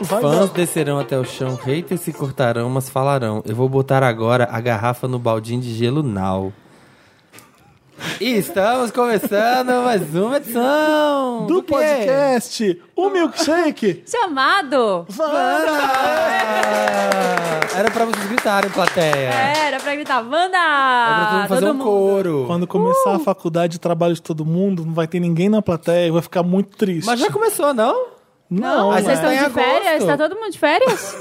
Vai Fãs descerão até o chão, haters se cortarão, mas falarão. Eu vou botar agora a garrafa no baldinho de gelo now. E estamos começando mais uma edição Do quê? podcast O Milkshake Chamado! Ana! Era pra vocês gritarem, plateia. Era pra gritar, Era pra todo Wanda! mundo fazer um coro. Quando começar a faculdade, o trabalho de todo mundo, não vai ter ninguém na plateia, vai ficar muito triste. Mas já começou, não? Não, mas é. vocês estão em de agosto. férias? Tá todo mundo de férias?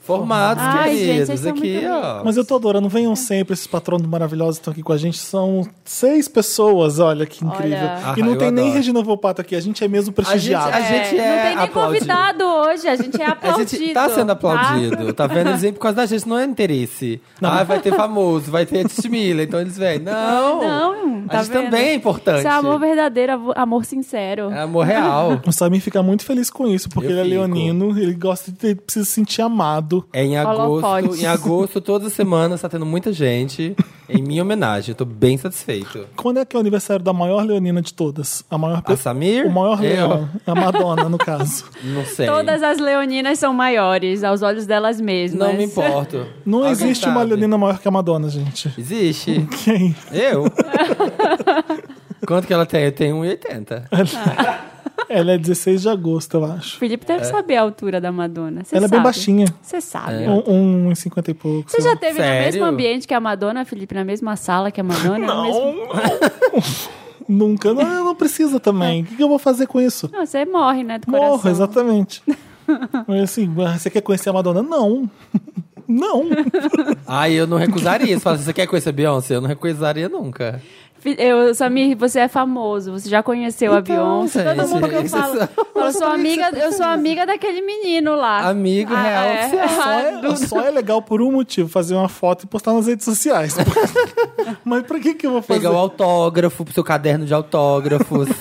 Formados, Ai, gente, queridos, vocês são aqui, muito ó. Mas eu tô adorando, venham sempre, esses patronos maravilhosos que estão aqui com a gente. São seis pessoas, olha que incrível. Olha. E Ah, não eu tem nem adoro. Regina Volpato aqui, a gente é mesmo prestigiado. A gente é Não tem nem aplaudido. convidado hoje, a gente é A aplaudido. Ah. gente tá sendo aplaudido, tá vendo? Eles vêm por causa da gente, não é interesse. Ah, vai ter famoso, vai ter Tismila, então eles vêm. Não! Não, tá a gente vendo? também é importante. Isso é amor verdadeiro, avo- amor sincero. É amor real. O Samir fica muito feliz com isso, porque Eu ele é fico. leonino, ele gosta de ter, precisa se sentir amado. É em agosto. Holofotes. Em agosto, todas as semanas, tá tendo muita gente. Em minha homenagem, eu tô bem satisfeito. Quando é que é o aniversário da maior leonina de todas? A maior A pe- Samir? O maior eu, leão. A Madonna, no caso. Não sei. Todas as leoninas são maiores, aos olhos delas mesmas. Não me importo. Não Alguém existe sabe? uma leonina maior que a Madonna, gente. Existe. Quem? Eu? Quanto que ela tem? Eu tenho 1,80. Ela é 16 de agosto, eu acho. Felipe É. deve saber a altura da Madonna. Cê Ela é bem sabe. baixinha. Você sabe. É. Um, um em 50 e pouco. Você sei já lá. teve no Sério? mesmo ambiente que a Madonna, Felipe? Na mesma sala que a Madonna? Não. Nunca. Não, não precisa também. O que, que eu vou fazer com isso? Não, você morre, né? Do Morro, coração. exatamente. Mas assim, ah, você quer conhecer a Madonna? Não. Não. Ai, eu não recusaria. Você fala, assim, você quer conhecer a Beyoncé? Eu não recusaria nunca. Fi- Eu, Samir, você é famoso, você já conheceu a Então, Beyoncé. Todo gente, mundo que eu isso falo, é só- fala, eu sou amiga, eu sou amiga daquele menino lá. Amigo real. Você é Só Ah, é, só é legal por um motivo, fazer uma foto e postar nas redes sociais. Mas pra que, que eu vou fazer? Pegar o autógrafo, pro seu caderno de autógrafos.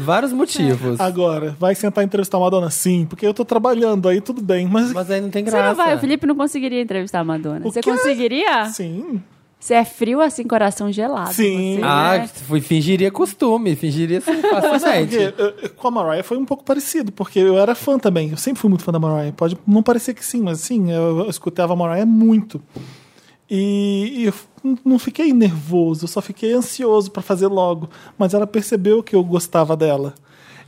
Vários motivos. Agora, vai sentar e entrevistar a Madonna? Sim, porque eu tô trabalhando aí, tudo bem. Mas, Mas aí não tem Você graça. não vai, o Felipe não conseguiria entrevistar a Madonna. O Você quê? conseguiria? sim. Você é frio assim, coração gelado. Sim. você, Ah, né? fui- fingiria costume, fingiria assim, Mas É, sabe por facilmente. quê? Eu- eu- com a Mariah foi um pouco parecido, porque eu era fã também. Eu sempre fui muito fã da Mariah. Pode não parecer que sim, mas sim, eu, eu escutava a Mariah muito. E, e eu f- n- não fiquei nervoso, eu só fiquei ansioso pra fazer logo. Mas ela percebeu que eu gostava dela.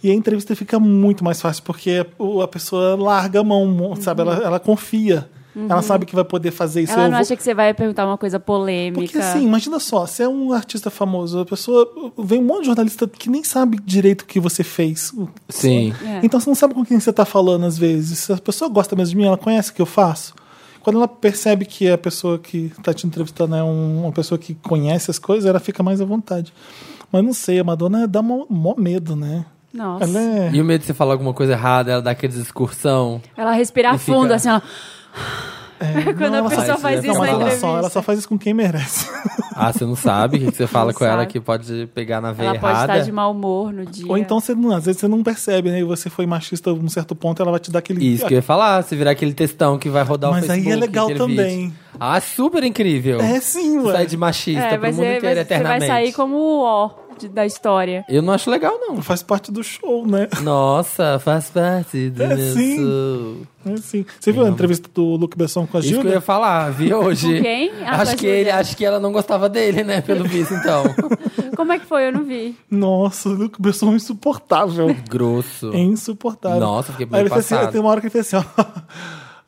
E a entrevista fica muito mais fácil, porque o- a pessoa larga a mão, sabe? Ela, ela confia. Ela sabe que vai poder fazer isso. Uhum. Ela Eu não vou- acha que você vai perguntar uma coisa polêmica. porque assim, imagina só, você é um artista famoso, a pessoa. Vem um monte de jornalista que nem sabe direito o que você fez. o- Sim. É. Então você não sabe com quem você tá falando às vezes. Se a pessoa gosta mesmo de mim, ela conhece o que eu faço. Quando ela percebe que a pessoa que tá te entrevistando é um- uma pessoa que conhece as coisas, ela fica mais à vontade. Mas não sei, a Madonna dá mó, mó medo, né? Nossa. Ela Ela, é. E o medo de você falar alguma coisa errada, ela dá aqueles excursão. respira E fica- fundo, assim, ó. é, Quando a ela pessoa faz isso na não, mas olha só, entrevista. ela só faz isso com quem merece. Ah, você não sabe o que que você fala Não com ela sabe. que pode pegar na veia Ela pode errada. estar de mau humor no dia. Ou então, você, não- às vezes, você não percebe, né? E você foi machista a um certo ponto, ela vai te dar aquele. Isso que eu ia falar, se virar aquele textão que vai rodar o Mas aí Facebook. é legal aquele também. vídeo. Ah, super incrível. É sim, Você ué. sai de machista é, pro vai mundo ser- inteiro vai- você vai eternamente. sair como o ó de- da história. Eu não acho legal, não. Faz parte do show, né? Nossa, faz parte do É, meu sim. sul. É assim. Você viu a entrevista do Luke Besson com a Isso que eu Gilda? ia falar, vi hoje. Com quem? Ah, com Acho a que, ele, Júlia. acho que ela não gostava dele, né? Pelo visto, então. Como é que foi? Eu não vi. Nossa, o Luke Besson é insuportável. Grosso. É insuportável. Nossa, fiquei Aí ele fez passado. assim, Tem uma hora que ele fez assim, ó.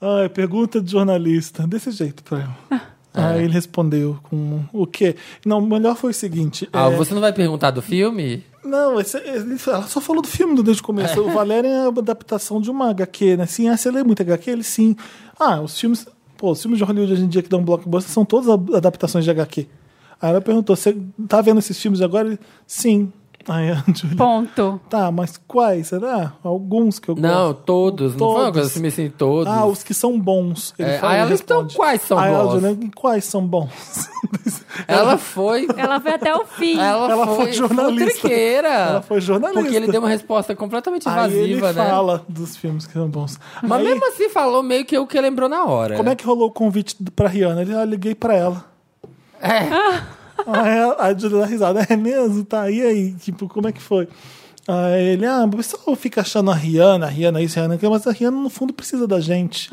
Ai, pergunta de jornalista. Desse jeito pra Ah. ela. É. Aí ele respondeu com o quê? Não, o melhor foi o seguinte. Ah, é, você não vai perguntar do filme? Não, esse- ele- ela só falou do filme do- desde o começo. O Valéria é uma adaptação de uma HQ, né? Sim, ah, você lê muito HQ? Ele sim. Ah, os filmes. Pô, os filmes de Hollywood hoje em dia que dão blockbuster são todas a- adaptações de HQ. Aí ela perguntou: você tá vendo esses filmes agora? Ele, sim. Aí a Julia, Ponto. tá, mas quais? Será? Alguns que eu gosto. Não, todos. Não foi uma coisa assim, assim, todos. Ah, os que são bons. Ele É, fala aí e ela, então, responde. quais são Aí ela, bons? Julia, "E quais são bons? Ela foi... Ela foi até o fim. Ela, Ela foi foi jornalista. futriqueira. Ela foi jornalista. Porque ele deu uma resposta completamente Aí ele invasiva, né? fala dos filmes que são bons. Mas Aí- mesmo assim falou meio que o que lembrou na hora. Como é que rolou o convite do- pra Rihanna? Ele, ah, liguei pra ela. É. Aí a- a Julia dá risada. É mesmo? Tá, e aí? Tipo, como é que foi? Aí ele, ah, o pessoal fica achando a Rihanna, a Rihanna isso, a Rihanna aquilo, mas a Rihanna no fundo precisa da gente.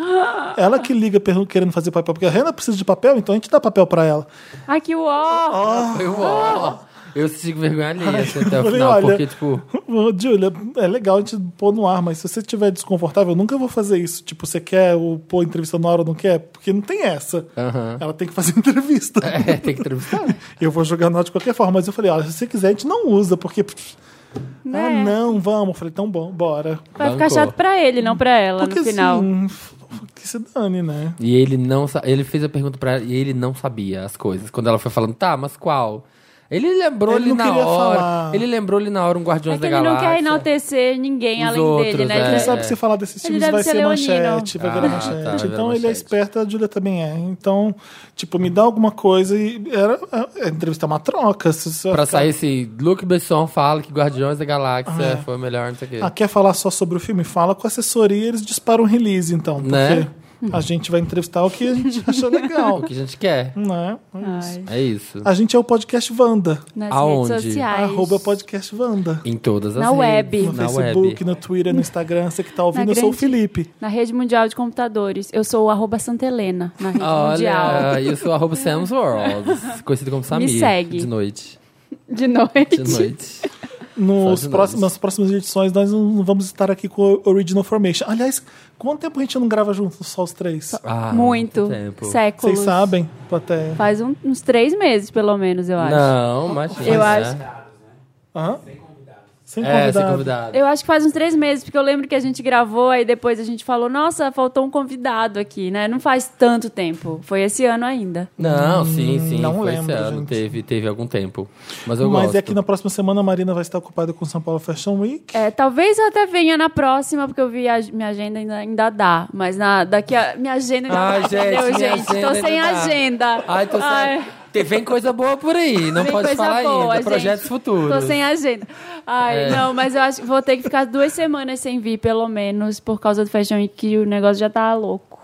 Ela que liga pergun- querendo fazer papel, porque a Rihanna precisa de papel, então a gente dá papel pra ela. Ai, que uó! Foi uó. Eu senti vergonha alheia assim, até eu o falei, final, olha, porque, tipo, Ô, Julia, é legal a gente pôr no ar, mas se você estiver desconfortável, eu nunca vou fazer isso. Tipo, você quer o pôr entrevista na hora ou não quer? Porque não tem essa. Aham. Ela tem que fazer entrevista. é, tem que entrevistar. Eu vou jogar no ar de qualquer forma, mas eu falei, olha, se você quiser, a gente não usa, porque. pff, Né? Ah, não, vamos. Eu falei, então bom, bora. Vai ficar Bancou. chato pra ele, não pra ela Porque no final. assim, f- que se dane, né? E ele não sa- ele fez a pergunta pra ela e ele não sabia as coisas. Quando ela foi falando, tá, mas qual? Ele lembrou Ele ali não na queria hora. falar. Ele lembrou ali na hora um é Guardiões da que ele não Galáxia. quer enaltecer ninguém Os além dele, outros, né? Ele é. Ele sabe que se falar desses Ele filmes deve vai ser ser leonino. manchete, vai virar Ah, manchete. tá, vai virar então ele é manchete. esperto, a Julia também é. Então, tipo, me dá alguma coisa e era a entrevista é uma troca. Se você Pra ficar- sair esse Luke Besson fala que Guardiões da Galáxia É. foi o melhor, não sei o quê. Ah, quer falar só sobre o filme? Fala com a assessoria, eles disparam release, então, porque Né? a gente vai entrevistar o que a gente achou legal, O que a gente quer. né? Ai, É isso. A gente é o podcast Wanda. nas Aonde? redes sociais. Arroba podcast Wanda. Em todas as Na redes. web. No Na Facebook, web. no Twitter, no Instagram, você que tá ouvindo, Na eu sou o grande- Felipe. Na rede mundial de computadores. Eu sou o arroba Santa Helena, na rede mundial. Olha, eu sou arroba Sam's World, conhecido como Samir. segue. De noite. De noite. De noite. Nos de próximos, nós. nas próximas edições, nós não vamos estar aqui com o Original Formation. Aliás, quanto tempo a gente não grava junto, só os três? Ah, Muito. tempo. Séculos. Vocês sabem, plateia? Faz um- uns três meses, pelo menos, eu acho. Não, imagina. Eu né? acho- Hã? Sem É, sem convidado. convidado. Eu acho que faz uns três meses, porque eu lembro que a gente gravou, aí depois a gente falou, nossa, faltou um convidado aqui, né? Não faz tanto tempo. Foi esse ano ainda. Não, sim, sim. Hum, não foi lembro, esse ano, gente. teve, teve algum tempo. Mas eu Mas gosto. é que na próxima semana a Marina vai estar ocupada com o São Paulo Fashion Week. É, talvez eu até venha na próxima, porque eu vi a minha agenda ainda, ainda dá. Mas na, daqui a. Minha agenda ainda Ai, dá. entendeu, gente, minha gente? Tô agenda sem ainda dá. agenda. Ai, tô Ai. certo. Tem- Vem coisa boa por aí, não Vem pode coisa falar boa, ainda. gente. Projetos futuros. Tô sem agenda. Ai, É. não, mas eu acho que vou ter que ficar duas semanas sem vir, pelo menos, por causa do Fashion Week, que o negócio já tá louco.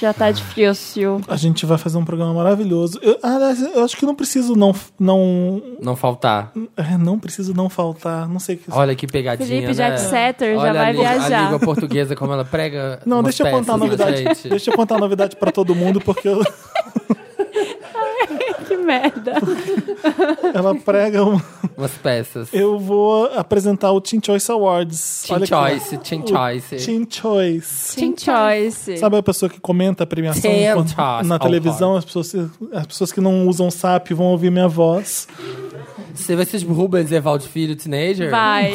Já tá difícil. A gente vai fazer um programa maravilhoso. Eu, aliás, eu acho que não preciso não. Não, Não faltar. é, não preciso não faltar. Não sei o que. Olha que pegadinha. Felipe né? Jack Setter já Olha vai a língua, viajar. A língua portuguesa, como ela prega. Não, umas deixa eu peças contar a na novidade. gente. Deixa eu contar a novidade pra todo mundo, porque eu- Que merda. ela prega. um- Umas peças. Eu vou apresentar o Teen Choice Awards. Teen Olha que- Choice, Teen o Choice. Teen Choice. Teen Choice. Sabe a pessoa que comenta a premiação Teen quando- Choice na televisão? As pessoas, as pessoas que não usam SAP vão ouvir minha voz. Você vai ser tipo Rubens Evaldo Filho, teenager? Vai.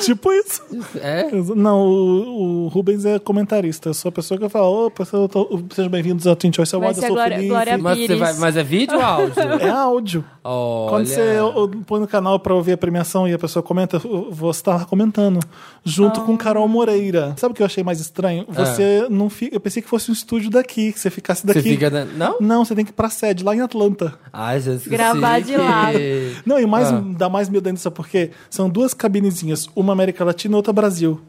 tipo isso. É? Não, o, o Rubens é comentarista. Eu sou a pessoa que fala, opa, eu tô- sejam bem-vindos ao Teen Choice Vai Awards, eu ser a sou Glória, feliz. Glória Mas, você Pires. vai, mas é vídeo ou áudio? É áudio. Olha. Quando você uh, põe no canal pra ouvir a premiação e a pessoa comenta, uh, você tá comentando. Junto Ah. com Carol Moreira. Sabe o que eu achei mais estranho? Você não fica. Eu pensei que fosse um estúdio daqui, que você ficasse daqui. Você fica. na- Não? Não, você tem que ir pra sede, lá em Atlanta. Ai, gente, que Gravar de lá. chique. Não, e mais, Ah. dá mais medo ainda, sabe por quê? São duas cabinezinhas, uma América Latina e outra Brasil.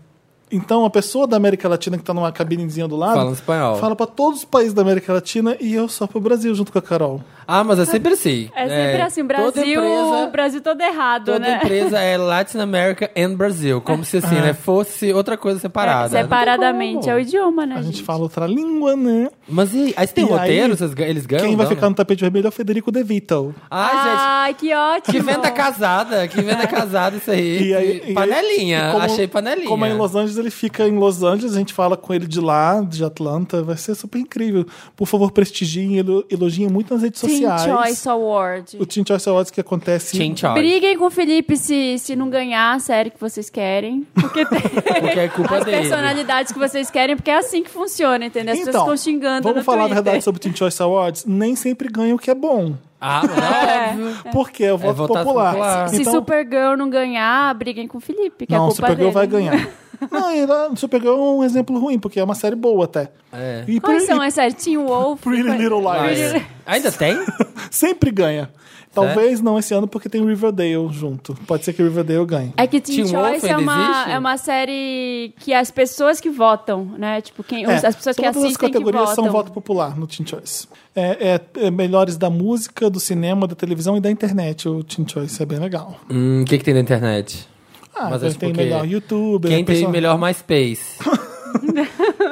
Então, a pessoa da América Latina que tá numa cabinezinha do lado Fala em espanhol. fala pra todos os países da América Latina e eu só pro Brasil junto com a Carol. Ah, mas é sempre assim. É sempre assim, Toda Brasil, o empresa, Brasil todo errado, toda né? empresa é Latin America and Brasil. Como se assim, Ah. né? Fosse outra coisa separada. É, separadamente é o idioma, né, A gente gente? fala outra língua, né? Mas e aí você tem E roteiro? aí, Vocês gan- eles ganham? Quem vai não? ficar no tapete vermelho é o Federico De Vito. Ai, Ai, que gente. ótimo. Que venda casada, que venda casada isso aí. Que panelinha, e como- achei panelinha. Como é em Los Angeles, ele fica em Los Angeles, a gente fala com ele de lá, de Atlanta, vai ser super incrível. Por favor, prestigiem, elo- elogiem muito nas redes Teen sociais. Choice Award. O Teen Choice Awards que acontece Teen Choice. Briguem com o Felipe se, se não ganhar a série que vocês querem. Porque tem Porque é culpa as dele. personalidades que vocês querem, porque é assim que funciona, entendeu? As pessoas ficam xingando Então, vamos no falar a Twitter. verdade sobre o Teen Choice Awards. Nem sempre ganha o que é bom. Ah, mas é óbvio. Porque é o voto votação popular. popular. Se Então, Supergirl não ganhar, briguem com o Felipe, que é a não, culpa Supergirl dele. vai ganhar. Não, e lá, Supergirl é um exemplo ruim, porque é uma série boa até. É. E Quais Pretty- são as séries? Teen Wolf? é? Pretty Little Ah, Liars. é. Ainda tem? Sempre ganha. Talvez não esse ano, porque tem Riverdale junto. Pode ser que Riverdale ganhe. É que Teen Teen Wolf Choice é ainda uma, existe? é uma série que as pessoas que votam, né? Tipo, quem, os- as pessoas que É, todas assistem as categorias que votam. são voto popular no Teen Choice. É, é- é melhores da música, do cinema, da televisão e da internet. O Teen Choice é bem legal. Hum, o que, que tem na internet? Ah, Mas quem acho tem é porque melhor youtuber. Quem tem pessoa- melhor MySpace?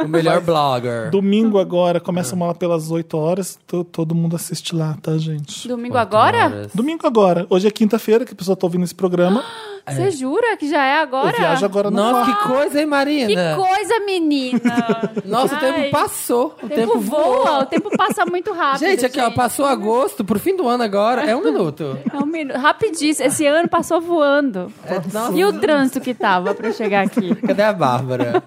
o melhor blogger. Domingo agora, Ah. começa uma lá pelas 8 horas. to- todo mundo assiste lá, tá, gente? Domingo agora? Horas. Domingo agora. Hoje é quinta-feira que a pessoa tá ouvindo esse programa. Você jura que já é agora? Eu viajo agora no Nossa, quarto. que coisa, hein, Que Marina? coisa, menina! É. Nossa, o Ai, tempo passou. O O tempo, voa, o tempo passa muito rápido. Gente, aqui, ó, passou agosto, pro fim do ano agora, é um minuto. É um minuto. Rapidíssimo. Esse ano passou voando. É, nossa, E o trânsito que tava pra eu chegar aqui? Cadê a Bárbara?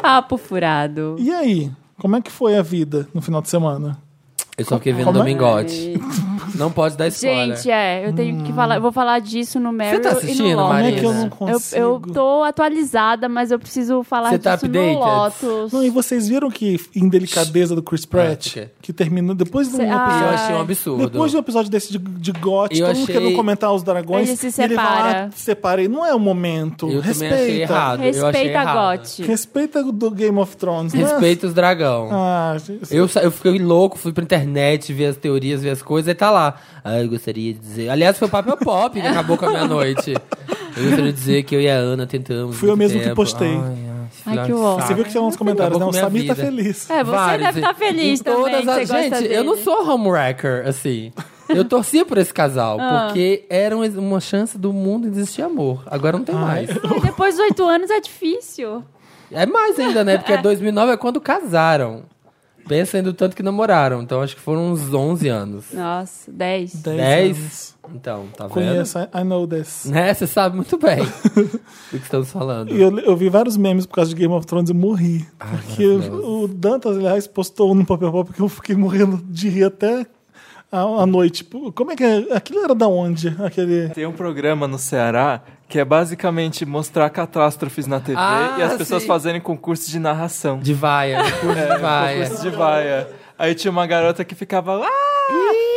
Papo furado. E aí? Como é que foi a vida no final de semana? Eu só fiquei vendo Como é? Domingote. Não pode dar spoiler. Gente, é, eu tenho que falar, eu vou falar disso no Meryl Hum. tá e assistindo, no Lotus. Como é Marina? que eu não Eu, consigo? eu tô atualizada, mas eu preciso falar Você disso tá no updated? Lotus. Não, e vocês viram que indelicadeza do Chris Pratt, Ah, ok. que terminou depois de um Cê- ah, episódio. eu achei um absurdo. Depois de um episódio desse de, de GOT, Eu todo mundo achei- querendo comentar os dragões. Ele se e Ele vai lá, separa. separa. E não é o momento. Eu também Respeita. achei errado. eu achei Respeita a errado. Gotti. Respeita o do Game of Thrones, né? Respeita os dragão. Ah, Eu, sa- eu fiquei louco, fui pra internet, vi as teorias, vi as coisas, e tá lá. Ah, eu gostaria de dizer. Aliás, foi o papel pop que acabou com a minha noite. Eu gostaria de dizer que eu e a Ana tentamos. Fui eu muito mesmo que tempo. postei. Ai, ai, esse Ai, filho que é um ó. saco. Você viu que tem uns comentários, né? Acabou O com minha Samir tá vida. feliz. É, você Vários, deve estar e- feliz em também. todas que você as- gosta Gente, dele. eu não sou homewrecker, assim. Eu torcia por esse casal, Ah. porque era um- uma chance do mundo existir amor. Agora não tem mais. Ai, depois dos oito anos é difícil. É mais ainda, né? Porque 2009 é quando casaram. Pensa ainda o tanto que namoraram. Então acho que foram uns 11 anos. Nossa, dez. Dez Dez? anos. Então, tá vendo? Conheço, I- I know this. Né? Você sabe muito bem do que estamos falando. E eu, eu vi vários memes por causa de Game of Thrones e morri. Ah, porque o, o Dantas, aliás, postou um no Papel Pop que eu fiquei morrendo de rir até a, a noite. Tipo, como é que é? Aquilo era da onde? É, Aquele. Tem um programa no Ceará que é basicamente mostrar catástrofes na TV Ah, e as pessoas sim. fazendo concurso de narração. De vaia, de curso um É, de vaia. assim. concurso de vaia. Aí tinha uma garota que ficava lá. "Ah,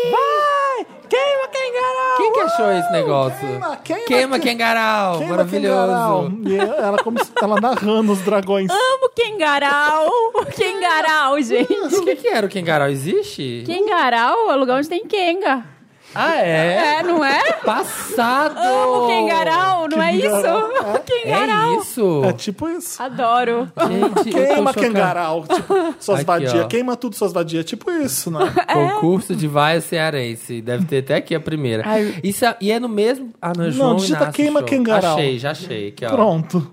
vai! Queima quem garoto! Quem que achou esse negócio? Queima, queima, Queima Kengarau! Quem era aquele Maravilhoso! Garal? E ela, como se- ela narrando os dragões. Amo Kengarau. O Kengarau, gente. Mas O que, que era o Kengarau? Existe? Kengarau é o lugar onde tem Kenga. Ah, é? É, não é? Passado! Amo Kengarau, não é isso? Kengarau. É isso? É tipo isso. Adoro. Gente, eu tô Queima chocado. Kengarau, tipo, suas Aqui, vadias. ó. Queima tudo suas vadias. Tipo isso, né? Concurso de vaia cearense. Deve ter até aqui a primeira. Ai. Isso é- e é no mesmo... Ah, não, é João digita Inácio Queima Show. Kengarau. Achei, já achei. Aqui, ó. Pronto.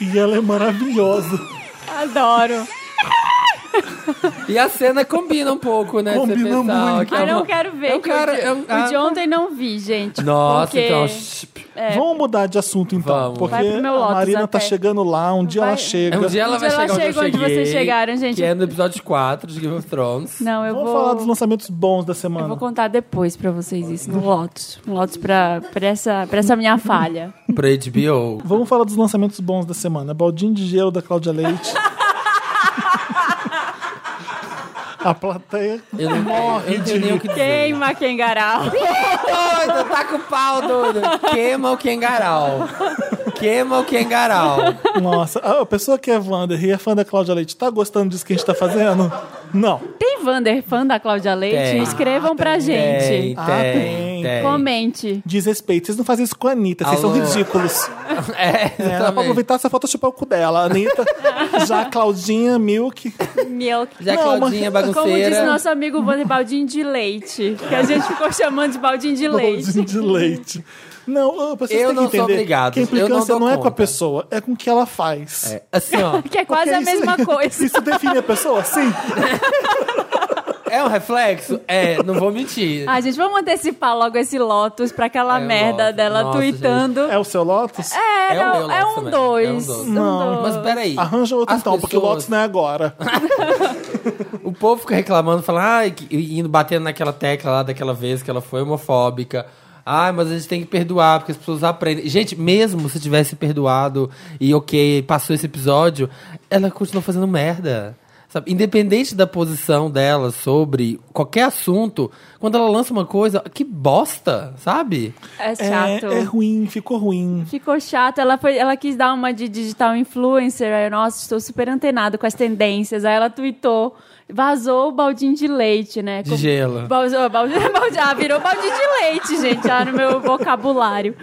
E ela é maravilhosa. Adoro. E a cena combina um pouco, né? Combina Você pensar, muito. ó, que é Ai, não uma- quero ver. É um que cara- o, de, é um- o ah. de ontem não vi, gente. Nossa, porque- então... shh, Vamos mudar de assunto então. Vamos. Porque É. Vai pro meu a Lotus Marina tá até. chegando lá, um dia ela Vai. chega. Um dia ela Um vai dia ela chegar onde eu chega onde cheguei, vocês chegaram, gente. Que é no episódio 4 de Game of Thrones. Não, eu Vamos vou. falar dos lançamentos bons da Eu semana. vou contar depois pra vocês isso no Lotus. No Lotus pra, pra, essa, pra essa minha falha. Pra HBO. Vamos falar dos lançamentos bons da semana. Baldinho de gelo da Cláudia Leite. a plateia. Eu não, eu não tenho nem o que dizer. Queima Kengarau. Doido, taca o pau, doido. Queima o Kengarau. Queima o Kengarau. Nossa, a pessoa que é Wander e é fã da Cláudia Leite, tá gostando disso que a gente tá fazendo? Não. Tem Vander fã da Cláudia Leite? Tem. Escrevam pra Tem, gente. Ah, tem. tem, tem. Comente. Desrespeito. Vocês não fazem isso com a Anitta, vocês são Alô. ridículos. É, É, ela pra exatamente. aproveitar essa foto chupar o cu dela. A Anitta, já a Claudinha, Milk. Milk. Já é Não, mas- Claudinha Como bagunceira. disse nosso amigo Vander Baldinho de Leite. Que a gente ficou chamando de Baldinho de Leite. Baldinho de leite. Não, ah, vocês Eu têm que não sou entender obrigado. que a Eu não implicância não, dou é com a conta. pessoa, é com o que ela faz. É, assim, ó. Que é quase Porque a isso- mesma coisa. Isso define a pessoa? Sim. É um reflexo? É, não vou mentir. Ah, gente, vamos antecipar logo esse Lotus pra aquela É, merda Lotus. dela Nossa, tweetando. É o seu Lotus? É, É o não, meu é Lotus um também. dois. É um dois. Um Não, dois. Mas peraí. Arranja outro As então, porque o pessoas- Lotus não é agora. Tá O povo fica reclamando, falando, ai, que- indo batendo naquela tecla lá daquela vez que ela foi homofóbica. Ah, mas a gente tem que perdoar, porque as pessoas aprendem. Gente, mesmo se tivesse perdoado e ok, passou esse episódio, ela continua fazendo merda. Sabe? Independente da posição dela sobre qualquer assunto, quando ela lança uma coisa, que bosta, sabe? É É, chato. é ruim, ficou ruim. Ficou chato, ela, foi, ela quis dar uma de digital influencer, aí, nossa, estou super antenado com as tendências, aí ela tweetou, vazou o baldinho de leite, né? De Com- gelo. Baldinho, baldinho, baldinho, ah, virou baldinho de leite, gente, ah, no meu vocabulário.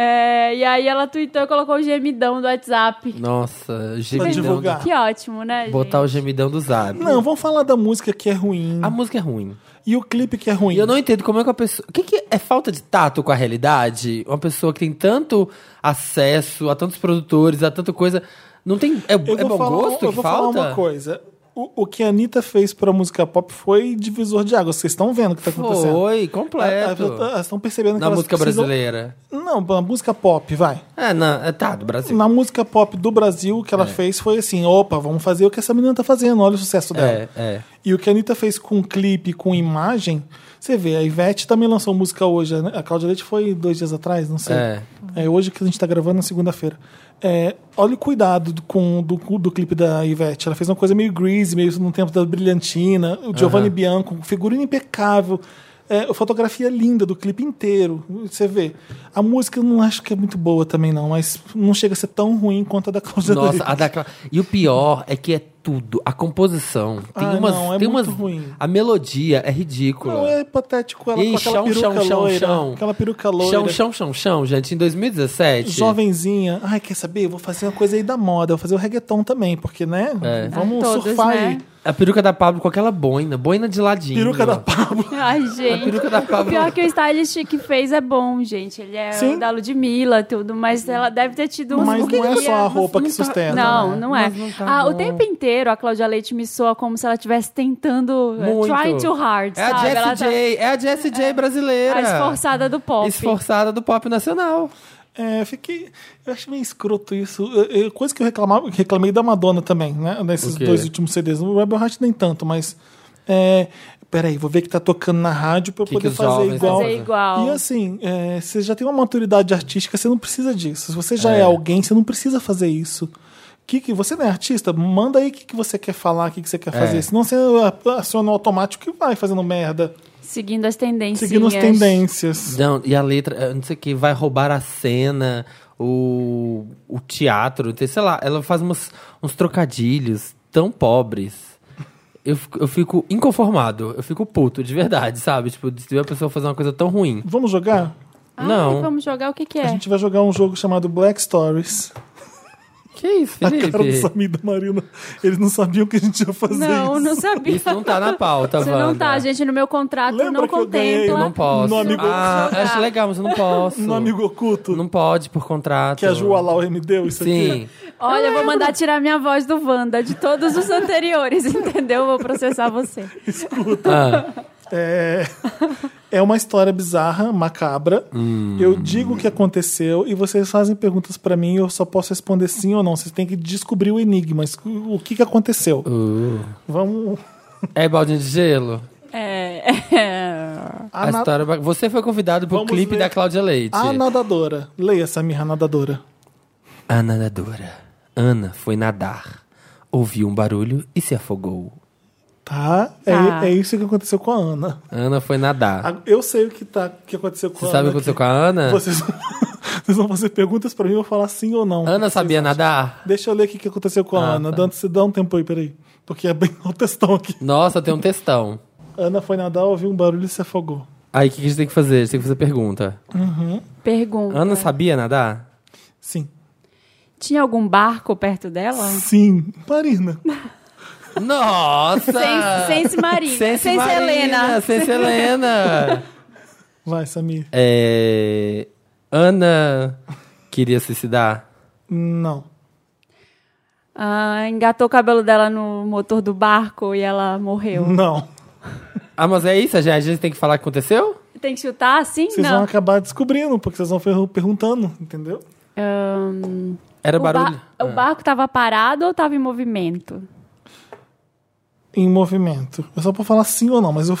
É, e aí ela tweetou e colocou o gemidão do WhatsApp. Nossa, Pra gemidão. divulgar. do- Que ótimo, né, Botar o gente? gemidão do zap. Não, vamos falar da música que é ruim. A música é ruim. E o clipe que é ruim. E eu não entendo como é que a pessoa. O que, que é falta de tato com a realidade? Uma pessoa que tem tanto acesso a tantos produtores, a tanta coisa. Não tem. É, é Eu vou bom falar- um- gosto Eu que vou falta? falar uma coisa. O, o que a Anitta fez pra música pop foi divisor de água. Vocês estão vendo o que tá acontecendo. Foi, Ah, completo. ah, Elas estão percebendo que Na elas música precisam- brasileira. Não, na música pop, vai. É, na, é, tá, do Brasil. Na música pop do Brasil, o É. que ela fez foi assim: opa, vamos fazer o que essa menina tá fazendo, olha o sucesso dela. É, é. E o que a Anitta fez com clipe, com imagem, você vê, a Ivete também lançou música hoje, né? a Cláudia Leite foi dois dias atrás, não sei. É. É hoje que a gente tá gravando na segunda-feira. É, olha o cuidado do, com, do, do clipe da Ivete. Ela fez uma coisa meio greasy, meio no tempo da brilhantina. O Giovanni Bianco, um figurino impecável. É, fotografia linda do clipe inteiro. Você vê. A música eu não acho que é muito boa também, não, mas não chega a ser tão ruim quanto a da Cláudia Nossa, Leite. a da Cla- E o pior é que é tudo. A composição. Tem Ah, umas. não, é tem muito umas ruim. A melodia é ridícula. Não, é patético ela Ih, com aquela chão, peruca chão, chão, loira. chão. Aquela peruca loira. Chão, chão, chão, chão, gente. Em 2017. Jovenzinha. Ai, quer saber? Eu vou fazer uma coisa aí da moda. Eu vou fazer o reggaeton também, porque, né? É. Vamos Ah, todas, surfar né? aí. A peruca da Pablo com aquela boina. Boina de ladinho. Peruca da Pablo. Ai, gente. A peruca da O Pablo. pior é que o stylist que fez é bom, gente. Ele é Sim. o da Ludmilla, tudo, mas ela deve ter tido um. Mas não é só a mas roupa que não tá- sustenta. Não, né? não é. Mas não tá ah, o bom. tempo inteiro a Cláudia Leite me soa como se ela estivesse tentando. eh, Muito. Trying too hard, É sabe? a ela tá Jessie J. É a Jessie J brasileira. a esforçada do pop. Esforçada do pop nacional. É, fiquei. Eu acho meio escroto isso. Eu- eu- coisa que eu reclamava, reclamei da Madonna também, né? Nesses O quê? dois últimos CDs. No Rebel Heart nem tanto, mas. É, peraí, vou ver que tá tocando na rádio pra eu Que que poder os fazer jovens igual. Fazer igual. E assim, é, você já tem uma maturidade artística, você não precisa disso. Se você já é, alguém, você não precisa fazer isso. Que, que você não é artista? Manda aí o que, que você quer falar, o que, que você quer É. fazer. Senão você aciona o automático e vai fazendo merda. Seguindo as tendências. Seguindo as tendências. Não, e a letra, eu não sei o que, vai roubar a cena, o, o teatro, tem- sei lá, ela faz umas- uns trocadilhos tão pobres. Eu, fico- eu fico inconformado, eu fico puto, de verdade, sabe? Tipo, de ver a pessoa fazer uma coisa tão ruim. Vamos jogar? Ai, Não. Vamos jogar o que, que é? A gente vai jogar um jogo chamado Black Stories. Que isso, A cara do Felipe? Samir e da Marina. Eles não sabiam que a gente ia fazer Não, isso. não sabia. Isso não tá na pauta, Isso não Wanda. tá, gente. No meu contrato Lembra não que eu ganhei contempla. no- Não posso. No amigo- ah, eu acho legal, mas eu não posso. No Amigo Oculto, Não pode, por contrato. que a Ju Alau me deu isso aqui. Sim. Olha, eu vou mandar tirar minha voz do Wanda, de todos os anteriores, entendeu? Vou processar você. Ah, É... é uma história bizarra, macabra. Hum. Eu digo o que aconteceu e vocês fazem perguntas pra mim e eu só posso responder sim ou não. Vocês têm que descobrir o enigma, es- o que, que aconteceu. Uh. Vamos... é baldinho de gelo? É, é. A, A na- história... ba- Você foi convidado pro Vamos clipe ler. da Cláudia Leite. Ah, a nadadora. Leia, Samir, a nadadora. A nadadora. Ana foi nadar. Ouviu um barulho e se afogou. Tá? É- Tá. É, isso que aconteceu com a Ana. Ana foi nadar. A- Eu sei o que, tá, que aconteceu com Você a sabe o que Ana. aconteceu com a Ana? Vocês, vocês vão fazer perguntas pra mim e eu vou falar sim ou não. Ana sabia nadar? Deixa eu ler o que que aconteceu com a Ah, Ana. tá. Dante, se dá um tempo aí, peraí. Porque é bem o textão aqui. Nossa, tem um textão. Ana foi nadar, ouviu um barulho e se afogou. Aí o que que a gente tem que fazer? A gente tem que fazer pergunta. Pergunta. Ana sabia nadar? Sim. Tinha algum barco perto dela? Sim. Marina. Nossa! Sense, sense Marina. Sense sense Marina, Helena. Sense Helena. Vai, Samir. É, Ana queria suicidar? Não. Ah, engatou o cabelo dela no motor do barco e ela morreu. Não. Ah, mas é isso? A gente a gente tem que falar o que aconteceu? Tem que chutar assim? Uhum. Vocês vão Não. acabar descobrindo, porque vocês vão per- perguntando, entendeu? Ahn, Era o, ba- barulho. Ah. o barco tava parado ou tava em movimento? Em movimento. Eu só vou falar sim ou não, mas eu.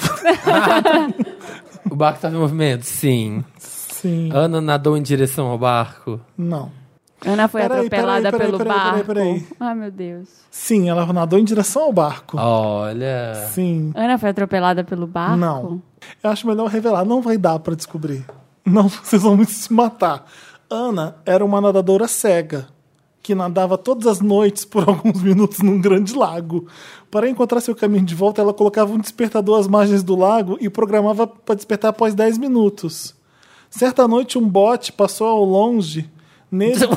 O barco estava em movimento? tá Sim. Sim. Ana nadou em direção ao barco. Não. Ana foi Peraí, atropelada peraí, pelo peraí, peraí, barco. peraí, Ai, meu Deus. Sim, ela nadou em direção ao Ah. barco. Olha. Sim. Ana foi atropelada pelo barco? Não. Eu acho melhor revelar. Não vai dar pra descobrir. Não, vocês vão se matar. Ana era uma nadadora cega que nadava todas as noites por alguns minutos num grande lago. Para encontrar seu caminho de volta, ela colocava um despertador às margens do lago e programava para despertar após 10 minutos. Certa noite, um bote passou ao longe. Nele,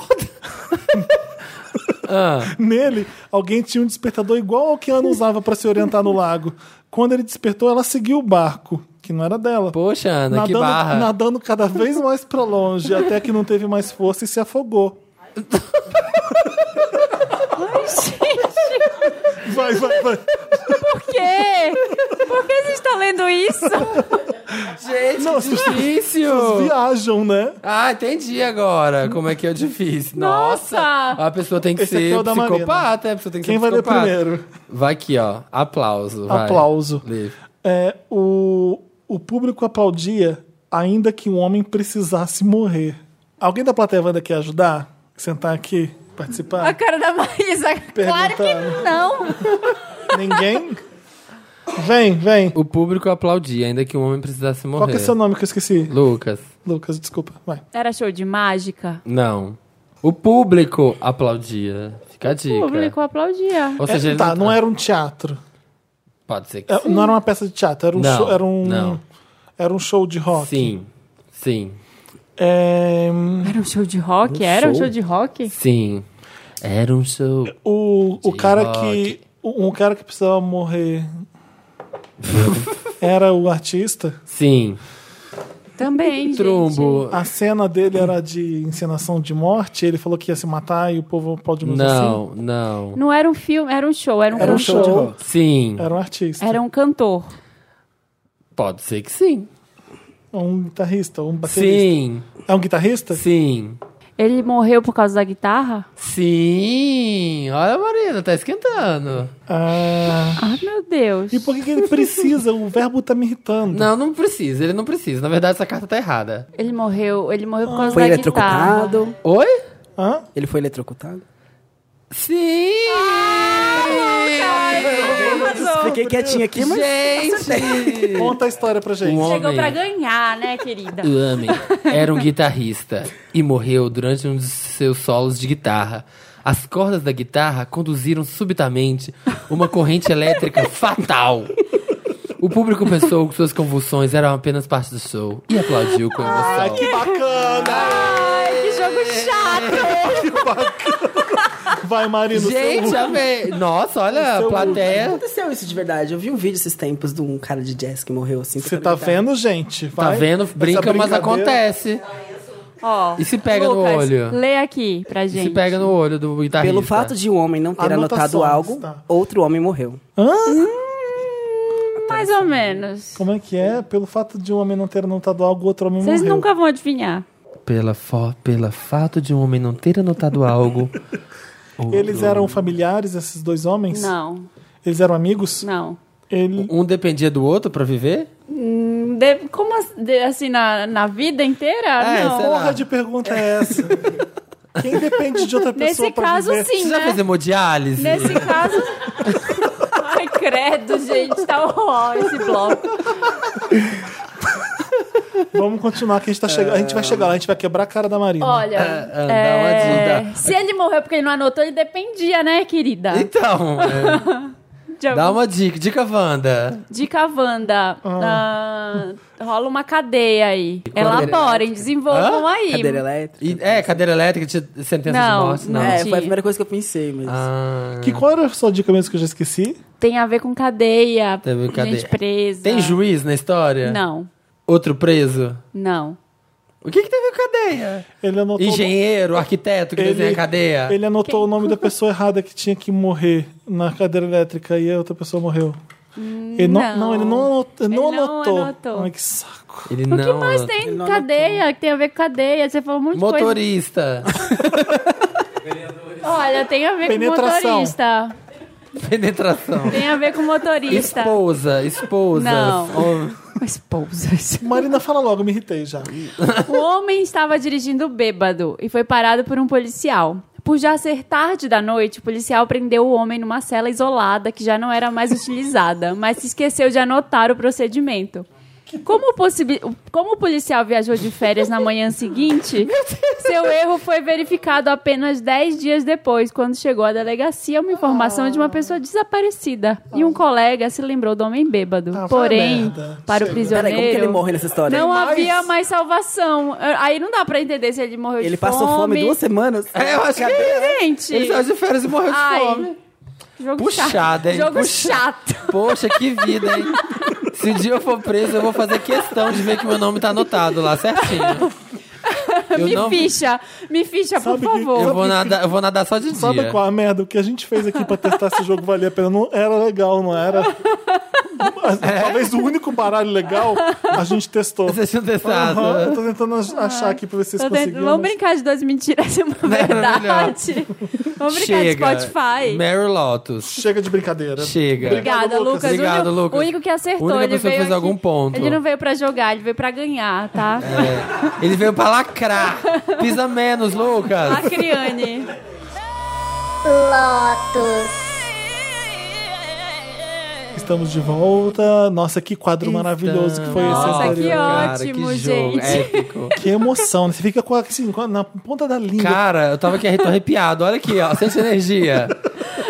Ah, Nele, alguém tinha um despertador igual ao que Ana usava para se orientar no lago. Quando ele despertou, ela seguiu o barco, que não era dela. poxa, Ana, que nadando, barra. nadando cada vez mais para longe, até que não teve mais força e se afogou. Vai, vai, vai. Por quê? Por que vocês estão lendo isso? Gente, Não, que difícil. Vocês viajam, né? Ah, entendi agora como é que é o difícil. Nossa! A pessoa tem que Esse aqui ser é o da Marina. psicopata, a pessoa tem que Quem ser vai ler psicopata. primeiro? Vai aqui, ó. Aplauso. vai. Aplauso. Lê. É, o, o público aplaudia ainda que um homem precisasse morrer. Alguém da plateia vai ainda quer ajudar? Sentar aqui, A participar? cara da Marisa. Claro que Perguntaram. não. Ninguém? Vem, vem. O público aplaudia, ainda que o homem precisasse morrer. Qual que é seu nome que eu esqueci? Lucas. Lucas, desculpa. Vai. Era show de mágica? Não. O público aplaudia. Fica a dica. O público aplaudia. Ou seja, É, ele tá, não era um teatro. Pode ser que É, não era uma peça de teatro, era um Não, show. Era um, não. Era um show de rock. sim. Sim. É, hum, Era um show de rock? Era um show? show de rock? Sim. Era um show. o, o De cara rock. que. o- Um cara que precisava morrer. era o artista. Sim. Também, gente. Trumbo. A cena dele era de encenação de morte. Ele falou que ia se matar e o povo pode mesmo assim. Não, não. Não era um filme, era um show. Era um Era um cantor. show de rock. Sim. Era um artista. Era um cantor. Pode ser que sim. Um guitarrista, um baterista. Sim. É um guitarrista? Sim. Ele morreu por causa da guitarra? Sim. Olha, Marina, tá Então. esquentando. Ah, Ah, meu Deus. e por que, que ele precisa? o verbo tá me irritando. Não, não precisa. Ele não precisa. Na verdade, essa carta tá errada. Ele morreu, ele morreu por causa Foi da guitarra. eletrocutado. Oi? Hã? Ele foi eletrocutado. Sim! Ah, Fiquei quietinha aqui, mas. Gente! Conta a história pra gente. Um homem, Chegou pra ganhar, né, querida? o homem era um guitarrista e morreu durante um dos seus solos de guitarra. As cordas da guitarra conduziram subitamente uma corrente elétrica fatal. O público pensou que suas convulsões eram apenas parte do show e aplaudiu com emoção. Que bacana! Ai, que jogo chato! Vai, Marino. Gente, seu- amei! Nossa, olha a Seu- plateia. É, Aconteceu isso de verdade. Eu vi um vídeo esses tempos de um cara de jazz que morreu assim. Você tá vendo, gente? Tá Vai. vendo? Essa Brinca, mas brincadeira- acontece. Ó, E se pega no Lucas, olho? Lê aqui pra E gente. Se pega no olho do guitarrista. Pelo fato de um homem não ter anotado Anotações, algo, tá. outro homem morreu. Mais ou menos. Como é que é? Pelo fato de um homem não ter anotado algo, outro homem Vocês morreu. nunca vão adivinhar. Pela, fo... Pela fato de um homem não ter anotado algo. Eles eram familiares, esses dois homens? Não, Eles eram amigos? não. Ele... Um dependia do outro pra viver? Hum, de- como as- de- assim, na, na vida inteira? É, Ah, não. sei lá. Porra de pergunta é essa? Quem depende de outra pessoa Nesse pra caso, viver? sim, Você já né? fez hemodiálise? Nesse caso. Ai, credo, gente, tá horror esse bloco. Vamos continuar que a gente, tá chegando. a gente vai chegar lá, a gente vai quebrar a cara da Marina. Olha. Ah, ah, dá é, uma ajuda. Se ele morreu porque ele não anotou, ele dependia, né, querida? Então, é, De algum- dá uma dica. Dica Wanda. Dica Wanda. Ah, rola uma cadeia aí. Elaborem, desenvolvam aí. Cadeira elétrica. E- é, cadeira elétrica, ti- sentença Não, de morte. Não. não. É, foi tinha. a primeira coisa que eu pensei, mas. Ah, Que qual era a sua dica mesmo que eu já esqueci? Tem a ver com cadeia. Tem a ver com cadeia. Gente presa. Tem juiz na história? Não, Outro preso? não. O que que tem a ver com cadeia? Ele anotou. Engenheiro, arquiteto que desenha cadeia? ele anotou o nome da pessoa errada que tinha que morrer na cadeira elétrica e a outra pessoa morreu. Ele não, Hum, não. não, ele não anotou. Ele Ele não anotou. anotou. Ai, que saco. Ele O que não mais anotou. tem? Cadeia, que tem a ver com cadeia. Você falou um monte de Motorista. coisa. Olha, tem a ver com Penetração. motorista. Penetração. Tem a ver com motorista. Esposa, esposa. Não. Hom- Quais pousas? Marina, fala logo, me irritei já. O homem estava dirigindo bêbado e foi parado por um policial. Por já ser tarde da noite, o policial prendeu o homem numa cela isolada que já não era mais utilizada, mas se esqueceu de anotar o procedimento. Como o, possibi- como o policial viajou de férias na manhã seguinte, seu erro foi verificado apenas 10 dias depois, quando chegou à delegacia uma informação de uma pessoa desaparecida. E um colega se lembrou do homem bêbado. Ah, Porém, merda. para o Chega. prisioneiro. Peraí, como que ele morre nessa história? Não mais? havia mais salvação. Aí não dá pra entender se ele morreu Ele de passou fome, duas semanas. É, eu acho que Gente! Ele saiu de férias e morreu de Ai, fome. Jogo chato. Puxada, hein? Jogo Puxa- chato. Poxa, que vida, hein? Se um dia eu for preso, eu vou fazer questão de ver que meu nome tá anotado lá, certinho. Eu me não- ficha. Me ficha, Sabe por que- favor. Eu vou nadar, eu vou nadar só de Sabe dia. qual é a merda? O que a gente fez aqui pra testar se o jogo valia a pena não era legal, não era? É? Talvez o único baralho legal a gente testou. Vocês tinham é testado. Aham, eu tô tentando ach- achar aqui pra ver se vocês Tô tentando- conseguiram. Vamos brincar de duas mentiras e uma verdade. Vamos brincar de é Chega. Spotify. Mary Lotus. Chega de brincadeira. Chega. Obrigada, Obrigado, Lucas. Lucas. Obrigado, o único, Lucas. O único que acertou. Única ele pessoa veio que fez aqui- algum ponto. Ele não veio pra jogar, ele veio pra ganhar, tá? É, ele veio pra lacrar. Pisa menos, Lucas. Acriane. Estamos de volta. Nossa, que quadro maravilhoso que foi Nossa, esse que anterior. Cara, ótimo, que jogo gente. épico. Que emoção, né? Você fica com a- assim, com a- na ponta da língua. Cara, eu tava aqui tô arrepiado. Olha aqui, ó. Sente energia.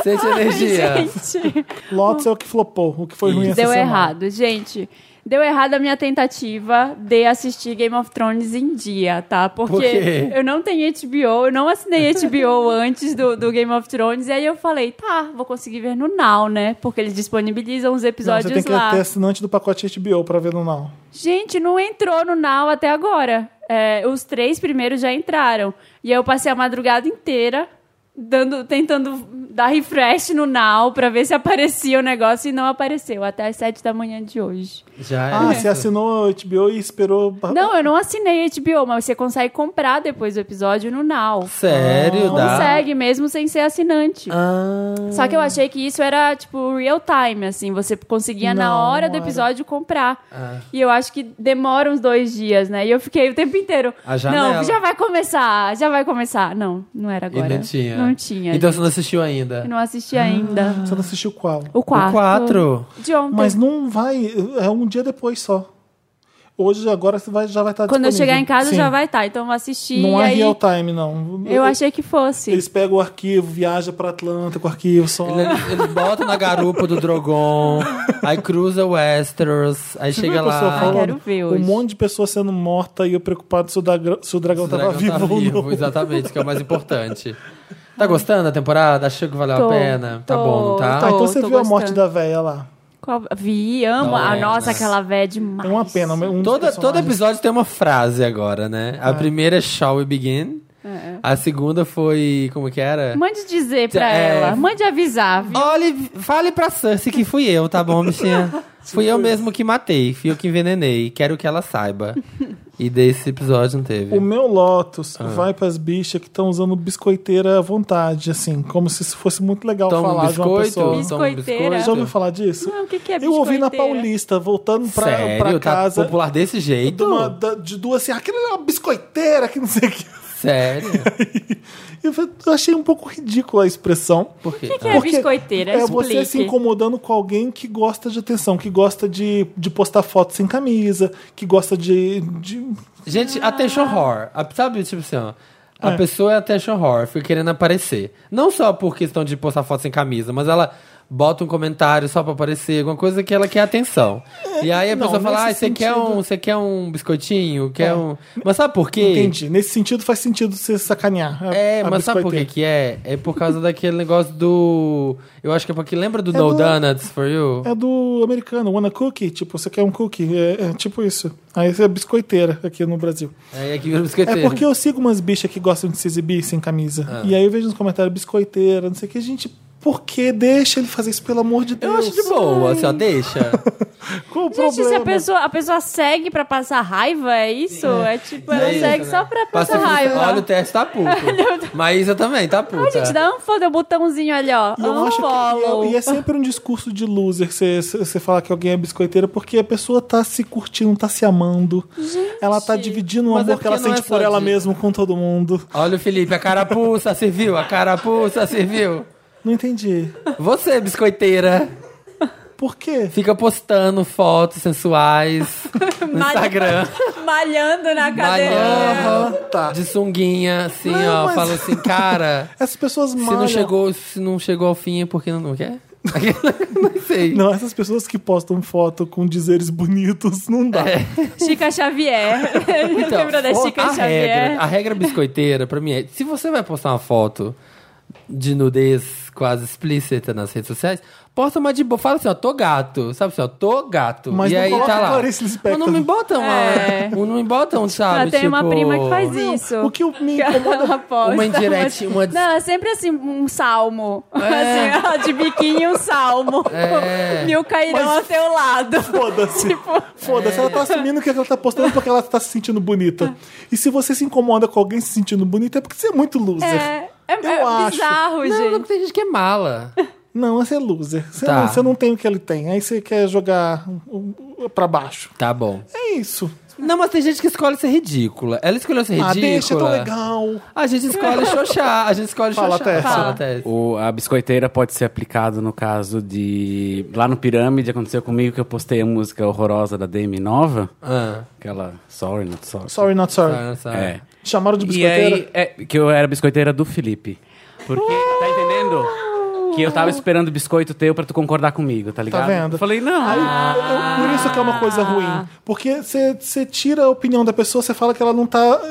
Sente energia. Gente. Lotus é o que flopou, o que foi ruim essa Deu semana. errado, gente. Deu errado a minha tentativa de assistir Game of Thrones em dia, tá? Porque Por quê? eu não tenho HBO, eu não assinei HBO antes do, do Game of Thrones, e aí eu falei, tá, vou conseguir ver no Now, né? Porque eles disponibilizam os Não, episódios você tem que lá. ter assinante do pacote HBO pra ver no Now. Gente, não entrou no Now até agora. É, os três primeiros já entraram. E aí eu passei a madrugada inteira dando, tentando dar refresh no Now pra ver se aparecia o negócio e não apareceu. Até as sete da manhã de hoje. Já é. Ah, isso. você assinou HBO e esperou... Não, eu não assinei HBO, mas você consegue comprar depois do episódio no Now. Ah, Sério, dá. Consegue, mesmo sem ser assinante. Tá. Ah, Só que eu achei que isso era, tipo, real time, assim. Você conseguia na Não, hora do não era. episódio comprar. E eu acho que demora uns dois dias, né? E eu fiquei o tempo inteiro. A janela. Não, já vai começar, já vai começar. Não, não era e agora. não tinha. Não tinha. Então Então... você não assistiu ainda. Eu não assisti ainda. Você não assistiu qual? O quarto. O 4. De ontem. Ah. Mas não vai, é um dia depois só. Hoje, agora, você vai, já vai estar Quando eu chegar em casa tá Sim. já vai estar. então eu vou assistir. Não e é aí, real time, não. Eu achei que fosse. Eles pegam o arquivo, viajam pra Atlanta com o arquivo só. Eles, eles botam na garupa do Drogon, aí cruza Westeros, aí Você viu chega a pessoa lá. falando? quero ver hoje. Um monte de pessoa sendo morta e eu preocupado se o, dagra- se o dragão O tá estava tava vivo ou não. exatamente, que é o mais importante. Tá gostando da temporada? Achou que valeu Tô, a pena? Tá tô, bom, não tá? Tá, então Tô, você tô viu a morte gostando. da véia lá. Qual- Vi, amo. Ah, Nossa. nossa, aquela véia é É demais. uma pena. Um dos Toda, é. todo personagens- episódio tem uma frase agora, né? A primeira é Shall We Begin? É. A segunda foi. Como que era? Mande dizer pra É. ela, mande avisar, viu? Olhe, fale pra Cersei que fui eu, tá bom, bichinha? fui eu mesmo que matei, fui eu que envenenei. Quero que ela saiba. E desse episódio não teve. O meu Lotus Ah. vai pras bichas que estão usando biscoiteira à vontade, assim, como se isso fosse muito legal Toma um falar de uma biscoito? pessoa. Toma um Biscoiteira. Já ouviu biscoito. falar disso? Não, o que, que é Eu ouvi na biscoiteira? Paulista, voltando pra, Sério? pra Tá casa. popular desse de, jeito? uma- da- de duas assim, aquela é uma biscoiteira, que não sei o que. Sério? Eu falei, eu achei um pouco ridícula a expressão. Por quê? O que, que é biscoiteira? É Explique. você se incomodando com alguém que gosta de atenção, que gosta de, de postar foto sem camisa, que gosta de. de- Gente, attention horror. A- Sabe, tipo assim, ó. A pessoa é attention horror, fica querendo aparecer. Não só por questão de postar foto sem camisa, mas ela bota um comentário só pra aparecer, alguma coisa que ela quer atenção. E aí a não, pessoa fala, ah, nesse você quer, sentido- É. um, você quer um biscoitinho? Quer um... Mas sabe por quê? Entendi. Nesse sentido faz sentido você sacanear. a- É, a mas sabe por que biscoiteira. que é? É por causa daquele negócio do... Eu acho que é porque lembra do É No do- Donuts For You? É do americano, wanna cookie, tipo, você quer um cookie, é, é tipo isso. Aí você é biscoiteira aqui no Brasil. É, é que vira biscoiteiro. É Ah. porque eu sigo umas bichas que gostam de se exibir sem camisa. E aí eu vejo nos comentários biscoiteira, não sei o que, gente. Porque deixa ele fazer isso, pelo amor de Eu Deus. acho de boa, assim, ó, deixa. Qual o Gente, se a problema? pessoa, a pessoa segue pra passar raiva, é isso? É, tipo, ela É isso, segue né? só pra Passa passar raiva. Olha, o teste tá puto. Maísa também tá puta. Ai, gente, dá um follow, o botãozinho ali, ó. E eu acho que, e Unfollow. é- e é sempre um discurso de loser você- você você falar que alguém é biscoiteira, porque a pessoa tá se curtindo, tá se amando. Ela tá dividindo o Mas é amor que porque ela não é sente por só ela de- mesma com todo mundo. Olha o Felipe, a carapuça serviu, a carapuça serviu. Não entendi. Você, biscoiteira, Por quê? fica postando fotos sensuais no Malha- Instagram. Malhando na cadeira. Malhando, tá. de sunguinha, assim, Não, ó. mas- Fala assim, cara, Essas pessoas se não, malham. chegou, se não chegou ao fim é porque não, não quer? não sei. Não, essas pessoas que postam foto com dizeres bonitos, não dá. É. Chica Xavier. Lembra da Então, fo- Chica a Xavier? regra, a regra biscoiteira, pra mim, é: se você vai postar uma foto de nudez quase explícita nas redes sociais, posta uma de boa. Fala assim, ó, tô gato. Sabe assim, ó, tô gato. Mas e não aí coloca tá lá. Clarice Lispector. Mas não me botam, É. não me botam, sabe? Eu tenho uma tipo, prima que faz isso. O que me Que incomoda ela posta, Uma indirect, uma É. des- Não, é sempre assim, um salmo. Assim, ó, de biquinho, um salmo. É. Mil cairão Mas- ao teu lado. Foda-se. Foda-se. Ela tá assumindo que ela tá postando porque ela tá se sentindo bonita. E se você se incomoda com alguém se sentindo bonita, é porque você é muito loser. É, é, Eu é acho. bizarro, Não, não, gente. tem gente que é mala. Não, você é loser. Você, Tá. não, você não tem o que ele tem. Aí você quer jogar um- um- pra baixo. Tá bom. É isso. Não, mas tem gente que escolhe ser ridícula. Ela escolheu ser Ah, ridícula. deixa, é tão legal. A gente escolhe xoxar, a gente escolhe Fala, xoxar. Tessa. Fala, Tessa. O- a biscoiteira pode ser aplicado no caso de. Lá no Pirâmide aconteceu comigo que eu postei a música horrorosa da Demi Nova. Ah, Aquela Sorry Not Sorry. Sorry, not sorry. tá, tá. É. Te Chamaram de E biscoiteira. aí, é, que eu era biscoiteira do Felipe. Porque, tá entendendo? Que eu tava esperando o biscoito teu pra tu concordar comigo, tá ligado? vendo? Eu falei, não. Aí, Ah. eu- por isso que é uma coisa ruim. Porque você tira a opinião da pessoa, você fala que ela não tá.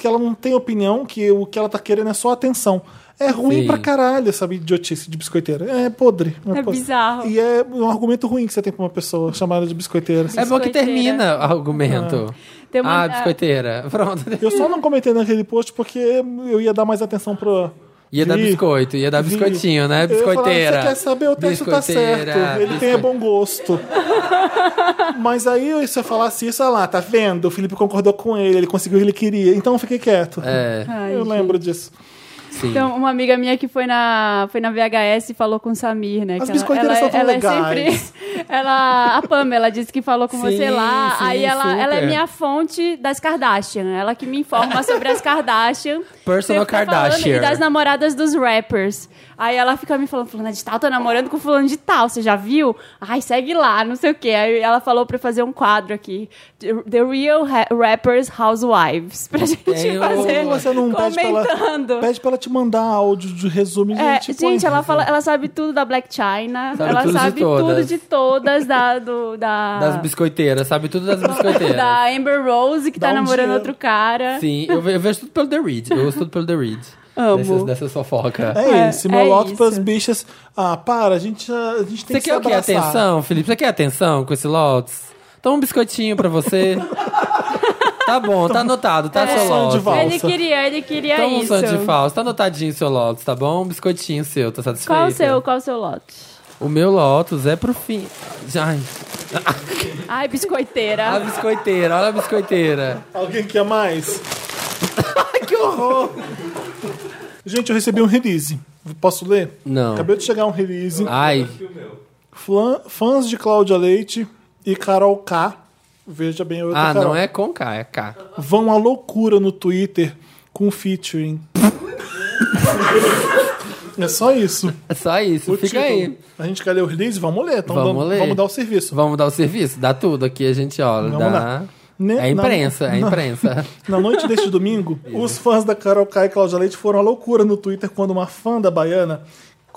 que ela não tem opinião, que o que ela tá querendo é só atenção. É ruim Sim. pra caralho, sabe? Idiotice de biscoiteira. É podre. uma É coisa. bizarro. E é um argumento ruim que você tem pra uma pessoa chamada de biscoiteira. assim. É bom que Biscoiteira. termina o argumento. Tem uma- Ah, biscoiteira. Pronto. Eu só não comentei naquele post porque eu ia dar mais atenção pro. Ia dar Vi. biscoito, ia dar Vi. biscoitinho, né? Eu ia falar, Biscoiteira. Você quer saber? O texto tá certo. Biscoiteira, Ele tem é bom gosto. Mas aí, se eu falasse isso, olha lá, tá vendo? O Felipe concordou com ele, ele conseguiu o que ele queria. Então eu fiquei quieto. É, Ai, eu gente. lembro disso. sim. Então, uma amiga minha que foi na, foi na VHS e falou com o Samir, né? As que biscoiteiras só tão ela, é legais. sempre. Ela, a Pamela disse que falou com Sim, você lá. sim, aí ela, ela é super. minha fonte das Kardashian. Ela que me informa sobre as Kardashian. Personal sempre tá falando, Kardashian. e das namoradas dos rappers. Aí ela fica me falando, fulana de tal, tô namorando com fulano de tal, você já viu? Ai, segue lá, não sei o quê. Aí ela falou pra eu fazer um quadro aqui. The The Real Ha- Rappers Housewives. Pra gente Tem o- fazer Ou Você não pede pra, comentando. ela, pede pra ela te mandar áudio de resumo. É, tipo, gente, ai, ela, fala, ela sabe tudo da Black China, Sabe ela tudo de sabe tudo todas. de todas, da, do, da, Das biscoiteiras, sabe tudo das biscoiteiras. da Amber Rose, que Dá tá um namorando dinheiro. outro cara. Sim, eu, ve- eu vejo tudo pelo The Read. Eu ouço tudo pelo The Read. Amo. Dessas, dessas fofoca. É, É, isso, meu é lote pras isso. bichas. Ah, para, a gente, a gente tem Você que se quer o quê? abraçar. Atenção, Felipe? Você quer atenção com esse Lotus? Toma um biscoitinho pra você. tá bom, tá anotado, tá, seu sonho É. de Lotus? valsa. Ele queria, ele queria Toma um É isso. sonho de falso, tá anotadinho seu Lotus, tá bom? Um biscoitinho seu, tá satisfeito? qual o seu, qual o seu lote? O meu Lotus é pro fim. Ai, Ai, a biscoiteira. biscoiteira, olha a biscoiteira. Alguém quer mais? que horror! Gente, eu recebi um release. Posso ler? Não. Acabei de chegar um release. Ai, Flan- fãs de Cláudia Leite e Carol K. Veja bem, eu e ah, Carol, não é com K, é K. Vão à loucura no Twitter com featuring. é só isso. É só isso, O fica título. aí. A gente quer ler o release? Vamos ler. Então Vamos vamos, ler. vamos dar o serviço. Vamos dar o serviço, dá tudo aqui, a gente olha. Vamos Dá... lá. Ne- É a imprensa, é a na- imprensa. Na noite deste domingo, os fãs da Carol Kai e Cláudia Leite foram à loucura no Twitter quando uma fã da baiana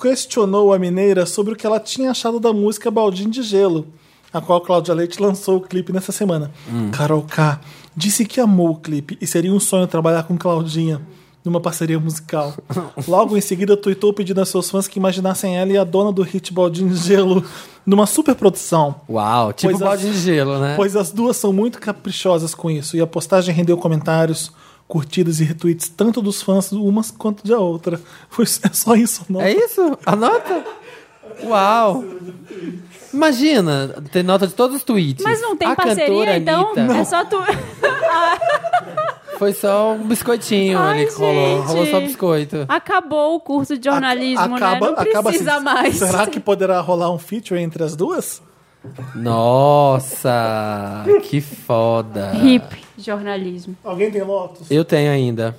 questionou a mineira sobre o que ela tinha achado da música Baldinho de Gelo, a qual Cláudia Leite lançou o clipe nessa semana. Carol K disse que amou o clipe e seria um sonho trabalhar com Claudinha numa parceria musical. Logo em seguida, tweetou pedindo a seus fãs que imaginassem ela e a dona do hit Baldinho de Gelo numa superprodução. Uau, tipo Pois balde as- de gelo, né? Pois as duas são muito caprichosas com isso, e a postagem rendeu comentários curtidas e retweets tanto dos fãs de umas quanto da outra. Foi é só isso, não. É isso? Anota? Uau! Imagina, tem nota de todos os tweets. Mas não tem A parceria, cantora então? Anitta É só tu. Foi só um biscoitinho Ai, ali que rolou. gente. Rolou só biscoito. Acabou o curso de jornalismo, Acaba- né? Não acaba assim, precisa mais. Será que poderá rolar um feature entre as duas? Nossa! Que foda! Hip, jornalismo. Alguém tem Lotus? Eu tenho ainda.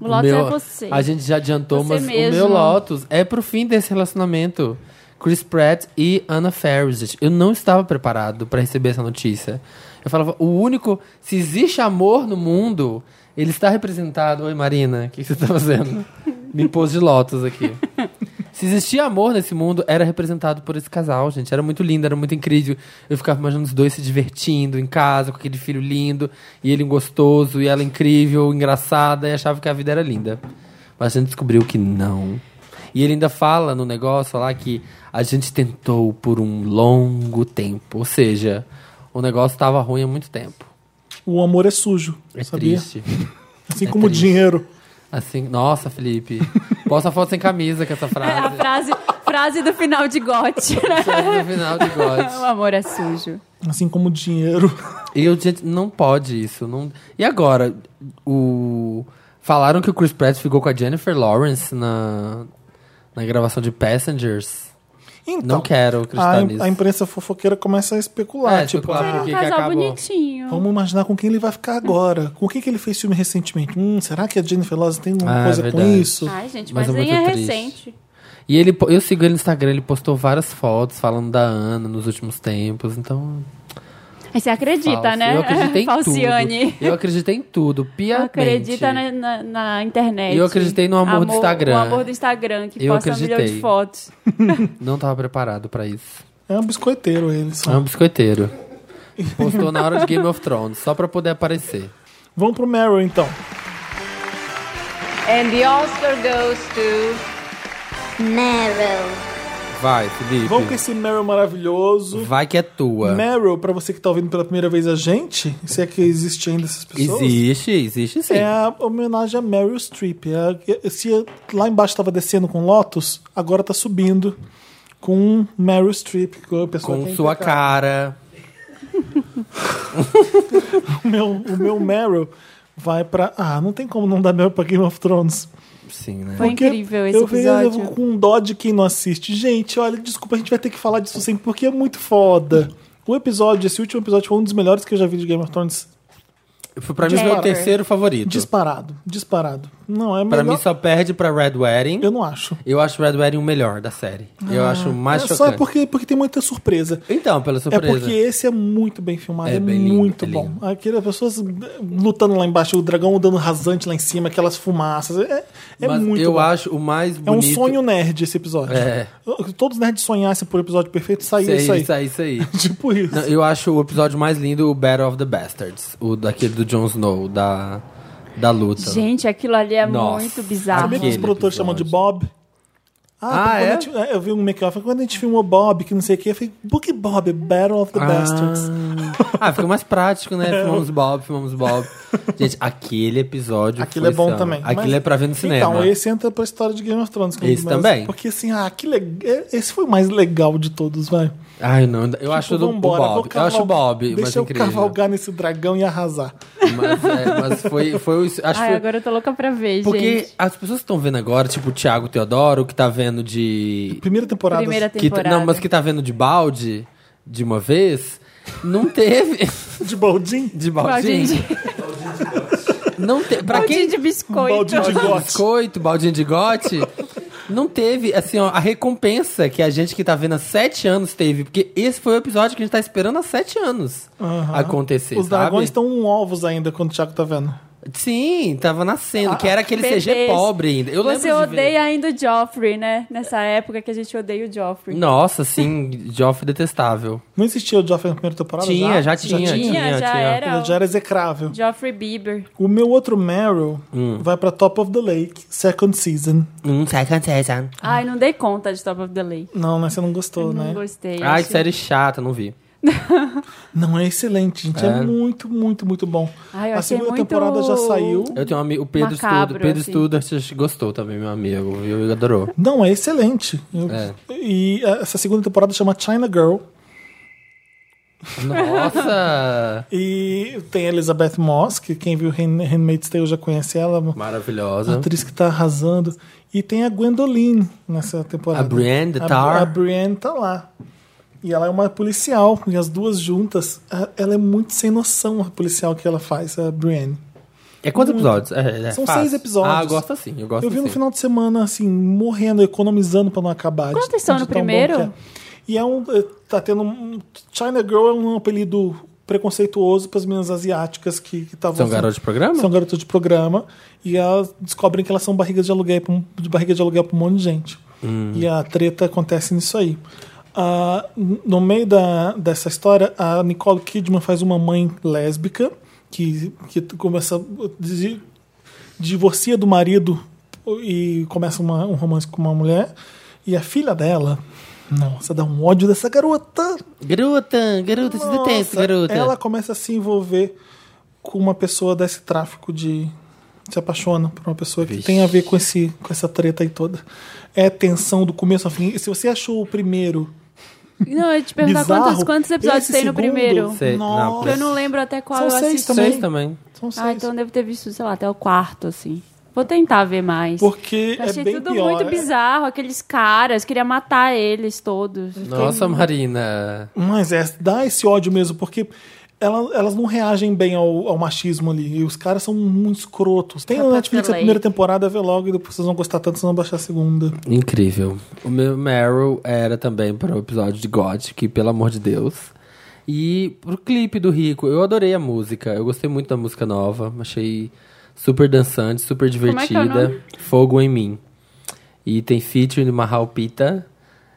O Lotus é você. A gente já adiantou, Você mas o mesmo. meu Lotus é pro fim desse relacionamento. Chris Pratt e Anna Faris. Eu não estava preparado para receber essa notícia. Eu falava, o único. Se existe amor no mundo, ele está representado. Oi, Marina, o que você está fazendo? Me pôs de Lotus aqui. Se existia amor nesse mundo, era representado por esse casal, gente. Era muito lindo, era muito incrível. Eu ficava imaginando os dois se divertindo em casa, com aquele filho lindo, e ele gostoso, e ela incrível, engraçada, e achava que a vida era linda. Mas a gente descobriu que não. E ele ainda fala no negócio lá que a gente tentou por um longo tempo. Ou seja, o negócio estava ruim há muito tempo. O amor é sujo, É sabia? triste. Assim É como o triste. dinheiro. Assim, nossa, Felipe. Posta a foto sem camisa com essa É a frase. frase, frase do final de Gotti, né? No final de God. O amor é sujo. Assim como o dinheiro. Eu, gente, não pode isso. Não... E agora? O... Falaram que o Chris Pratt ficou com a Jennifer Lawrence na, na gravação de Passengers. Então, Não quero a, acreditar nisso. a imprensa fofoqueira começa a especular. É, tipo, especular ah, por Era um que que casal acabou? bonitinho. Vamos imaginar com quem ele vai ficar agora. Com quem que ele fez filme recentemente? Hum, será que a Jennifer Lawrence tem alguma Ah, coisa verdade. com isso? Ai, gente, Mas mas, é nem é muito triste. recente. E ele, po- eu sigo ele no Instagram, ele postou várias fotos falando da Ana nos últimos tempos, então... Aí você acredita, falso. né? Eu acreditei em Falciane. tudo. Eu acreditei em tudo, piamente. Acredita na, na- na internet. Eu acreditei no amor do Instagram. O amor do Instagram, que Eu posta um milhão acreditei. de fotos. Não tava preparado pra isso. É um biscoiteiro ele. Só. É um biscoiteiro. Postou na hora de Game of Thrones, só pra poder aparecer. Vamos pro Meryl, então. And the Oscar goes to Meryl. Vai, Felipe. Vamos com é esse Meryl maravilhoso. Vai que é tua. Meryl, pra você que tá ouvindo pela primeira vez a gente, se é que existe ainda essas pessoas. Existe, existe sim. É a homenagem a Meryl Streep. É a- se lá embaixo tava descendo com Lotus, agora tá subindo com Meryl Streep. Com, a pessoa que Com é sua impecável. cara. O meu, o meu Meryl vai pra. Ah, não tem como não dar Meryl pra Game of Thrones. Sim, né? Foi incrível esse eu vejo- eu episódio. vou com dó de quem não assiste. Gente, olha, desculpa, a gente vai ter que falar disso sempre, porque é muito foda. O episódio, esse último episódio, foi um dos melhores que eu já vi de Game of Thrones. Foi pra mim o meu Jennifer. terceiro favorito. Disparado, disparado. Não, é Pra melhor. mim só perde pra Red Wedding. Eu não acho. Eu acho Red Wedding o melhor da série. eu acho o mais é chocante. só é porque, porque tem muita surpresa. Então, pela É surpresa. porque esse é muito bem filmado, É é, bem lindo, muito é bom. lindo. Aquelas pessoas lutando lá embaixo, o dragão dando rasante lá em cima, aquelas fumaças. É, é Mas muito eu bom. acho o mais É um bonito. sonho nerd esse episódio. É. Se Todos os nerds sonhassem por episódio perfeito, Isso saía aí, isso tá isso aí, aí. isso aí. Tipo isso. Não, eu acho o episódio mais lindo o Battle of the Bastards. O daquele do Jon Snow, da, da luta. Gente, aquilo ali é Nossa. muito bizarro. Sabia que os aquele produtores chamam de episódio. Bob? Ah, porque é? quando a gente- eu vi um make-off, quando a gente filmou Bob, que não sei o que, eu falei, Book Bob, É Battle of the Ah. Bastards. Ah, fica mais prático, né? É. Filmamos Bob, filmamos Bob. Gente, aquele episódio. Aquilo foi é bom insano. também. Aquilo Mas- é pra ver no cinema. Então, esse entra pra história de Game of Thrones. que é um Esse dos melhores. também. Porque assim, ah, que legal. Esse foi o mais legal de todos, vai. Ai, não. Eu acho do, o Tipo, vambora, vou Bob. Eu acho o Bob, Deixa mas eu incrível. cavalgar nesse dragão e arrasar. Mas, é, mas foi, foi o. Acho que Ai, foi- agora eu tô louca pra ver, porque gente. as pessoas que estão vendo agora, tipo o Thiago Teodoro, que tá vendo de. Primeira temporada. Primeira Que, tá- temporada. não, mas que tá vendo de balde de uma vez, não teve. De Baldin. De baldinho? Baldinho de, Não teve. Pra baldinho quem. de biscoito. Baldinho de gote. biscoito, baldinho de gote. Não teve, assim, ó, a recompensa que a gente que tá vendo há sete anos teve. Porque esse foi o episódio que a gente tá esperando há sete anos acontecer. Os sabe? dragões estão um ovos ainda quando o Thiago tá vendo. Sim, tava nascendo, que era aquele bebês. CG pobre ainda. Eu lembro Você de ver. odeia ainda o Joffrey, né? Nessa época que a gente odeia o Joffrey. Nossa, sim, Joffrey detestável. Não existia o Joffrey na primeira temporada? Tinha, já, tinha, tinha. tinha, Tinha, já tinha. era. Ele já era execrável. Joffrey Bieber. O meu outro Meryl vai pra Top of the Lake, Second Season. Hum, second season. Ai, não dei conta de Top of the Lake. Não, mas você não gostou, Não né? gostei. Ai, achei- que série chata, não vi. Não, é excelente, gente. É, É. muito, muito, muito bom. Ai, eu a achei segunda muito- temporada já saiu. Eu tenho um amigo, o Pedro Macabro, Estudo. Pedro assim. Estudo acho- gostou também, meu amigo. viu? Ele adorou. Não, é excelente. Eu- É. E eh, essa segunda temporada chama China Girl. Nossa! E tem a Elizabeth Moss, que quem viu Hand- Handmaid's Tale já conhece ela, uma Maravilhosa. atriz que tá arrasando. E tem a Gwendoline nessa temporada. A Brienne de A- Tar. A Brienne tá lá. E ela é uma policial, e as duas juntas, a- ela é muito sem noção, a policial que ela faz, a Brienne. É quantos Muito. episódios? É- é Hum. São fácil. seis episódios. Ah, eu gosto assim, eu gosto Eu vi no assim. final de semana, assim, morrendo, economizando pra não acabar. Quantos de- são de no tão bom primeiro? que é. E é um. eh, Tá tendo um. China Girl é um apelido preconceituoso pras meninas asiáticas que estavam. São garotas de programa? São garotas de programa. E elas descobrem que elas são barrigas de aluguel pra um- de barriga de aluguel pra um monte de gente. Hum. E a treta acontece nisso aí. Ah, no meio da, dessa história, a Nicole Kidman faz uma mãe lésbica que, que começa. a dizer- divorcia do marido e começa uma- um romance com uma mulher. E a filha dela. Nossa, dá um ódio dessa garota. Garota, garota, se detém, Nossa, garota. Ela começa a se envolver com uma pessoa desse tráfico de. Se apaixona por uma pessoa que Vixe. tem a ver com, esse, com essa treta aí toda. É tensão do começo ao fim. Se você achou o primeiro. Não, eu ia te perguntar bizarro, quantos, quantos episódios esse tem no segundo- primeiro. Sei, não, Nossa, Eu não lembro até qual São eu seis assisti. também. Seis também. São seis. Ah, então eu devo ter visto, sei lá, até o quarto, assim. Vou tentar ver mais. Porque Eu achei é bem tudo pior. muito bizarro, aqueles caras, queria matar eles todos. Nossa, Marina. Mas é, dá esse ódio mesmo, porque ela- elas não reagem bem ao, ao machismo ali. E os caras são muito escrotos. Tem na Capaz Netflix da a lei. primeira temporada, vê logo, e depois vocês vão gostar tanto, vocês vão baixar a segunda. Incrível. O meu Meryl era também para o episódio de God, que pelo amor de Deus. E pro clipe do Rico, eu adorei a música. Eu gostei muito da música nova. Achei super dançante, super é que é o divertida. Fogo em mim. E tem featuring do Mahal Pita.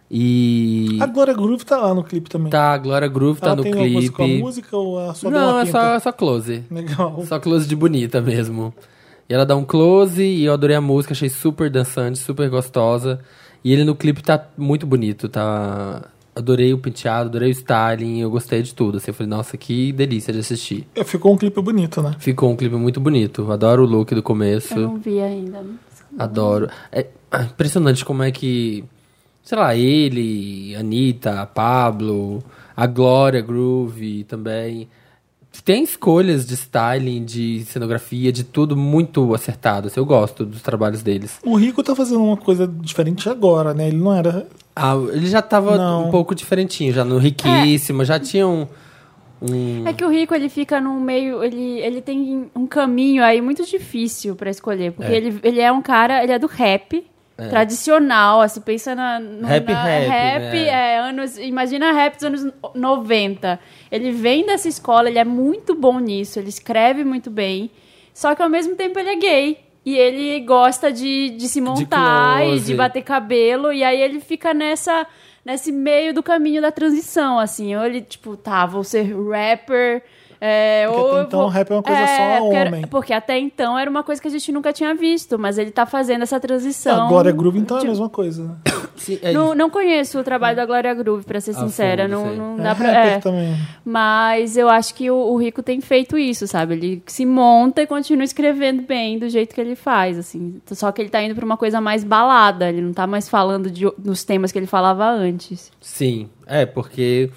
E A Glória Groove tá lá no clipe também. tá, a Glória Groove tá ela no tem alguma coisa clipe. com a música ou a sua Não, é só, é só close. Legal. Só close de bonita mesmo. E ela dá um close e eu adorei a música, achei super dançante, super gostosa. E ele no clipe tá muito bonito, tá. Adorei o penteado, adorei o styling, eu gostei de tudo. Assim, eu falei, nossa, que delícia de assistir. É, Ficou um clipe bonito, né? Ficou um clipe muito bonito. Adoro o look do Eu começo. não vi ainda. Adoro. É ah, impressionante como é que. Sei lá, ele, Anitta, Pablo, a Glória Groove também. Tem escolhas de styling, de cenografia, de tudo muito acertado. assim, eu gosto dos trabalhos deles. O Rico tá fazendo uma coisa diferente agora, né? Ele não era. Ah, ele já tava Não. um pouco diferentinho, já no riquíssimo, já tinha um. um- É que o rico, ele fica num meio, ele, ele tem um caminho aí muito difícil pra escolher, porque ele, ele é um cara, ele é do rap. Tradicional, assim, pensa na. no- É. Rap, na- rap, né? é, anos. Imagina rap dos anos 90. Ele vem dessa escola, ele é muito bom nisso, ele escreve muito bem. Só que ao mesmo tempo ele é gay. E ele gosta de, de se montar e de close. bater ter cabelo, e aí ele fica nessa nesse meio do caminho da transição, assim. Ou ele, tipo, tá, vou ser rapper. É, Porque ou até eu então vou- rap é uma coisa só porque era- homem. Porque até então era uma coisa que a gente nunca tinha visto, mas ele tá fazendo essa transição. Agora Glória Groove, então é a tipo, mesma coisa. né? sim, é Ah, Não, não conheço o trabalho da Glória Groove, pra ser fundo, sincera. não, sei. não é dá pra. rapper é. também. Mas eu acho que o, o Rico tem feito isso, sabe? Ele se monta e continua escrevendo bem do jeito que ele faz, assim. Só que ele tá indo pra uma coisa mais balada, ele não tá mais falando de, o- dos temas que ele falava antes. Sim, é, porque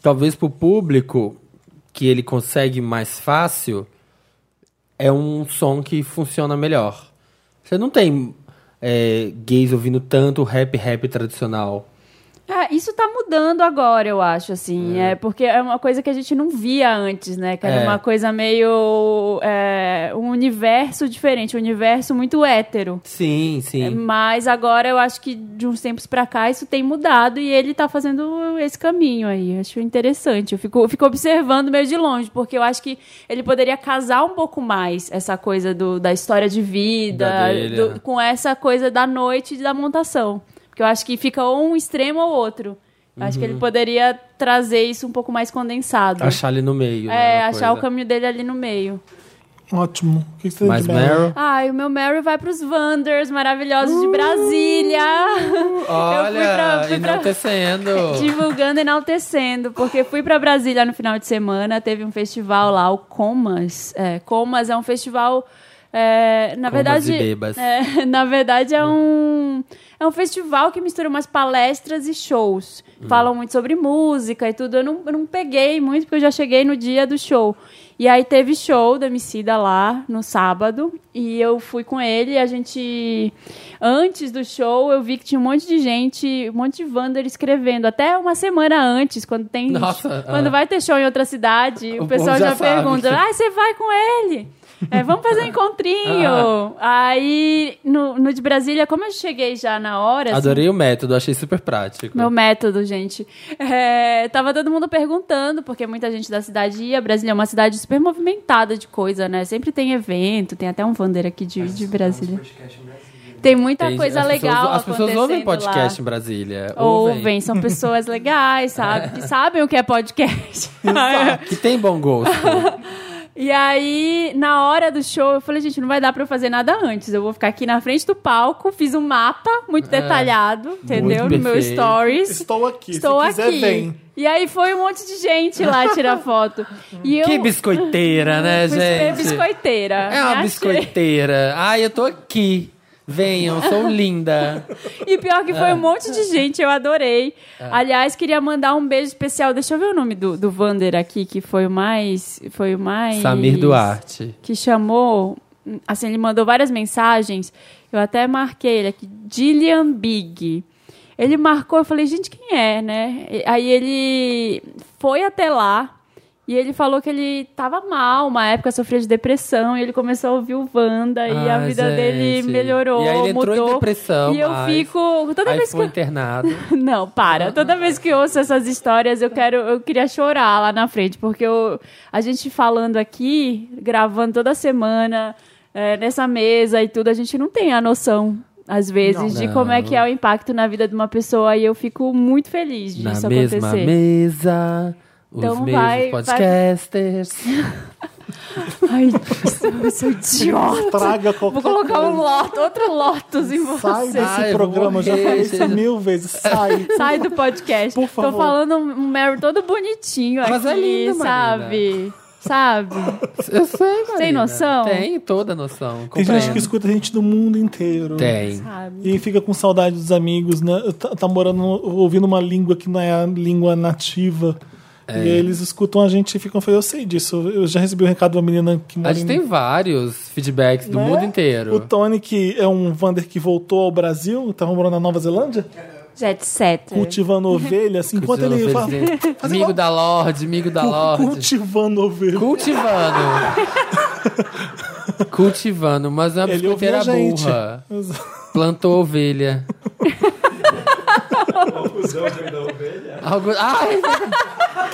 talvez pro público que ele consegue mais fácil, é um som que funciona melhor. Você não tem é, gays ouvindo tanto rap rap tradicional. É, isso tá mudando agora, eu acho, assim. É. porque é uma coisa que a gente não via antes, né? Que era É. uma coisa meio. é, um universo diferente, um universo muito hétero. Sim, sim. Mas agora eu acho que de uns tempos pra cá isso tem mudado e ele tá fazendo esse caminho aí. Acho interessante. Eu fico, eu fico observando meio de longe, porque eu acho que ele poderia casar um pouco mais essa coisa do, da história de vida Da dele, do- é. com essa coisa da noite e da montação. Porque eu acho que fica ou um extremo ou outro. Eu Acho que ele poderia trazer isso um pouco mais condensado. Uhum. Achar ele no meio. né, é, uma achar o coisa. caminho dele ali no meio. Ótimo. O que que você tem Mas de Meryl? Meryl. Ai, o meu Mary vai pros Wanders maravilhosos de Brasília. Uh! Olha, eu fui pra, fui pra- enaltecendo. divulgando e enaltecendo, porque fui pra Brasília no final de semana, teve um festival lá, o Comas. É, Comas é um festival. é, na Comas verdade, e bebas. é, na verdade Hum. é um é um festival que mistura umas palestras e shows. Uhum. Falam muito sobre música e tudo. Eu não, eu não peguei muito porque eu já cheguei no dia do show. E aí teve show da Emicida lá no sábado e eu fui com ele. e A gente antes do show eu vi que tinha um monte de gente, um monte de Wander escrevendo até uma semana antes quando tem Nossa, quando ah. vai ter show em outra cidade o, O pessoal povo já já, sabe. pergunta, ah, você vai com ele? É, vamos fazer um encontrinho. Ah, Aí, no, no de Brasília, como eu cheguei já na hora, assim, Adorei o método, achei super prático. meu método, gente. É, tava todo mundo perguntando, porque muita gente da cidade ia. Brasília é uma cidade super movimentada de coisa, né? Sempre tem evento, tem até um Vander aqui de, de Brasília. Tem muita Tem- é coisa as pessoas- legal As pessoas ouvem acontecendo podcast lá. em Brasília. Ouvem, são pessoas legais, sabe? Que sabem o que é podcast. Que tem bom gosto. E aí, na hora do show, eu falei, gente, não vai dar pra eu fazer nada antes. Eu vou ficar aqui na frente do palco, fiz um mapa muito detalhado, entendeu? no meu É, perfeito. stories. Estou aqui. Estou Se quiser, aqui. vem. E aí foi um monte de gente lá tirar foto. E eu Que biscoiteira, né, fui super gente? biscoiteira. É uma me achei. biscoiteira. Ai, eu tô aqui. Venham, sou linda. E pior que É. foi um monte de gente, eu adorei. Aliás, queria mandar um beijo especial. Deixa eu ver o nome do, do Vander aqui, que foi o mais. Foi o mais. Samir Duarte. que chamou, assim, ele mandou várias mensagens, eu até marquei ele aqui, Dillian Big. Ele marcou, eu falei, gente, quem é, né? E- Aí ele foi até lá e ele falou que ele tava mal, uma época sofria de depressão, e ele começou a ouvir o Wanda e a Ai, vida Ah, gente. dele melhorou, E aí ele entrou mudou. em depressão. e eu mas- fico, toda Aí vez que foi eu internado. não, para. Toda vez que eu ouço essas histórias, eu quero, eu queria chorar lá na frente, porque eu, a gente falando aqui, gravando toda semana, é, nessa mesa e tudo, a gente não tem a noção, às vezes, de como é que é o impacto na vida de uma pessoa. E eu fico muito feliz disso Na acontecer. mesma mesa. Os Então mesmos vai- vai- podcasters. Ai, eu sou idiota. Traga Vou qualquer colocar um coisa. Lotus, outro Lotus em Sai você. desse Ai, eu vou programa. Já morrer, falei isso gente. mil vezes. Sai. Sai do podcast. Por favor. Tô falando um um Mary todo bonitinho Mas é aqui, linda, sabe? Sabe? Eu sei, Marina. noção? Tem toda a noção. Tem gente que Compreendo. escuta a gente do mundo inteiro. Tem. Sabe? E fica com saudade dos amigos, né? Tá, tá morando, ouvindo uma língua que não é a língua nativa. É. E eles escutam a gente e ficam falando, eu sei disso. Eu já recebi um recado de uma menina que mora A gente em- tem vários feedbacks do né? mundo inteiro. O Tony, que é um Vander que voltou ao Brasil, tava morando na Nova Zelândia, É. Jet set. cultivando ovelha, assim, enquanto Cultivando ele fala, felicidade. Amigo da Lorde, amigo da Lorde. cultivando ovelha. Cultivando. Cultivando, mas é uma Ele ouviu biscoiteira a gente. burra. Plantou ovelha. Algo... Ai,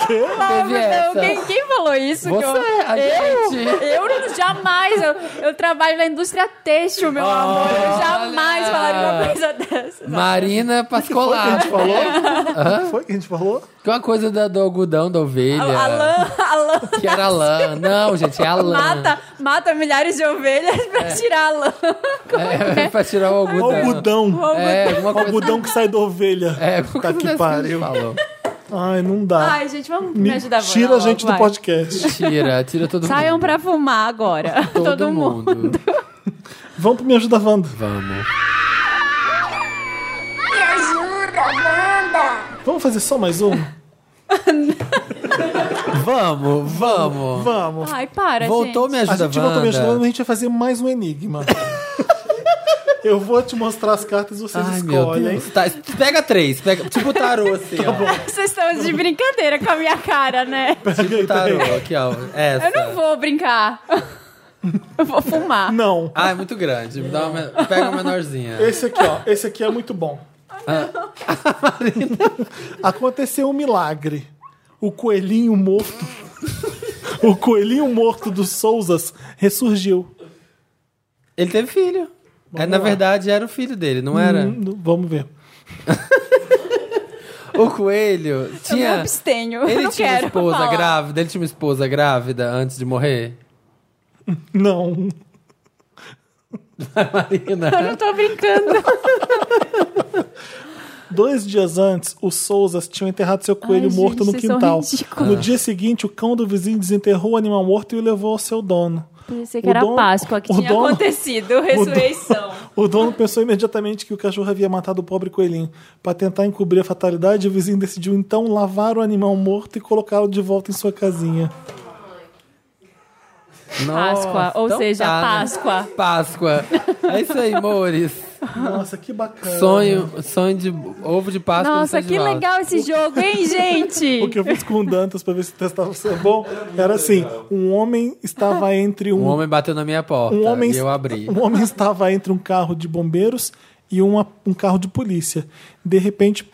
teve Então, essa. quem, quem falou isso? que Você, é, a eu, gente. eu, não- jamais. Eu, eu trabalho na indústria têxtil, meu amor. Eu jamais Olha. falaria uma coisa dessa. Marina A gente Pascolato. falou? O que Foi que a gente falou? Que é uma coisa da, do algodão da ovelha. Alan, Alan Que era lã. Não, gente, é a lã. mata, mata milhares de ovelhas pra tirar a lã. É, pra tirar o algodão. Algodão. É, né? alguma coisa. Algodão que sai da ovelha. É, alguma Tá coisa que dessa pariu. a gente falou. Ai, não dá. Ai, gente, vamos Me- me ajudar Wanda, tira a logo, gente do vai. podcast. Tira, tira todo Saiam mundo. pra fumar agora. Todo, mundo. Vamos pro Me Ajuda Wanda. Vamos. Me ajuda, Wanda! Vamos fazer só mais um? Vamos, vamos. Vamos. Ai, para, Voltou, gente. me A ajuda, gente voltou Me Ajuda Wanda, Wanda. a gente vai fazer mais um enigma. Eu vou te mostrar as cartas e vocês Ai, meu escolhem. Deus. Tá, pega três. Pega, tipo o tarô, assim, Tá ó. Vocês estão de brincadeira com a minha cara, né? Tipo tarô, aqui, ó. Essa. Eu não vou brincar. Eu vou fumar. Não. Ah, é muito grande. Me dá uma men- pega uma menorzinha. Esse aqui, ó. Esse aqui é muito bom. Ah. Aconteceu um milagre. O coelhinho morto. o coelhinho morto dos Souzas ressurgiu. Ele teve filho. É, na lá. verdade, era o filho dele, não era? Uhum. Hum, vamos ver. O coelho Eu me tinha. abstenho. eu Ele não tinha uma quero esposa falar. grávida. Ele tinha uma esposa grávida antes de morrer? Não. Eu não tô brincando. Dois dias antes, os Souzas tinham enterrado seu coelho Ai, morto no gente, vocês são quintal. ridículos. No dia seguinte, o cão do vizinho desenterrou o animal morto e o levou ao seu dono. Pensei O que era dono- Páscoa, que o tinha dono- acontecido. Ressurreição. O dono pensou imediatamente que o cachorro havia matado o pobre coelhinho. Para tentar encobrir a fatalidade, o vizinho decidiu então lavar o animal morto e colocá-lo de volta em sua casinha. Páscoa, ou Então seja, tá, né? Páscoa. Páscoa. É isso aí, Mores. Nossa, que bacana. Sonho, sonho de ovo de Páscoa. no Nossa, sonho de que Valsa. legal esse jogo, hein, gente? O que eu fiz com o Dantas pra ver se testava se é bom era assim: um homem estava entre um. Um homem bateu na minha porta um homem, Tá, e eu abri. um homem estava entre um carro de bombeiros e uma- um carro de polícia. De repente,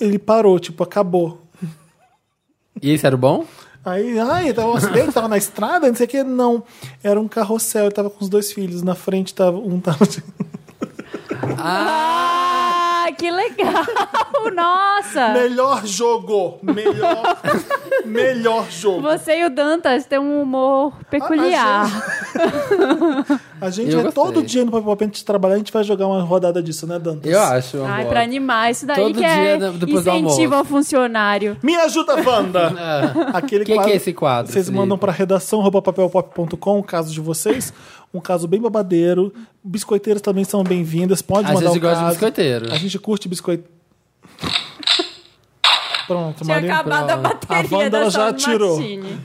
ele parou, tipo, acabou. E esse era o bom? Aí, ai, tava um acidente, tava na estrada, não sei o que. Não, era um carrossel, ele tava com os dois filhos. Na frente tava um tava. de- Ah, que legal! Nossa! Melhor jogo! Melhor, melhor jogo! Você e o Dantas têm um humor peculiar. A gente Eu é todo gostei. dia no Papel Pop, a gente trabalha, a gente vai jogar uma rodada disso, né, Dantas? Eu acho. uma Ai, boa. pra animar. Isso daí Todo que é dia, né, depois do almoço. incentivo ao funcionário. Me ajuda, Wanda! Ah, Aquele Que que quadro, é esse quadro, Vocês Felipe? mandam para redação arroba papelpop.com o caso de vocês. Um caso bem babadeiro. Biscoiteiros também são bem-vindas. Pode a mandar gente um gosta de caso. biscoiteiro. A gente curte biscoito. Pronto, Tinha então. Maria. acabado a pronto. A bateria Wanda, da ela já Sal atirou. Martini.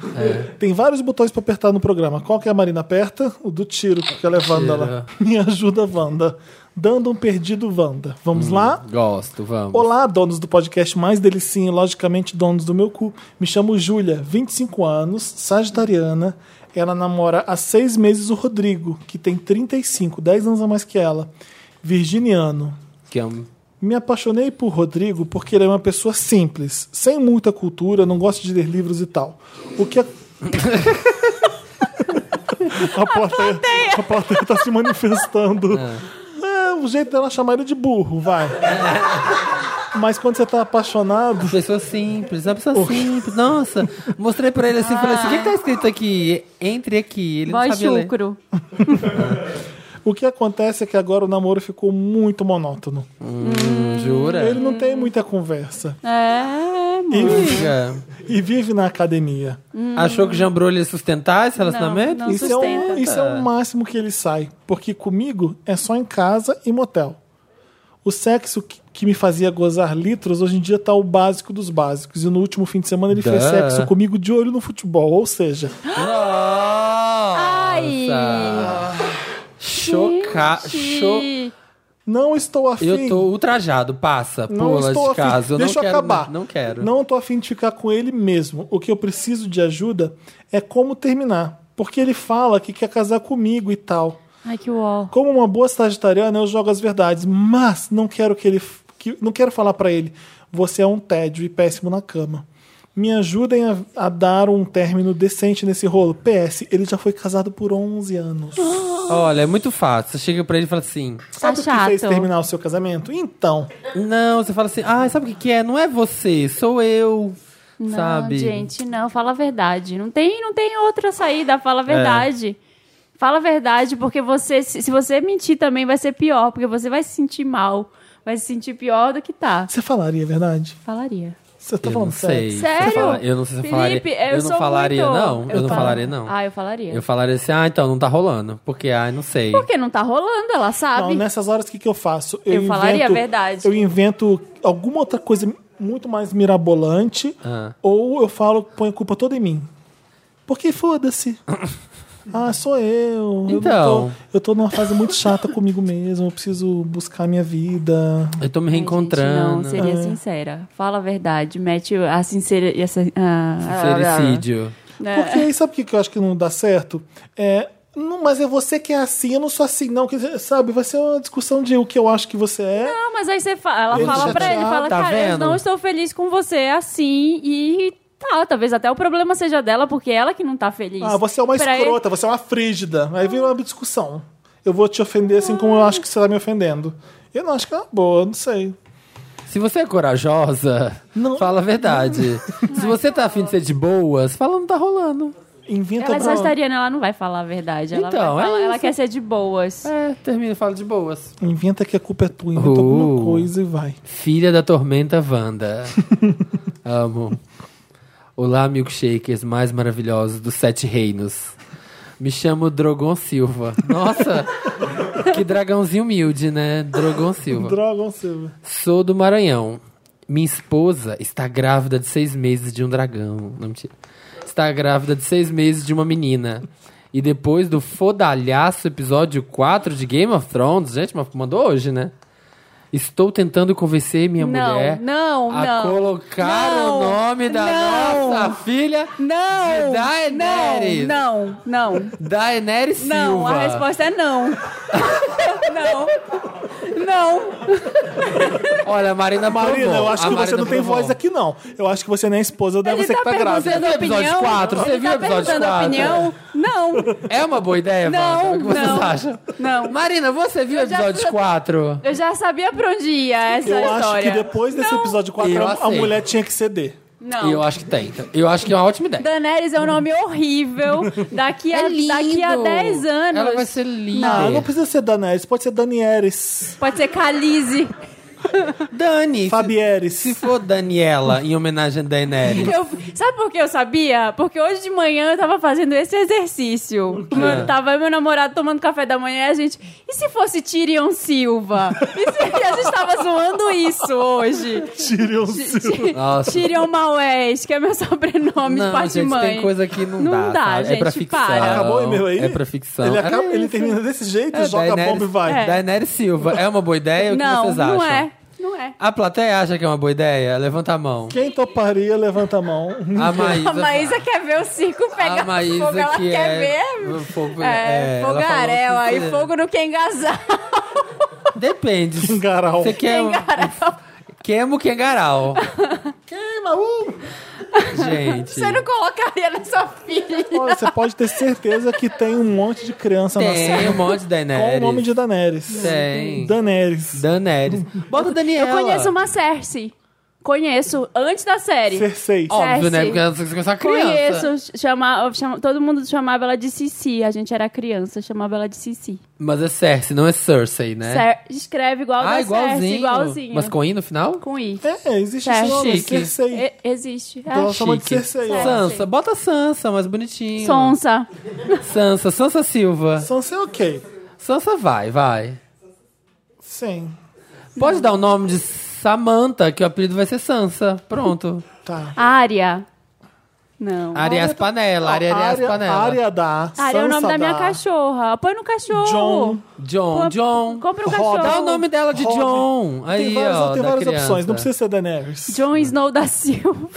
Tem vários botões para apertar no programa. Qual que é a Marina aperta? O do tiro, porque ela é Wanda lá. Me ajuda, Wanda. Dando um perdido, Wanda. Hum. Vamos lá? Gosto, vamos. Olá, donos do podcast mais delicinho, logicamente donos do meu cu. Me chamo Júlia, 25 anos, sagitariana. Ela namora há seis meses o Rodrigo, que tem 35, 10 anos a mais que ela. Virginiano. Que é um- Me apaixonei por Rodrigo porque ele é uma pessoa simples, sem muita cultura, não gosta de ler livros e tal. O que a... a plateia, a plateia tá se manifestando. É, o jeito dela chamar ele de burro, vai. Mas quando você tá apaixonado, Pessoa simples, uma pessoa simples. Nossa, mostrei pra ele assim, falei assim, o que, Ah. que tá escrito aqui? Entre aqui, ele não Voz sabia ler. chucro. o que acontece é que agora o namoro ficou muito monótono. Hum, Jura? Ele não tem muita conversa. É, E, Amiga, e vive na academia. Achou que Jambrolho ia sustentar esse relacionamento? um- Não isso, é o, sustenta. isso é o máximo que ele sai. Porque comigo é só em casa e motel. O sexo que, que me fazia gozar litros, hoje em dia tá o básico dos básicos. E no último fim de semana ele fez Duh. sexo comigo de olho no futebol. Ou seja, Ai! Ai. Chocar, cho... Sim. não estou afim. Eu tô ultrajado, passa, Não pula estou de afim. casa. Eu Deixa não eu quero, acabar. Não quero. Não tô afim de ficar com ele mesmo. O que eu preciso de ajuda é como terminar. Porque ele fala que quer casar comigo e tal. Ai, que uó. Como uma boa sagitariana, eu jogo as verdades, mas não quero que ele que- não quero falar pra ele. Você é um tédio e péssimo na cama. Me ajudem a, a dar um término decente nesse rolo. PS, ele já foi casado por 11 anos. Olha, é muito fácil. Você chega pra ele e fala assim: Hum, Tá Sabe o que fez chato. terminar o seu casamento? Então, Não, você fala assim, ah, sabe o que, que é? Não é você, sou eu. Não, sabe? gente, não, fala a verdade. Não tem, não tem outra saída, É. fala a verdade. Fala a verdade, porque você, se se você mentir também vai ser pior, porque você vai se sentir mal. Vai se sentir pior do que tá. você falaria a verdade? Falaria. Você tá Eu falando não sério? sei. se Sério? eu fala- Eu não sei se eu falaria. Felipe, eu, sou não falaria, muito- não. Eu, não falo- falaria, não. Ah, eu falaria. Eu falaria assim, ah, então, não tá rolando. Porque, ah, não sei. Porque não tá rolando, ela sabe. Não, né? nessas horas o que, que eu faço? Eu falaria a verdade. Eu invento alguma outra coisa muito mais mirabolante, Ah. ou eu falo, põe a culpa toda em mim. Porque foda-se. ah, sou eu. Eu não Então. tô- Eu tô numa fase muito chata comigo mesmo, eu preciso buscar a minha vida. Eu tô me Ai, gente, reencontrando. não, seria sincera. Fala a verdade. Mete a sincera. e Essa, é a, Sericídio. É. Porque aí, sabe o que que eu acho que não dá certo? É. Não, mas é você que é assim, eu não sou assim, não. Quer dizer, sabe, vai ser uma discussão de o que eu acho que você é. Não, mas aí você fala, ela Ele fala pra ele, chateado, fala, tá cara, eu vendo? não estou feliz com você assim e tá, talvez até o problema seja dela, porque ela que não tá feliz. Ah, você é uma Pra ele- escrota, você é uma frígida. Aí vira uma discussão. Eu vou te ofender assim como eu acho que você tá me ofendendo. Eu não acho que é uma boa, não sei. Se você é corajosa, fala a verdade. Se você tá afim de ser de boas, fala não tá rolando. inventa Ela é outra- sagitariana, ela não vai falar a verdade. Ela, Então, vai é falar- ela isso. quer ser de boas. É, termina e fala de boas. Inventa que a culpa é tua, inventa Uh. alguma coisa e vai. Filha da tormenta Wanda. Amo. Olá, milkshakers mais maravilhosos dos sete reinos. Me chamo Drogon Silva. Nossa, que dragãozinho humilde, né? Drogon Silva. Drogon Silva. Sou do Maranhão. Minha esposa está grávida de seis meses de um dragão. Não, mentira. Está grávida de seis meses de uma menina. E depois do fodalhaço episódio 4 de Game of Thrones, gente, mas mandou hoje, né? Estou tentando convencer minha Não, mulher não, a não. colocar Não, o nome da não. nossa filha de Não! Daenerys. Não, não, não. Daenerys Não, Silva. a resposta é não. não. Não. Olha, a Marina Marina, provou. eu acho A que você Marina não tem provou. voz aqui, não. Eu acho que você nem é esposa, deve Ele ser tá, que tá grávida. Você perguntando a viu o opinião. episódio quatro? Você Ele viu o tá episódio perguntando a quatro? opinião? Não. É uma boa ideia, Não, Wanda? O que vocês não. acham? Não. Marina, você viu o Eu já episódio fui- 4? Eu já sabia pra onde ia essa Eu história. acho que depois desse Não, episódio 4, Eu a, a aceito. mulher tinha que ceder. Não. Eu acho que tem. Então, Eu acho que é uma ótima ideia. Daenerys é um nome horrível. Daqui a, É lindo. daqui a 10 anos. Ela vai ser linda. Ah, Não, não precisa ser Daenerys, pode ser Danieres, Pode ser Calize. Dani, se- Fabieres. se for Daniela, em homenagem a Daenerys. Eu- sabe por que eu sabia? Porque hoje de manhã eu tava fazendo esse exercício. É. Meu, tava eu e meu namorado tomando café da manhã e a gente. E se fosse Tyrion Silva? E se- a gente tava zoando isso hoje? Tyrion Ti- Silva. ti- Nossa. Tyrion Maués, que é meu sobrenome de Não, parte de gente, mãe. tem coisa que não, Não dá, dá, sabe? gente, É pra ficção. para. Acabou o e-mail aí? É pra ficção. Ele, acaba- é, ele termina desse jeito, é, joga a Daenerys- bomba e vai. É. Daenerys Silva. É uma boa ideia? O que não, vocês acham? não é. Não é. A plateia acha que é uma boa ideia? Levanta a mão. Quem toparia, levanta a mão. A Maísa. A Maísa quer ver o circo pegar A Maísa fogo, ela que quer é- ver. fogo- é, é, ela fogaréu, falou que- aí fogo no quer engasar. Depende. Engaral. Você quer um- Queima o é Kengaral. Queima, uh! Gente. Você não colocaria na sua filha. Olha, você pode ter certeza que tem um monte de criança nascendo Tem um monte de com Daenerys. o nome de Daenerys. Tem. Daenerys. Daenerys. Bota Daniela. Eu conheço uma Cersei. Conheço, antes da série. Cersei. Óbvio, né? Cersei. Porque ela é uma criança. Conheço, chama, chama, todo mundo chamava ela de Cici. A gente era criança, chamava ela de Cici. Mas é Cersei, não é Cersei, né? Cer- escreve igual Ah, da igualzinho. Cersei, igualzinho. Mas com I no final? Com I. É, existe esse Cersei. nome, Chique. Cersei. E- existe. É. Então ela chama de Chique. Cersei. ó. Sansa. Bota Sansa, mais bonitinho. Sonsa. Sansa. Sansa Silva. Sansa é ok. Sansa vai, vai. Sim. Pode dar o nome de Samantha, que o apelido vai ser Sansa. Pronto. Tá. Área. Não. Ah, é Arias Panela. Arias Área- é Panela. Área da. Área é o nome Sansa da minha da- cachorra. Põe no cachorro. John. John. Pô, John. Compra um cachorro. Rob. Dá o nome dela de Rob. John. Aí, Tem várias, ó, tem da várias criança. opções, não precisa ser Daenerys. John Snow da Silva.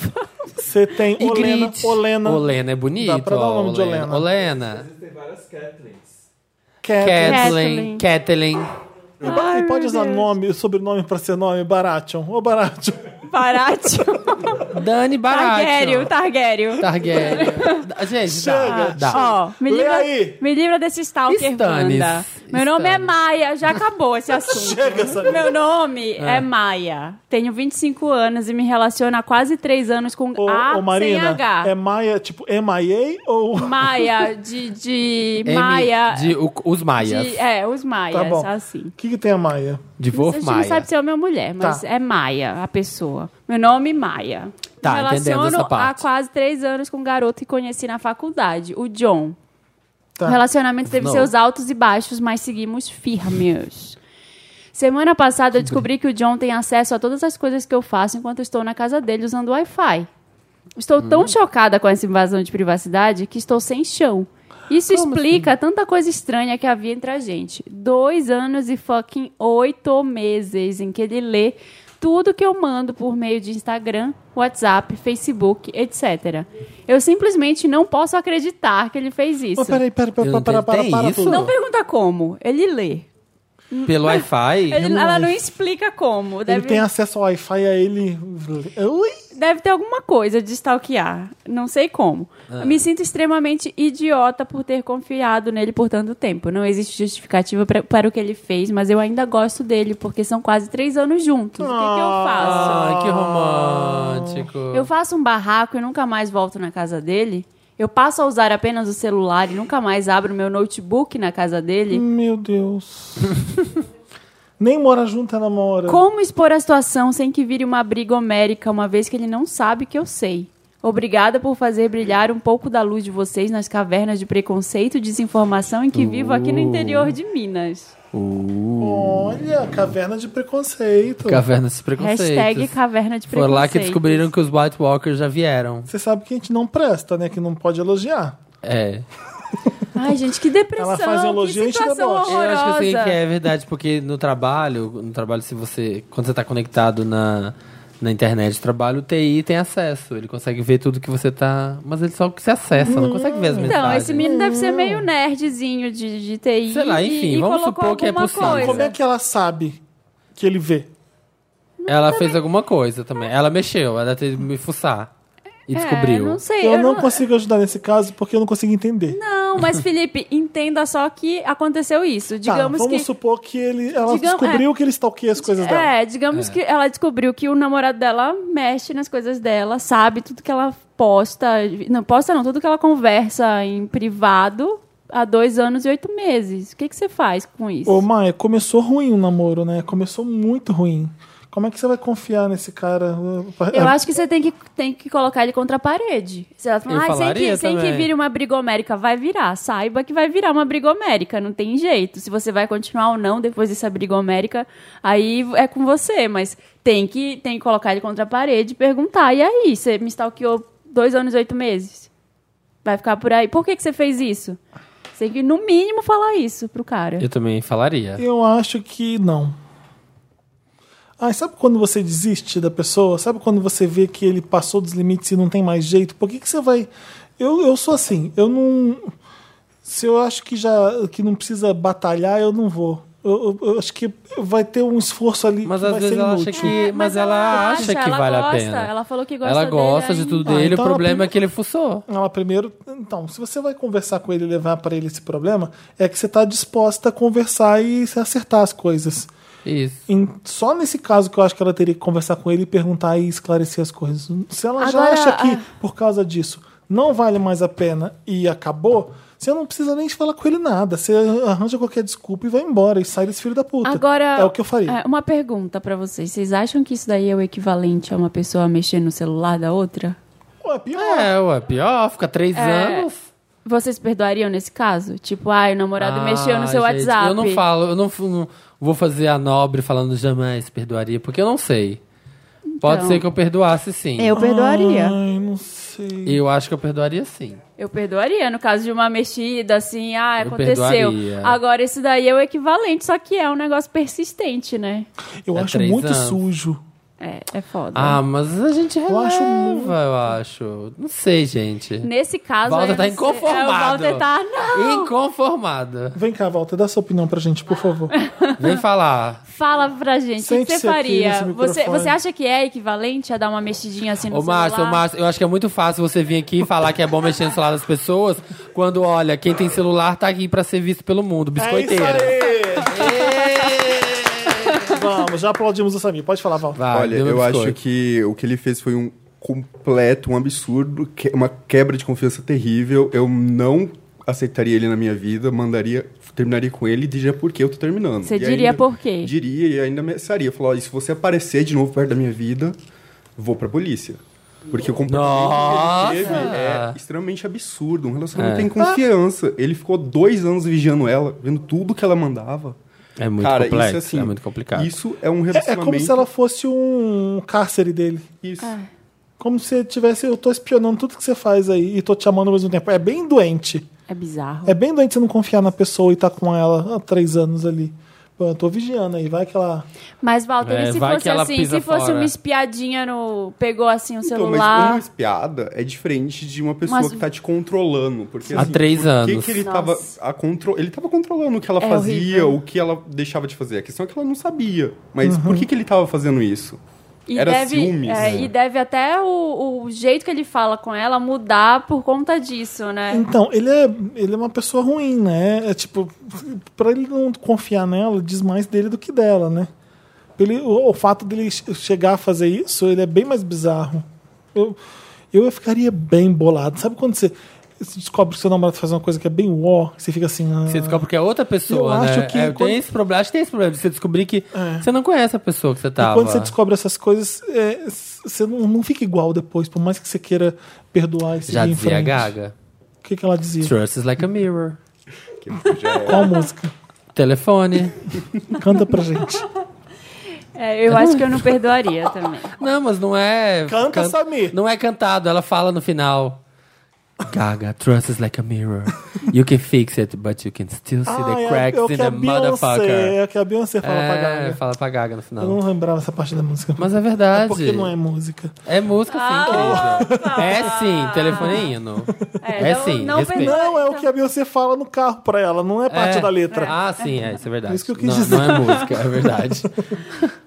Você tem E Olena, Grit. Olena, Olena é bonito. Dá pra dar o ó, nome de Olena. Olena. Tem várias Catlins. Cat. Kathleen. Kathleen. E ba- e pode usar nome, sobrenome pra ser nome, Baratheon. Ô, Baratheon. Paratio. Dani Baratheon. Targuério. Targuério. Targaryen. Gente, dá. Chega, dá. Ó, me Tá, Lê livra, aí. me livra desse stalker, Stannis. Wanda. Meu nome é Stannis. Maia, já acabou esse assunto. Chega, essa Meu nome é. Maia. Tenho 25 anos e me relaciono há quase 3 anos com Ô, ô, A Ah, sem Marina, H. é Maia, tipo, MIA ou... Maia de, de M Maia. De, o- os Maias. de- é, os Tá Maias, bom. assim. O que, que tem a Maia? De Wolf a gente Maia. não sabe se é o meu mulher, mas Tá. é Maia a pessoa. Meu nome é Maia. Tá, Me entendemos essa relaciono há parte. quase três anos com um garoto que conheci na faculdade, o John. Tá. O relacionamento teve Não. seus altos e baixos, mas seguimos firmes. Semana passada eu descobri que o John tem acesso a todas as coisas que eu faço enquanto estou na casa dele usando o Wi-Fi. Estou Hum. tão chocada com essa invasão de privacidade que estou sem chão. Isso assim? explica tanta coisa estranha que havia entre a gente. Dois anos e fucking oito meses em que ele lê tudo que eu mando por meio de Instagram, WhatsApp, Facebook, etc. Eu simplesmente não posso acreditar que ele fez isso. Ô, peraí, peraí, Eu peraí, não para, para, entendi. para, Tem para isso? tudo. Não pergunta como. Ele lê. Pelo Wi-Fi. Ele- ela não explica como. Ele Deve- tem acesso ao Wi-Fi, aí ele... Ui! Deve ter alguma coisa de stalkear. Não sei como. Me sinto extremamente idiota por ter confiado nele por tanto tempo. Não existe justificativa pra- para o que ele fez, mas eu ainda gosto dele, porque são quase três anos juntos. O que, que eu faço? Ah. Ai, que romântico. Eu faço um barraco e nunca mais volto na casa dele? Eu passo a usar apenas o celular e nunca mais abro meu notebook na casa dele. Meu Deus. Nem mora junto, é namora. Como expor a situação sem que vire uma briga homérica, uma vez que ele não sabe que eu sei? Obrigada por fazer brilhar um pouco da luz de vocês nas cavernas de preconceito e desinformação em que vivo aqui no interior de Minas. Olha, caverna de preconceito. Cavernas e preconceitos. Hashtag caverna de Foi preconceito. lá que descobriram que os White Walkers já vieram. Você sabe que a gente não presta, né? Que não pode elogiar. É. Ai, gente, que depressão. Ela faz elogio e que enche situação deboche. Eu horrorosa. acho que eu sei o que é, é verdade, porque no trabalho, no trabalho, se você. Quando você tá conectado na, na internet de trabalho, o TI tem acesso. Ele consegue ver tudo que você tá. Mas ele só que se acessa, não consegue ver as mensagens. Então, esse menino deve ser meio nerdzinho de, de TI. Sei lá, e- enfim, e vamos colocou supor que é alguma possível. coisa. Como é que ela sabe que ele vê? Ela fez alguma coisa também. Ela mexeu, ela teve que me fuçar. E É, descobriu. não sei. Eu, não consigo ajudar nesse caso porque eu não consigo entender. Não, mas Felipe, entenda só que aconteceu isso. Digamos tá, vamos que. supor que ele, ela Digam- descobriu que ele stalkeia as coisas dela. É, digamos que ela descobriu que o namorado dela mexe nas coisas dela, sabe tudo que ela posta. Não, posta não, tudo que ela conversa em privado há dois anos e oito meses. O que, que você faz com isso? Ô, Maia, começou ruim o namoro, né? Começou muito ruim. Como é que você vai confiar nesse cara? Eu acho que você tem que, tem que colocar ele contra a parede. Você vai Eu falar, "Ai, sem, falaria que, sem que também. vire uma briga homérica. Vai virar. Saiba que vai virar uma briga homérica. Não tem jeito. Se você vai continuar ou não depois dessa briga homérica, aí é com você. Mas tem que, tem que colocar ele contra a parede e perguntar. E aí, você me stalkeou dois anos e oito meses? Vai ficar por aí. Por que, que você fez isso? Você tem que, no mínimo, falar isso pro cara. Eu também falaria. Eu acho que não. Ah, sabe quando você desiste da pessoa? Sabe quando você vê que ele passou dos limites e não tem mais jeito? Por que, que você vai. Eu, eu sou assim, eu não. Se eu acho que já que não precisa batalhar, eu não vou. Eu, eu- eu acho que vai ter um esforço ali Mas que às vai vezes ser ela inútil. acha que. Mas, ela acha que É, ela vale gosta, a pena. Ela falou que gosta Ela dele gosta de ainda. tudo Ah, dele, então o ela problema prim- é que ele fuçou. Ela primeiro. Então, se você vai conversar com ele e levar para ele esse problema, é que você está disposta a conversar e se acertar as coisas. Isso. Em- só nesse caso que eu acho que ela teria que conversar com ele e perguntar e esclarecer as coisas. Se ela já Agora, acha que ah. por causa disso não vale mais a pena e acabou, você não precisa nem falar com ele nada. Você arranja qualquer desculpa e vai embora e sai desse filho da puta. Agora, é o que eu faria. é, uma pergunta pra vocês. Vocês acham que isso daí é o equivalente a uma pessoa mexer no celular da outra? Pô, é pior. É, ué, pior, fica É. três anos. Vocês perdoariam nesse caso? Tipo, ai, o namorado Ah, mexeu no seu gente, WhatsApp. Eu não falo, eu não, f- não vou fazer a nobre falando jamais perdoaria, porque eu não sei. Pode Então. ser que eu perdoasse sim. Eu É. perdoaria. Ai, não sei. Eu acho que eu perdoaria sim. Eu perdoaria no caso de uma mexida, assim, ah, Eu aconteceu. perdoaria. Agora, isso daí é o equivalente, só que é um negócio persistente, né? Eu É acho três muito anos. sujo. É, é foda. Ah, mas a gente releva, eu acho acho. muito. Eu acho. Não sei, gente. Nesse caso. Walter aí tá você- inconformado. É, o Walter tá. Não! Inconformada. Vem cá, Walter, dá sua opinião pra gente, por favor. Vem falar. Fala pra gente, o que que Sente-se você aqui faria? nesse Você, microfone. você acha que é equivalente a dar uma mexidinha assim no Ô, celular? Márcio, ô, Márcio, eu acho que é muito fácil você vir aqui e falar que é bom mexer no celular das pessoas, quando, olha, quem tem celular tá aqui pra ser visto pelo mundo, biscoiteira. É isso aí! Vamos, já aplaudimos o Samir. Pode falar, Walter. Vai, Olha, dê Ah, meu eu acho biscoito. que o que ele fez foi um completo, um absurdo, que- uma quebra de confiança terrível. Eu não aceitaria ele na minha vida, mandaria, terminaria com ele e diria por que eu tô terminando. Você E diria ainda- por quê? Diria e ainda ameaçaria. Falar, "Olha, se você aparecer de novo perto da minha vida, vou pra polícia. Porque o comportamento que ele teve é extremamente absurdo. Um É. relacionamento tem confiança. Ele ficou dois anos vigiando ela, vendo tudo que ela mandava. É muito Cara, complexo, isso assim, é muito complicado. Isso é um É, é relacionamento. como se ela fosse um cárcere dele. Isso. É. Como se tivesse, eu tô espionando tudo que você faz aí e tô te amando ao mesmo tempo. É bem doente. É bizarro. É bem doente você não confiar na pessoa e tá com ela há três anos ali. Pô, eu tô vigiando aí, vai que ela. Mas, Walter, É, e se vai fosse que ela assim, pisa se fosse fora. uma espiadinha no. Pegou assim o Então, mas uma celular. espiada é diferente de uma pessoa Mas- que tá te controlando. Porque, Há assim, três por que anos. Que ele, Nossa. tava a contro... ele tava controlando o que ela É fazia, horrível. o que ela deixava de fazer. A questão é que ela não sabia. Mas Uhum. por que, que ele tava fazendo isso? e Era deve, ciúmes. né? é, E deve até o, o jeito que ele fala com ela mudar por conta disso, né? Então, ele é, ele é uma pessoa ruim, né? É tipo, pra ele não confiar nela, diz mais dele do que dela, né? Ele, o, o fato dele che- chegar a fazer isso, ele é bem mais bizarro. Eu, eu ficaria bem bolado. Sabe quando você. você descobre que seu namorado faz uma coisa que é bem war, você fica assim. ah, Você descobre que é outra pessoa, Eu né? acho que É, quando- É. tem esse problema, acho que tem esse problema. de Você descobrir que você não conhece a pessoa que você E tava. quando você descobre essas coisas, é, s- você não, não fica igual depois, por mais que você queira perdoar e seguir Já em dizia a frente. Gaga. O que, que ela dizia? Trust is like a mirror. Qual música? Telefone. Canta pra gente. É, eu acho que eu não perdoaria também. Não, mas não é. Canta, Samir. Não é cantado, ela fala no final. Gaga, trust is like a mirror. You can fix it, but you can still see Ah, the é, cracks é o in que a the Beyoncé, motherfucker. é o que a Beyoncé fala pra Gaga. fala pra Gaga no final. Eu não lembrava essa parte da música. Mas é verdade. Porque não é música. É música sim, querida. É sim, telefone é hino. É, não- sim, não respeito. perdoa- Não, é o que a Beyoncé fala no carro pra ela, não é parte É. da letra. Ah, sim, é, isso é verdade. Isso que eu quis não, dizer. não é música, é verdade.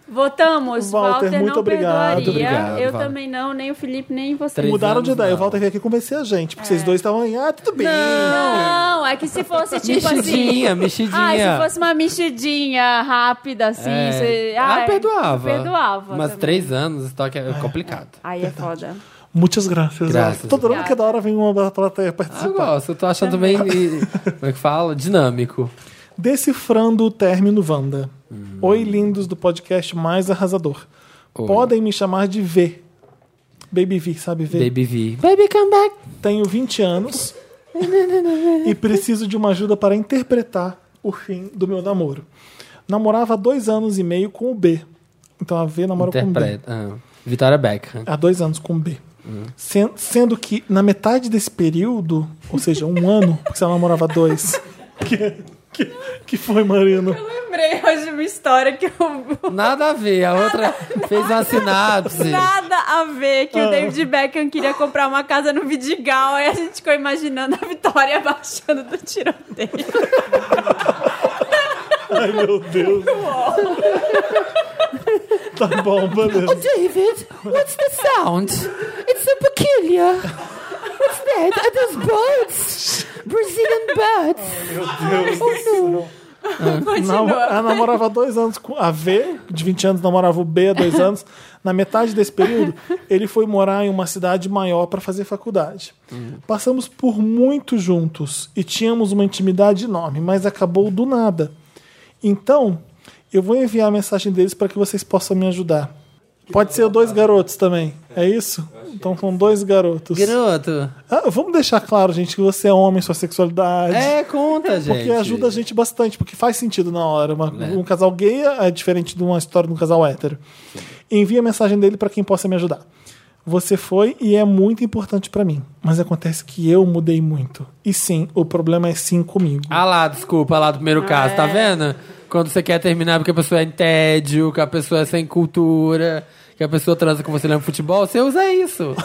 Votamos. Walter, Walter, muito não obrigado. perdoaria. Obrigado, eu Walter. também não, nem o Felipe, nem você. Três Mudaram anos, de ideia. não. O Walter veio aqui convencer a gente, porque vocês É. dois estavam aí, ah, tudo bem. Não, é que se fosse tipo assim. mexidinha, mexidinha. Ah, se fosse uma mexidinha rápida, assim. É. você- Ah, ai, perdoava. Perdoava. Mas também. três anos, estoque é complicado. Aí é foda. Muitas graças. Graças. Walter. Todo ano que é da hora vem uma da plateia Ah, eu participar. gosto, eu tô achando bem. Como é que fala? Dinâmico. Decifrando o término Wanda. Oi, lindos do podcast mais arrasador. Hum. Oi. Podem me chamar de V. Baby V, sabe V? Baby V. Baby come back. Tenho 20 anos e preciso de uma ajuda para interpretar o fim do meu namoro. Namorava há dois anos e meio com o B. Então a V namora com o B. Interpreta. Ah, Vitória Beckham. Há dois anos com o B. Sen- sendo que na metade desse período, ou seja, um ano, porque se ela namorava dois. Que, que, que foi, Marino? Lembrei hoje de uma história que eu. Nada a ver, a outra fez uma sinapse. Nada a ver que o David Beckham queria comprar uma casa no Vidigal. Aí a gente ficou imaginando a Vitória baixando do tiroteio. Ai, meu Deus. tá bom, beleza. David, what's the sound? It's so peculiar. What's that? Are those birds? Brazilian birds. Namo- Continua. Ela namorava há dois anos com a V, de 20 anos, namorava o B há dois anos. Na metade desse período, ele foi morar em uma cidade maior para fazer faculdade. Passamos por muito juntos e tínhamos uma intimidade enorme, mas acabou do nada. Então, eu vou enviar a mensagem deles para que vocês possam me ajudar. Pode ser dois garotos também, é isso? Então são dois garotos. Garoto. Ah, vamos deixar claro, gente, que você é homem, sua sexualidade. É, Né? conta, gente. Porque ajuda a gente bastante, porque faz sentido na hora. Uma- Um casal gay é diferente de uma história de um casal hétero. Envia a mensagem dele para quem possa me ajudar. Você foi e é muito importante para mim. Mas acontece que eu mudei muito. E sim, o problema é sim comigo. Ah lá, desculpa, lá do primeiro Ah, caso, é. tá vendo? Quando você quer terminar porque a pessoa é em tédio, que a pessoa é sem cultura, que a pessoa transa com você no futebol, você usa isso.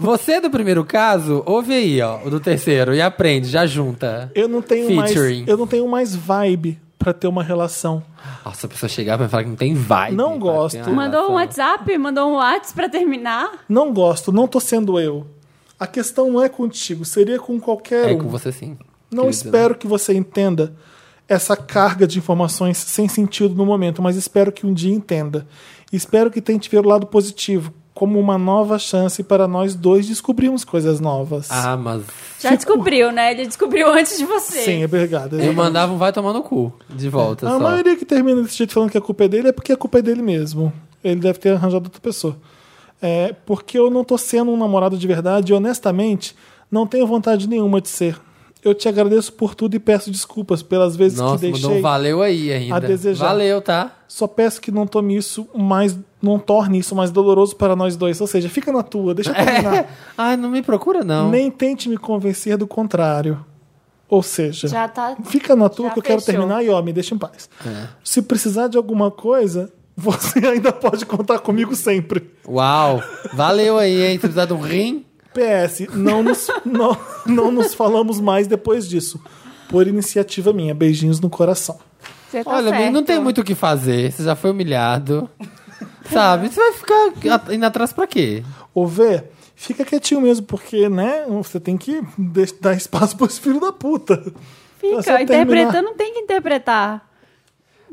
Você do primeiro caso, ouve aí, ó, o do terceiro, e aprende, já junta. Eu não tenho Featuring. mais. Eu não tenho mais vibe para ter uma relação. Nossa, a pessoa chegar vai falar que não tem vibe. Não vai gosto. ter uma Mandou relação. um WhatsApp? Mandou um WhatsApp pra terminar? Não gosto, não tô sendo eu. A questão não é contigo, seria com qualquer É um. com você sim. Não querido. espero que você entenda essa carga de informações sem sentido no momento, mas espero que um dia entenda. Espero que tente ver o lado positivo, como uma nova chance para nós dois descobrirmos coisas novas. Ah, mas Já descobriu, né? Ele descobriu antes de você. Sim, é verdade. eu mandava um vai tomar no cu, de volta A só. maioria que termina desse jeito falando que a culpa é dele é porque a culpa é dele mesmo. Ele deve ter arranjado outra pessoa. É, porque eu não tô sendo um namorado de verdade e honestamente não tenho vontade nenhuma de ser. Eu te agradeço por tudo e peço desculpas pelas vezes Nossa, que deixei. mandou um valeu aí ainda. a desejar. Valeu, tá? Só peço que não tome isso mais. Não torne isso mais doloroso para nós dois. Ou seja, fica na tua, deixa eu terminar. Ai, não me procura, não. Nem tente me convencer do contrário. Ou seja, Já tá. fica na tua já que eu quero fechou. terminar e ó, me deixa em paz. Se precisar de alguma coisa, você ainda pode contar comigo sempre. Uau! Valeu aí, hein? Se precisar de um rim, PS, não nos, não, não nos falamos mais depois disso. Por iniciativa minha. Beijinhos no coração. Você tá olha, certo. não tem muito o que fazer. Você já foi humilhado. Sabe? Você vai ficar a- indo atrás pra quê? Ô, Vê, fica quietinho mesmo, porque, né, você tem que de- dar espaço pros filhos da puta. Pra Fica, você terminar. interpretando, tem que interpretar.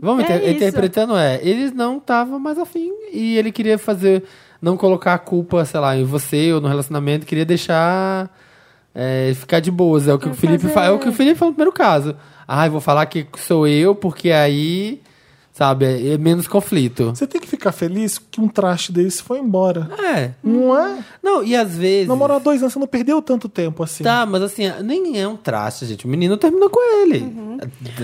Vamos É inter- isso. interpretando é, eles não estavam mais afim e ele queria fazer, não colocar a culpa, sei lá, em você ou no relacionamento, queria deixar É, ficar de boas. É o que o Felipe fazer- fa- É o que o Felipe falou no primeiro caso. Ah, eu vou falar que sou eu, porque aí, sabe, é- é menos conflito. Você tem que ficar feliz que um traste desse foi embora. É. Não é? Não, e às vezes. Namorar dois anos, você não perdeu tanto tempo assim. Tá, mas assim, nem é um traste, gente. O menino terminou com ele.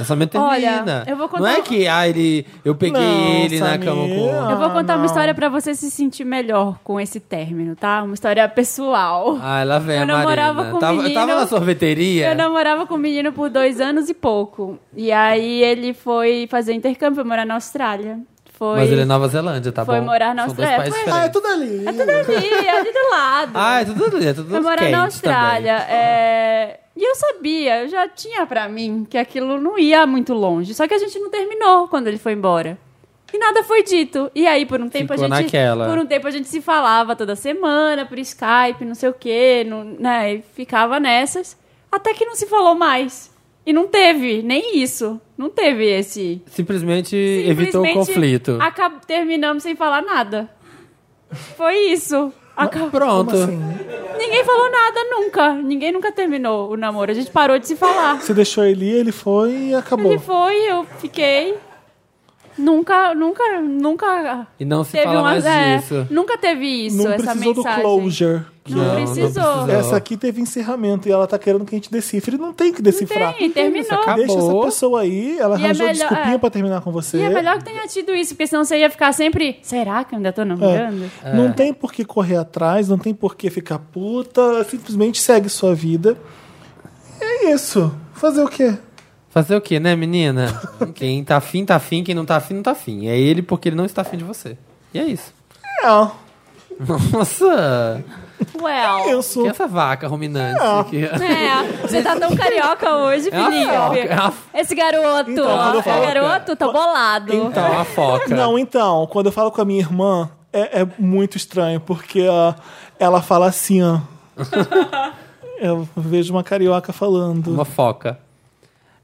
Somente termina. Uhum. Olha, eu vou contar Não é um- que, ah, ele, eu peguei Não, ele na Samir. cama com... Eu vou contar não. uma história pra você se sentir melhor com esse término, tá? Uma história pessoal. Ah, lá vem Eu a namorava Marina. com um tava, eu tava menino- na sorveteria. Eu namorava com um menino por dois anos e pouco. E aí ele foi fazer intercâmbio, foi morar na Austrália. Foi, Mas ele é Nova Zelândia, tá Foi bom? morar na São dois Austrália. países Foi- Ah, é diferentes. tudo ali. ali, tá ali do lado. Ah, é tudo ali, é tudo Foi morar quente na Austrália. é, E eu sabia, eu já tinha pra mim que aquilo não ia muito longe. Só que a gente não terminou quando ele foi embora. E nada foi dito. E aí, por um tempo, Ficou a gente. naquela. Por um tempo a gente se falava toda semana, por Skype, não sei o quê, não, né? E ficava nessas. Até que não se falou mais. E não teve, nem isso. Não teve esse. Também. Simplesmente, evitou o Simplesmente conflito. acab- Terminamos sem falar nada. Foi isso. Acabou. Pronto. assim? Ninguém falou nada nunca. Ninguém nunca terminou o namoro. A gente parou de se falar. Você deixou ele, ele foi e acabou. Ele foi, eu fiquei. Nunca, nunca, nunca E não se teve fala uma. mais é, disso. Nunca teve isso, não essa precisou do mensagem. closure. Não, Não, não precisou. precisou. Essa aqui teve encerramento e ela tá querendo que a gente decifre. Não tem que decifrar. Tem, terminou. acaba- Deixa essa Acabou. pessoa aí, ela E é arranjou melhor- desculpinha é. pra terminar com você. E é melhor que tenha tido isso, porque senão você ia ficar sempre. Será que eu ainda tô namorando? Não tem por que correr atrás, não tem por que ficar puta, simplesmente segue sua vida. É isso. Fazer o quê? Fazer o quê, né, menina? quem tá afim, tá afim. Quem não tá afim, não tá afim. É ele porque ele não está afim de você. E é isso. Não, Nossa! É. Well. isso. Que essa vaca ruminante. Ah, que- É, você tá tão carioca hoje, É uma foca, Felipe. é uma foca. Esse garoto, Então, ó, quando eu o falo- garoto tá bolado. Então, uma foca. Não, então, quando eu falo com a minha irmã, é, é muito estranho, porque ó, ela fala assim, ó. Eu vejo uma carioca falando. Uma foca.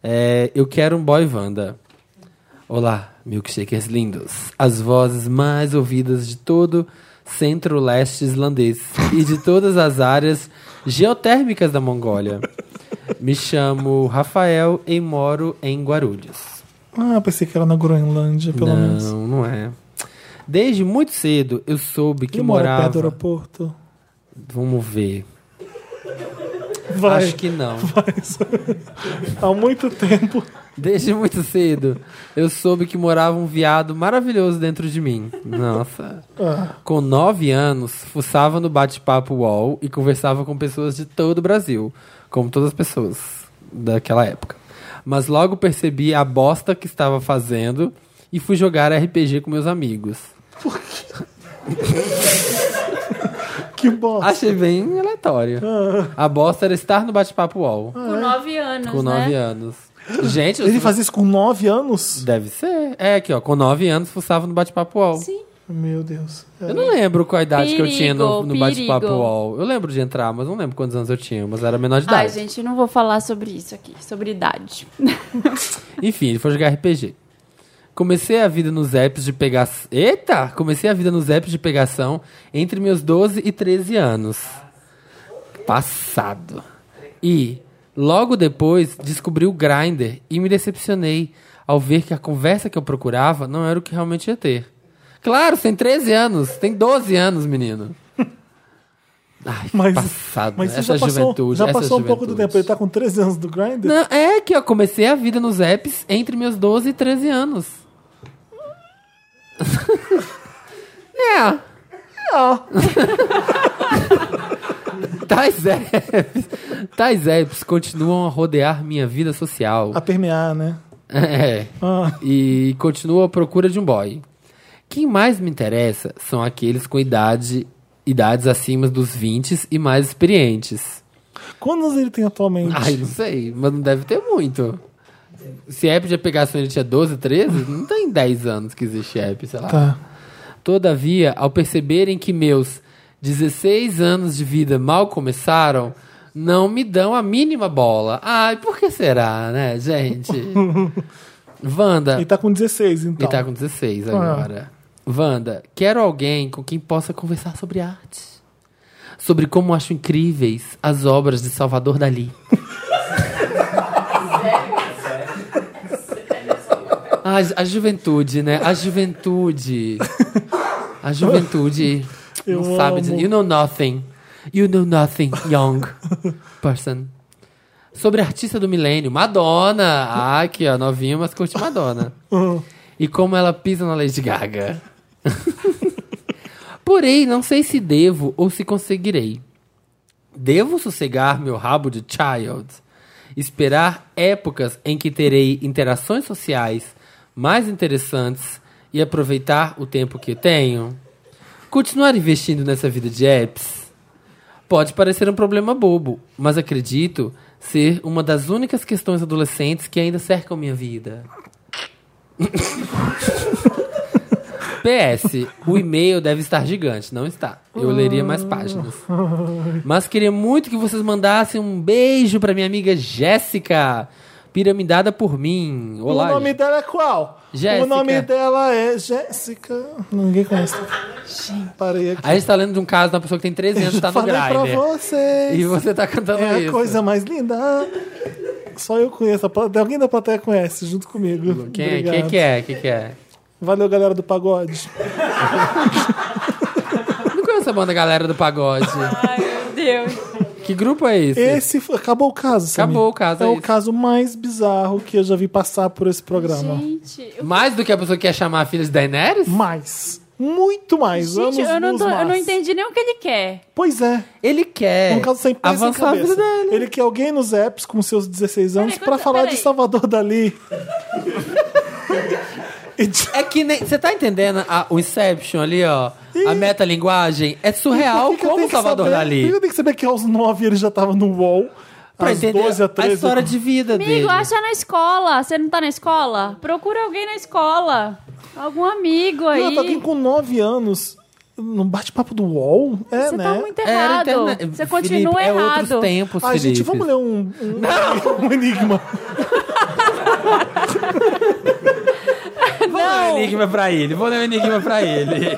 É, eu quero um boy Wanda. Olá, milkshakers lindos. As vozes mais ouvidas de todo centro-leste islandês e de todas as áreas geotérmicas da Mongólia. Me chamo Rafael e moro em Guarulhos. Ah, pensei que era na Groenlândia, pelo não, menos. não é. Desde muito cedo eu soube que Ele mora morava. perto do aeroporto? Vamos ver. Vai. Acho que não. Há muito tempo. Desde muito cedo eu soube que morava um viado maravilhoso dentro de mim. Nossa. Ah. Com nove anos, fuçava no bate-papo UOL e conversava com pessoas de todo o Brasil, como todas as pessoas daquela época. Mas logo percebi a bosta que estava fazendo e fui jogar RPG com meus amigos. Que bosta. Achei bem aleatório. Ah. A bosta era estar no bate-papo UOL. Com nove anos, com né? 9 anos. Gente, Ele eu- fazia isso com 9 anos? deve ser. É, aqui, ó. Com 9 anos, fuçava no bate-papo UOL. Sim. Meu Deus. É. Eu não lembro qual a idade que eu tinha no, no Perigo, bate-papo perigo. UOL. Eu lembro de entrar, mas não lembro quantos anos eu tinha, mas era menor de idade. Ai, gente, não vou falar sobre isso aqui, sobre idade. Enfim, ele foi jogar RPG. Comecei a vida nos apps de pegação. Eita! Comecei a vida nos apps de pegação entre meus 12 e 13 anos. Passado. E logo depois descobri o Grindr e me decepcionei ao ver que a conversa que eu procurava não era o que realmente ia ter. Claro, você tem 13 anos, tem 12 anos, menino. Ai, Mas- passado. Mas isso essa já passou, juventude. já essa passou um pouco do juventude. tempo. Ele tá com 13 anos do Grindr? Não, é que eu comecei a vida nos apps entre meus 12 e 13 anos. é. Tais apps, tais apps continuam a rodear minha vida social. A permear, né? É. Ah. E continuo à procura de um boy. Quem mais me interessa são aqueles com idade, idades acima dos 20 e mais experientes. Quantos anos ele tem atualmente? Ai, não sei, mas não deve ter muito. Se app de pegação ele tinha 12, 13, não tem 10 anos que existe app, sei lá. Tá. Todavia, ao perceberem que meus 16 anos de vida mal começaram, não me dão a mínima bola. Ai, por que será, né, gente? Wanda, Ele tá com 16, ele então. Ah. tá com 16 agora. Wanda, quero alguém com quem possa conversar sobre arte. sobre como acho incríveis as obras de Salvador Dali. A, a juventude, né? A juventude. A juventude Eu não sabe. amo. de- You know nothing. You know nothing, young person. Sobre a artista do milênio, Madonna. Ah, aqui, ó, novinho, mas curte Madonna. E como ela pisa na Lady Gaga. Porém, não sei se devo ou se conseguirei. Devo sossegar meu rabo de child, esperar épocas em que terei interações sociais mais interessantes e aproveitar o tempo que tenho. Continuar investindo nessa vida de apps pode parecer um problema bobo, mas acredito ser uma das únicas questões adolescentes que ainda cercam minha vida. PS, o e-mail deve estar gigante, não está. Eu leria mais páginas. Mas queria muito que vocês mandassem um beijo pra minha amiga Jéssica, piramidada por mim. Olá, o nome dela é qual? Jéssica. O nome dela é Jéssica. Ninguém conhece. Parei aqui. A gente tá lendo de um caso de uma pessoa que tem 13 anos e tá no Falei pra Grindr. vocês. E você tá cantando É a isso. coisa mais linda. Só eu conheço. a pla- Alguém da plateia conhece junto comigo. Quem, Obrigado. quem que é? Quem que é? Valeu, galera do pagode. Não conheço a banda Galera do Pagode. Ai, meu Deus. que grupo é esse? Esse foi- acabou o caso. Samir. Acabou o caso, É, é o isso. caso mais bizarro que eu já vi passar por esse programa. Gente, eu, Mais do que a pessoa que quer chamar a filha de Daenerys? Mais. Muito mais. Anos gente, eu, não, luz tô- eu mais. não entendi nem o que ele quer. Pois é. Ele quer É um caso sem pé sem avançar a vida cabeça. dele. Ele quer alguém nos apps com seus 16 anos Peraí, pra quanto- falar de peraí. Salvador Dali. E de- É que nem. Você tá entendendo a- o Inception ali, ó? A metalinguagem? É surreal Por que que eu como tenho que Salvador saber? Por Dali. que Eu tenho que saber que aos 9 ele já tava no UOL. Pra às entender 12 a 13. a história de vida dele. Amigo, acha na escola. Você não tá na escola? Procura alguém na escola. Algum amigo aí. Não, tá alguém com 9 anos no bate-papo do UOL? É, Você né? tá muito Era errado. interna- Você né? Felipe, continua é errado. outros tempos, Ai, gente, Felipe. vamos ler um, um- um enigma. Vou ler um enigma pra ele. Vou ler um enigma pra ele.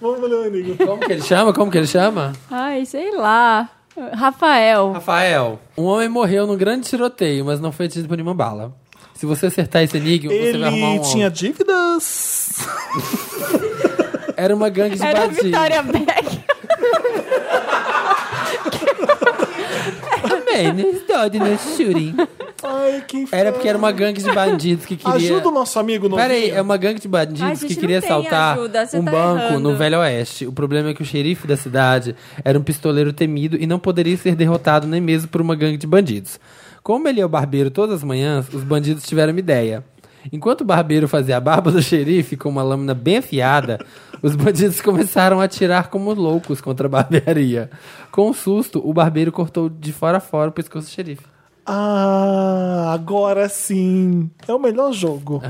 Vamos ler um enigma. Como que ele chama? Como que ele chama? Ai, sei lá. Rafael. Rafael, um homem morreu num grande tiroteio, mas não foi atingido por nenhuma bala. Se você acertar esse enigma, você vai arrumar Ele um. tinha dívidas. Era uma gangue de Era a bandidos. Vitória Beck. Também, né? Story, né? Shooting. Ai, que inferno. Era porque era uma gangue de bandidos que queria. Ajuda o nosso amigo no. Peraí, é uma gangue de Ai, bandidos gente, que não queria tem assaltar ajuda, você um tá banco errando. no Velho Oeste. O problema é que o xerife da cidade era um pistoleiro temido e não poderia ser derrotado nem mesmo por uma gangue de bandidos. Como ele é o barbeiro todas as manhãs, os bandidos tiveram uma ideia. Enquanto o barbeiro fazia a barba do xerife com uma lâmina bem afiada, os bandidos começaram a atirar como loucos contra a barbearia. Com um susto, o barbeiro cortou de fora a fora o pescoço do xerife. Ah, agora sim. É o melhor jogo.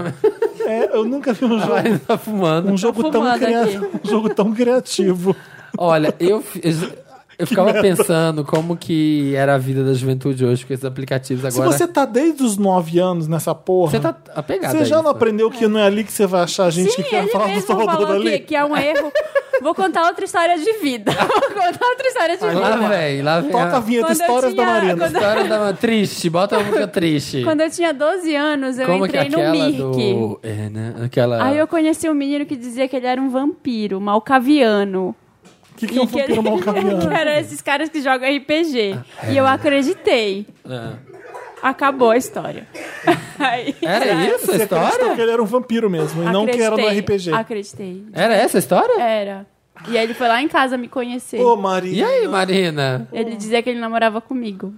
É, eu nunca vi um Ele jogo, tá fumando. um jogo, tão, fumando cria- aqui. um jogo tão criativo. Olha, eu, fi- eu ficava pensando como que era a vida da juventude hoje com esses aplicativos Se agora. você tá desde os 9 anos nessa porra, Você tá apegado você a já isso. não aprendeu que não é ali que você vai achar a gente Sim, que quer ele falar do mesmo Salvador falou que, Dali? que é um erro. Vou contar outra história de vida. Vou contar outra história de Lá né? vida. vem, lá vem. Toca a A vinheta Quando eu Histórias da tinha- Marina. quando- história da triste, bota uma música triste. Quando eu tinha 12 anos, eu como que entrei é no aquela Mirk. do... É, né? Aquela... Aí eu conheci um menino que dizia que ele era um vampiro, malcaviano. O que, que é um ele... vampiro mal caminhando? que eram esses caras que jogam RPG. E eu acreditei. é. Ah. Acabou a história. Aí- é, Era isso a Você acreditou que história? ele era um vampiro mesmo, e não que era do Acreditei, RPG. Acreditei. Era essa a história? Era. E aí ele foi lá em casa me conhecer. Ô, Maria. E aí, Marina? Ele dizia que ele namorava comigo.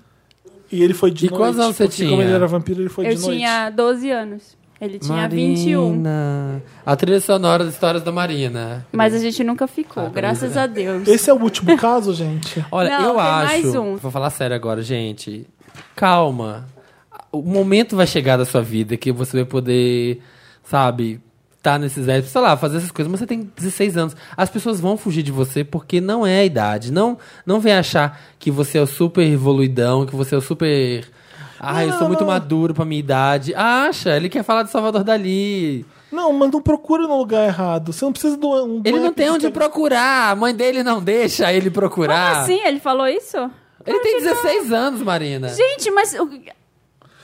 E ele foi de E noite. quantos anos você porque tinha? Como ele era vampiro, ele foi eu de noite. tinha 12 anos. Ele tinha Marina. 21. A trilha sonora das histórias da Marina. Mas a gente nunca Ah, ficou, graças a Deus. Esse é o último caso, gente. Olha, Não, eu tem acho. mais um. Vou falar sério agora, gente. Calma. O momento vai chegar da sua vida que você vai poder, sabe, tá nesses apps, sei lá, fazer essas coisas, mas você tem 16 anos. As pessoas vão fugir de você porque não é a idade. Não, não vem achar que você é o super evoluidão, que você é o super. Ah, eu sou muito maduro pra minha idade. Acha, ele quer falar de Salvador Dali. Não, mas não procura no lugar errado. Você não precisa do. Um, Ele não tem onde procurar. procurar, a mãe dele não deixa ele procurar. é- Como assim? Ele falou isso? Ele tem 16 anos, Marina. Gente, mas o,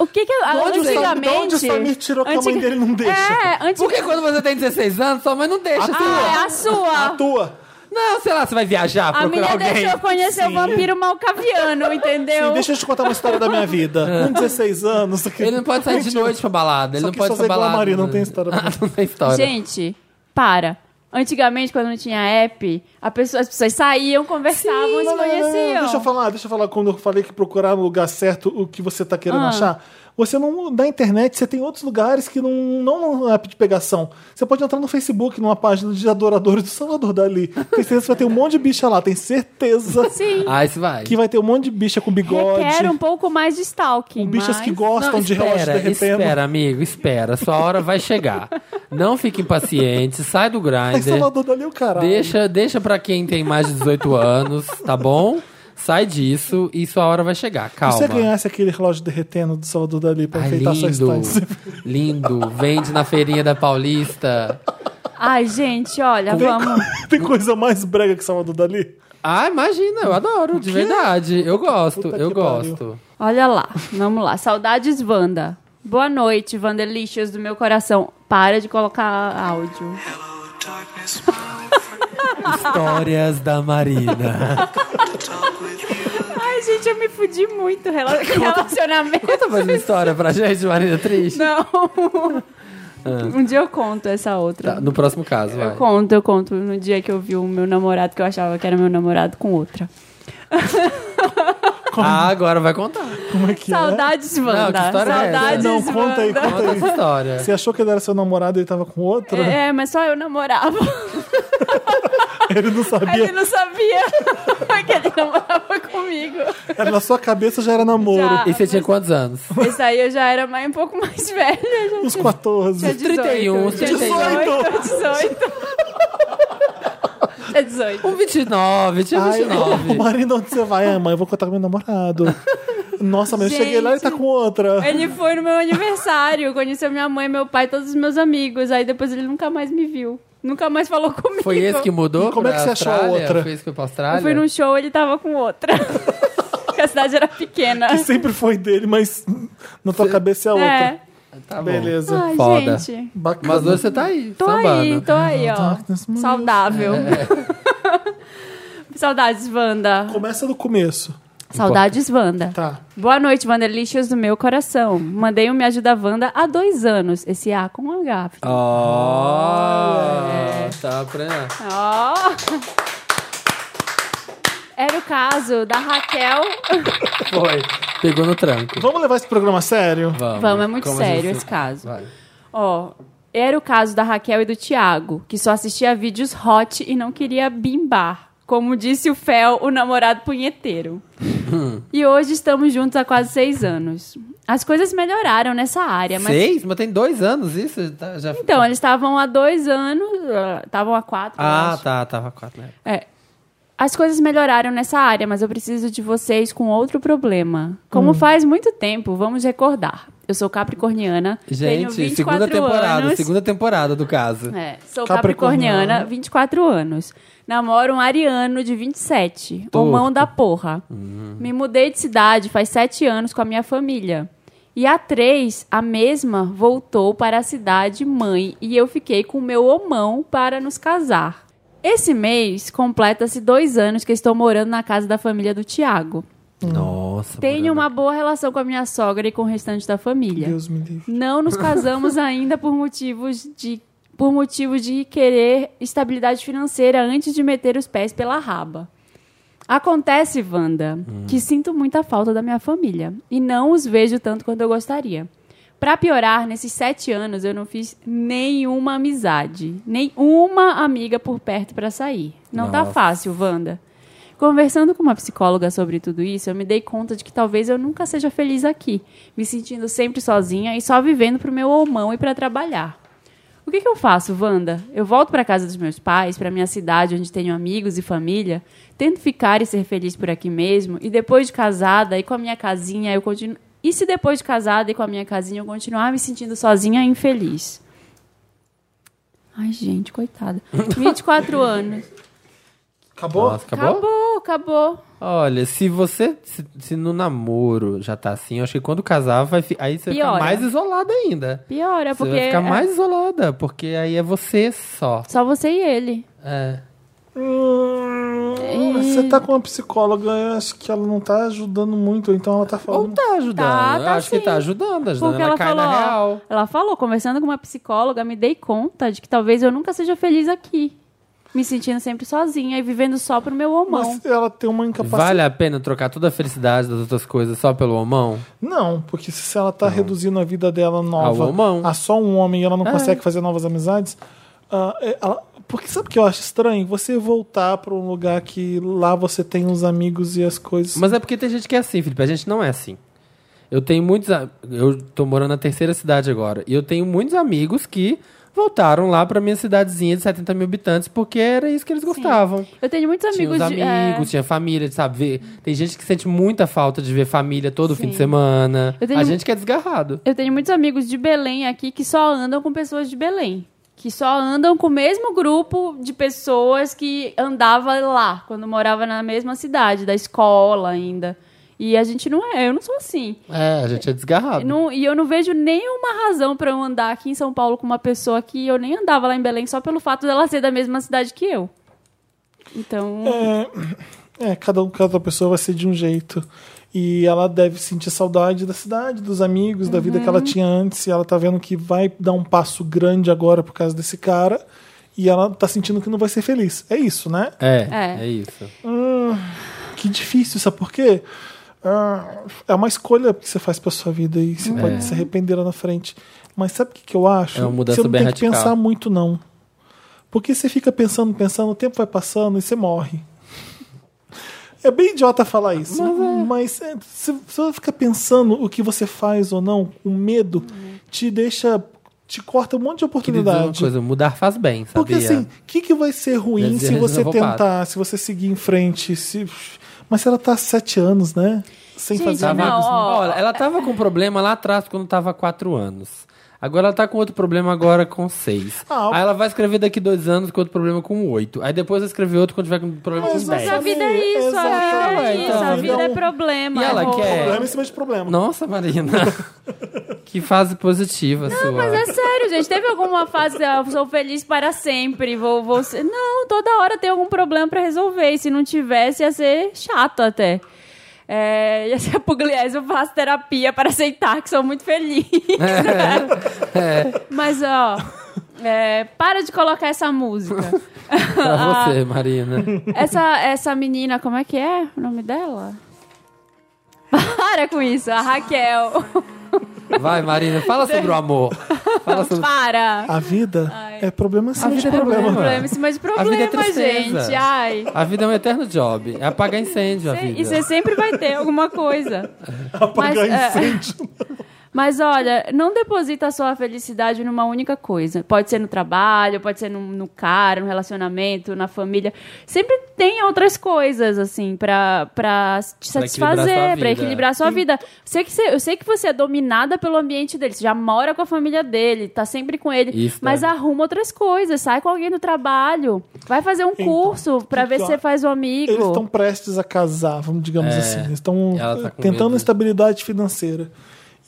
o que que... o Samir- de antigamente... onde o Samir tirou que a mãe antiga- dele não deixa? É, antes... Porque quando você tem 16 anos, sua mãe não deixa. tá. sei lá. Ah, é a sua. Atua. Não, sei lá, você vai viajar, A procurar minha alguém. deixou eu conhecer o vampiro malcaviano, entendeu? Sim, deixa eu te contar uma história da minha vida. Com 16 anos. Ele não pode sair de noite pra balada. Ele Só não que pode só pra sei igual a balada. Marina, não tem história. Ah, não tem história. Gente, para. Antigamente, quando não tinha app, a pessoa- as pessoas saíam, conversavam, Não, se não, não, não, conheciam. Deixa eu falar, deixa eu falar quando eu falei que procurar no lugar certo o que você tá querendo Ah. achar. Você não. Na internet você tem outros lugares que não, não é app de pegação. Você pode entrar no Facebook, numa página de adoradores do Salvador Dali. Tem certeza que vai ter um monte de bicha lá, tem certeza Sim, Ah, isso vai. que vai ter um monte de bicha com bigode. requer um pouco mais de stalking. Bichas mas... que gostam de relógio espera, derretendo. espera, amigo, espera. Sua hora vai chegar. Não fique impaciente, sai do Mas grinder. Salvador Dali é o caralho. Deixa, deixa pra quem tem mais de 18 anos, tá bom? Sai disso e sua hora vai chegar. Se você Calma. ganhasse aquele relógio derretendo do Salvador Dali pra Ai, enfeitar sua lindo. estante. Lindo. Vende na feirinha da Paulista. Ai, gente, olha, é vamos. Tem coisa mais brega que Salvador Dali? Ah, imagina, eu adoro, de verdade. Eu gosto, Puta eu que pariu. gosto. Olha lá, vamos lá. Saudades, Wanda. Boa noite, Wandelicious do meu coração. Para de colocar áudio. Histórias da Marina. Ai, gente, eu me fudi muito. rela- Relacionamento. Conta mais uma história pra gente, Marina é Triste. Não. Um dia eu conto essa outra. Ah. Tá, no próximo caso, Eu vai. conto, eu conto. No dia que eu vi o meu namorado, que eu achava que era meu namorado, com outra. Ah, agora vai contar. Como é que é? Saudades, Wanda. que história é essa? Saudades, Não, conta aí, Wanda. conta Conta essa história. Você achou que ele era seu namorado e ele tava com outra? É, mas só eu namorava. Ele não Ele sabia. não sabia que ele namorava comigo. Era na sua cabeça já era namoro. Já. E você tinha quantos anos? Esse aí eu já era mais, um pouco mais velha. Já Uns 14. tinha 18. 31, tinha 18. 18. Tinha 18. Um 29, tinha Ai, o 29. marido, onde você vai? Ah, mãe, eu vou contar com meu namorado. Nossa, mas eu cheguei lá e ele tá com outra. Ele foi no meu aniversário, conheceu minha mãe, meu pai, todos os meus amigos. Aí depois ele nunca mais me viu. Nunca mais falou comigo. Foi esse que mudou? E como é que pra você achou a Austrália? outra? Foi esse que foi pra Eu Austrália? fui num show, ele tava com outra. Porque a cidade era pequena. Que sempre foi dele, mas na tua cabeça é a outra. É. Tá bom. Beleza. Ai, Foda. gente. Bacana. Mas hoje você tá aí. Tô sambando. É. aí, tô aí, ó. Darkness, mas- Saudável. Saudades, Wanda. Começa do começo. Saudades, Wanda. Tá. Boa noite, Wanderlixas do meu coração. Mandei um Me Ajuda Wanda há dois anos. Esse A com H. filho. Ó, Ah, tá aprendendo. Ah. Ó. Era o caso da Raquel. Foi. Pegou no tranco. Vamos levar esse programa a sério? Vamos. Vamos, é muito Como a sério gente- esse caso. Vai. Ó, era o caso da Raquel e do Thiago, que só assistia vídeos hot e não queria bimbar. Como disse o Fel, o namorado punheteiro. e hoje estamos juntos há quase seis anos. As coisas melhoraram nessa área, É, mas. Seis? Mas tem dois anos isso? Tá, já... Então, eles estavam há dois anos. ah, Estavam há quatro. eu Ah, acho. tá, tava quatro, né? É. As coisas melhoraram nessa área, mas eu preciso de vocês com outro problema. Hum. Como faz muito tempo, vamos recordar. Eu sou capricorniana. tenho Gente, 24 segunda temporada, anos. segunda temporada do caso. É, sou Capricorniana. capricorniana, 24 anos. Namoro um ariano de 27, o Porra. mão da porra. Me mudei de cidade faz 7 anos com a minha família. E a 3, a mesma, voltou para a cidade mãe e eu fiquei com o meu homão para nos casar. Esse mês completa-se dois anos que estou morando na casa da família do Tiago. Nossa. Tenho Mariana. uma boa relação com a minha sogra e com o restante da família. Deus me livre. Não nos casamos ainda por motivos de por motivo de querer estabilidade financeira antes de meter os pés pela raba. Acontece, Wanda, que sinto muita falta da minha família e não os vejo tanto quanto eu gostaria. Pra piorar, nesses sete anos eu não fiz nenhuma amizade, nenhuma amiga por perto pra sair. Não tá Nossa. fácil, Wanda. Conversando com uma psicóloga sobre tudo isso, eu me dei conta de que talvez eu nunca seja feliz aqui, me sentindo sempre sozinha e só vivendo pro meu homão e pra trabalhar. O que, que eu faço, Wanda? Eu volto pra casa dos meus pais, pra minha cidade onde tenho amigos e família, tento ficar e ser feliz por aqui mesmo, e depois de casada e com a minha casinha, eu continuo. E se depois de casada e com a minha casinha eu continuar me sentindo sozinha e infeliz? Ai, gente, coitada. 24 anos. Tá. Acabou? Nossa, acabou? Acabou, acabou. Olha, se você. Se, se no namoro já tá assim, eu acho que quando casar, vai, fi- aí você Piora. fica mais isolada ainda. Piora, Você porque. vai é ficar mais isolada, porque aí é você só. Só você e ele. É. Hum, Você tá com uma psicóloga, eu acho que ela não tá ajudando muito, então ela tá Ou falando. tá ajudando. Tá, eu tá acho sim. que tá ajudando, ajudando. Porque ela cai na falou, ó, real. ela falou, conversando com uma psicóloga, me dei conta de que talvez eu nunca seja feliz aqui. Me sentindo sempre sozinha e vivendo só pro meu homão. Mas ela tem uma incapacidade. Vale a pena trocar toda a felicidade das outras coisas só pelo homão? Não, porque se ela tá reduzindo a vida dela Ao homão. nova a só um homem e ela não É. consegue fazer novas amizades. ah, é- ela- porque sabe o que eu acho estranho? Você voltar pra um lugar que lá você tem os amigos e as coisas. Mas é porque tem gente que é assim, Felipe. A gente não é assim. Eu tenho muitos. a- Eu tô morando na terceira cidade agora. E eu tenho muitos amigos que voltaram lá pra minha cidadezinha de 70 mil habitantes porque era isso que eles gostavam. Eu tenho muitos Tinha amigos, os de- amigos, é, tinha família, de sabe? Ver. Tem gente que sente muita falta de ver família todo fim de semana. Eu tenho- A gente que é desgarrado. eu tenho muitos amigos de Belém aqui que só andam com pessoas de Belém. Que só andam com o mesmo grupo de pessoas que andava lá, quando morava na mesma cidade, da escola ainda. E a gente não é, eu não sou assim. É, a gente é desgarrado. Não- e eu não vejo nenhuma razão pra eu andar aqui em São Paulo com uma pessoa que eu nem andava lá em Belém só pelo fato dela ser da mesma cidade que eu. Então, É, cada, um- cada pessoa vai ser de um jeito. E ela deve sentir saudade da cidade, dos amigos, da vida que ela tinha antes. E ela tá vendo que vai dar um passo grande agora por causa desse cara. E ela tá sentindo que não vai ser feliz. É isso, né? É, É. é, isso. Que difícil, sabe por quê? Ah, é uma escolha que você faz pra sua vida e você pode se arrepender lá na frente. Mas sabe o que, que eu acho? É uma mudança você não bem tem que radical. pensar muito, não. Porque você fica pensando, pensando, o tempo vai passando e você morre. É bem idiota falar isso, mas, é, se você fica pensando o que você faz ou não, o medo Uhum. te deixa, te corta um monte de Queria dizer uma oportunidade. coisa, mudar faz bem, sabia? Porque assim, o que, que vai ser ruim Deve ser se você roubado. tentar, se você seguir em frente? Se... Mas ela tá há sete anos, né? Sem Gente, fazer Tava- Não, amigos. ó. Olha, ela tava com um problema lá atrás quando tava há quatro anos. Agora ela tá com outro problema agora com seis. Ah, Aí ela vai escrever daqui dois anos com outro problema com oito. Aí depois vai escrever outro quando tiver com problema Mas com você dez. a vida é isso, a vida é Exatamente. isso, a Então, vida é então- problema. E ela é rolo. quer- Problema em cima de problema. Nossa, Marina. que fase positiva sua. Mas é sério, gente, teve alguma fase, ah, sou feliz para sempre, vou, vou ser... Não, toda hora tem algum problema pra resolver, e se não tivesse ia ser chato até. É, ia ser pugliese, eu faço terapia para aceitar que sou muito feliz. É, Mas, ó, é, para de colocar essa música. Ah. Pra você, Marina. Essa, essa menina, como é que é o nome dela? Para com isso, a Raquel. Vai, Marina, fala sobre o amor. Fala sobre... Ah, Para. A vida é problema em cima de vida é problema. problema. Problema em cima de A vida é problema, tristeza. gente. Ai. A vida é um eterno job. É apagar incêndio a Cê- E vida. você sempre vai ter alguma coisa. Mas, Apagar é. incêndio. Mas olha, não deposita a sua felicidade numa única coisa. Pode ser no trabalho, pode ser no, no cara, no relacionamento, na família. Sempre tem outras coisas, assim, pra, pra te Pra equilibrar satisfazer, sua vida. pra equilibrar a sua vida. Sei que você- eu sei que você é dominada pelo ambiente dele. Você já mora com a família dele, tá sempre com ele. Isso, mas né? arruma outras coisas. Sai com alguém do trabalho. Vai fazer um Então, curso pra ver então, se você faz um amigo. Eles estão prestes a casar, vamos digamos É, assim. Eles estão ela tá com tentando medo. estabilidade financeira.